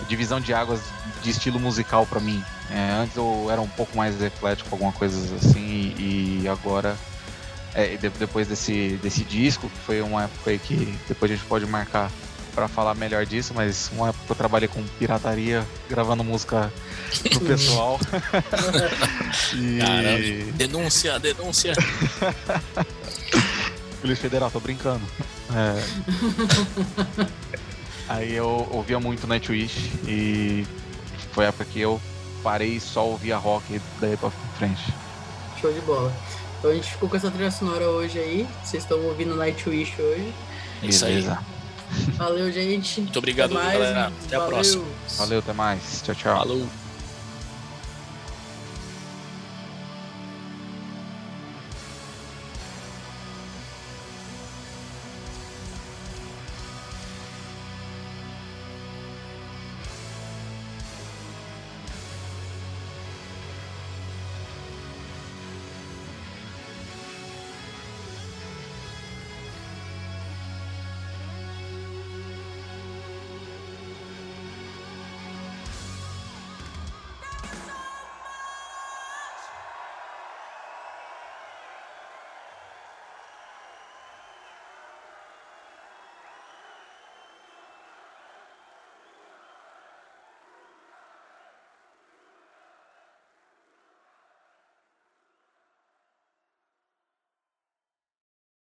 [SPEAKER 3] a divisão de águas de estilo musical pra mim É, antes eu era um pouco mais eclético alguma coisa assim e, e agora é, e de- depois desse desse disco que foi uma época aí que depois a gente pode marcar pra falar melhor disso mas uma época que eu trabalhei com pirataria gravando música pro pessoal. e
[SPEAKER 1] Caramba. Denúncia, denúncia.
[SPEAKER 3] Polícia Federal, tô brincando. É. Aí eu ouvia muito Nightwish e foi a época que eu parei e só ouvia rock daí pra frente.
[SPEAKER 2] Show de bola. Então a gente ficou com essa trilha sonora hoje aí. Vocês estão ouvindo Nightwish hoje.
[SPEAKER 1] É isso aí.
[SPEAKER 3] Beleza.
[SPEAKER 2] Valeu, gente.
[SPEAKER 1] Muito obrigado,
[SPEAKER 2] Até mais.
[SPEAKER 1] galera. Até a
[SPEAKER 2] Valeu.
[SPEAKER 1] próxima.
[SPEAKER 3] Valeu, até mais. Tchau, tchau.
[SPEAKER 1] Falou.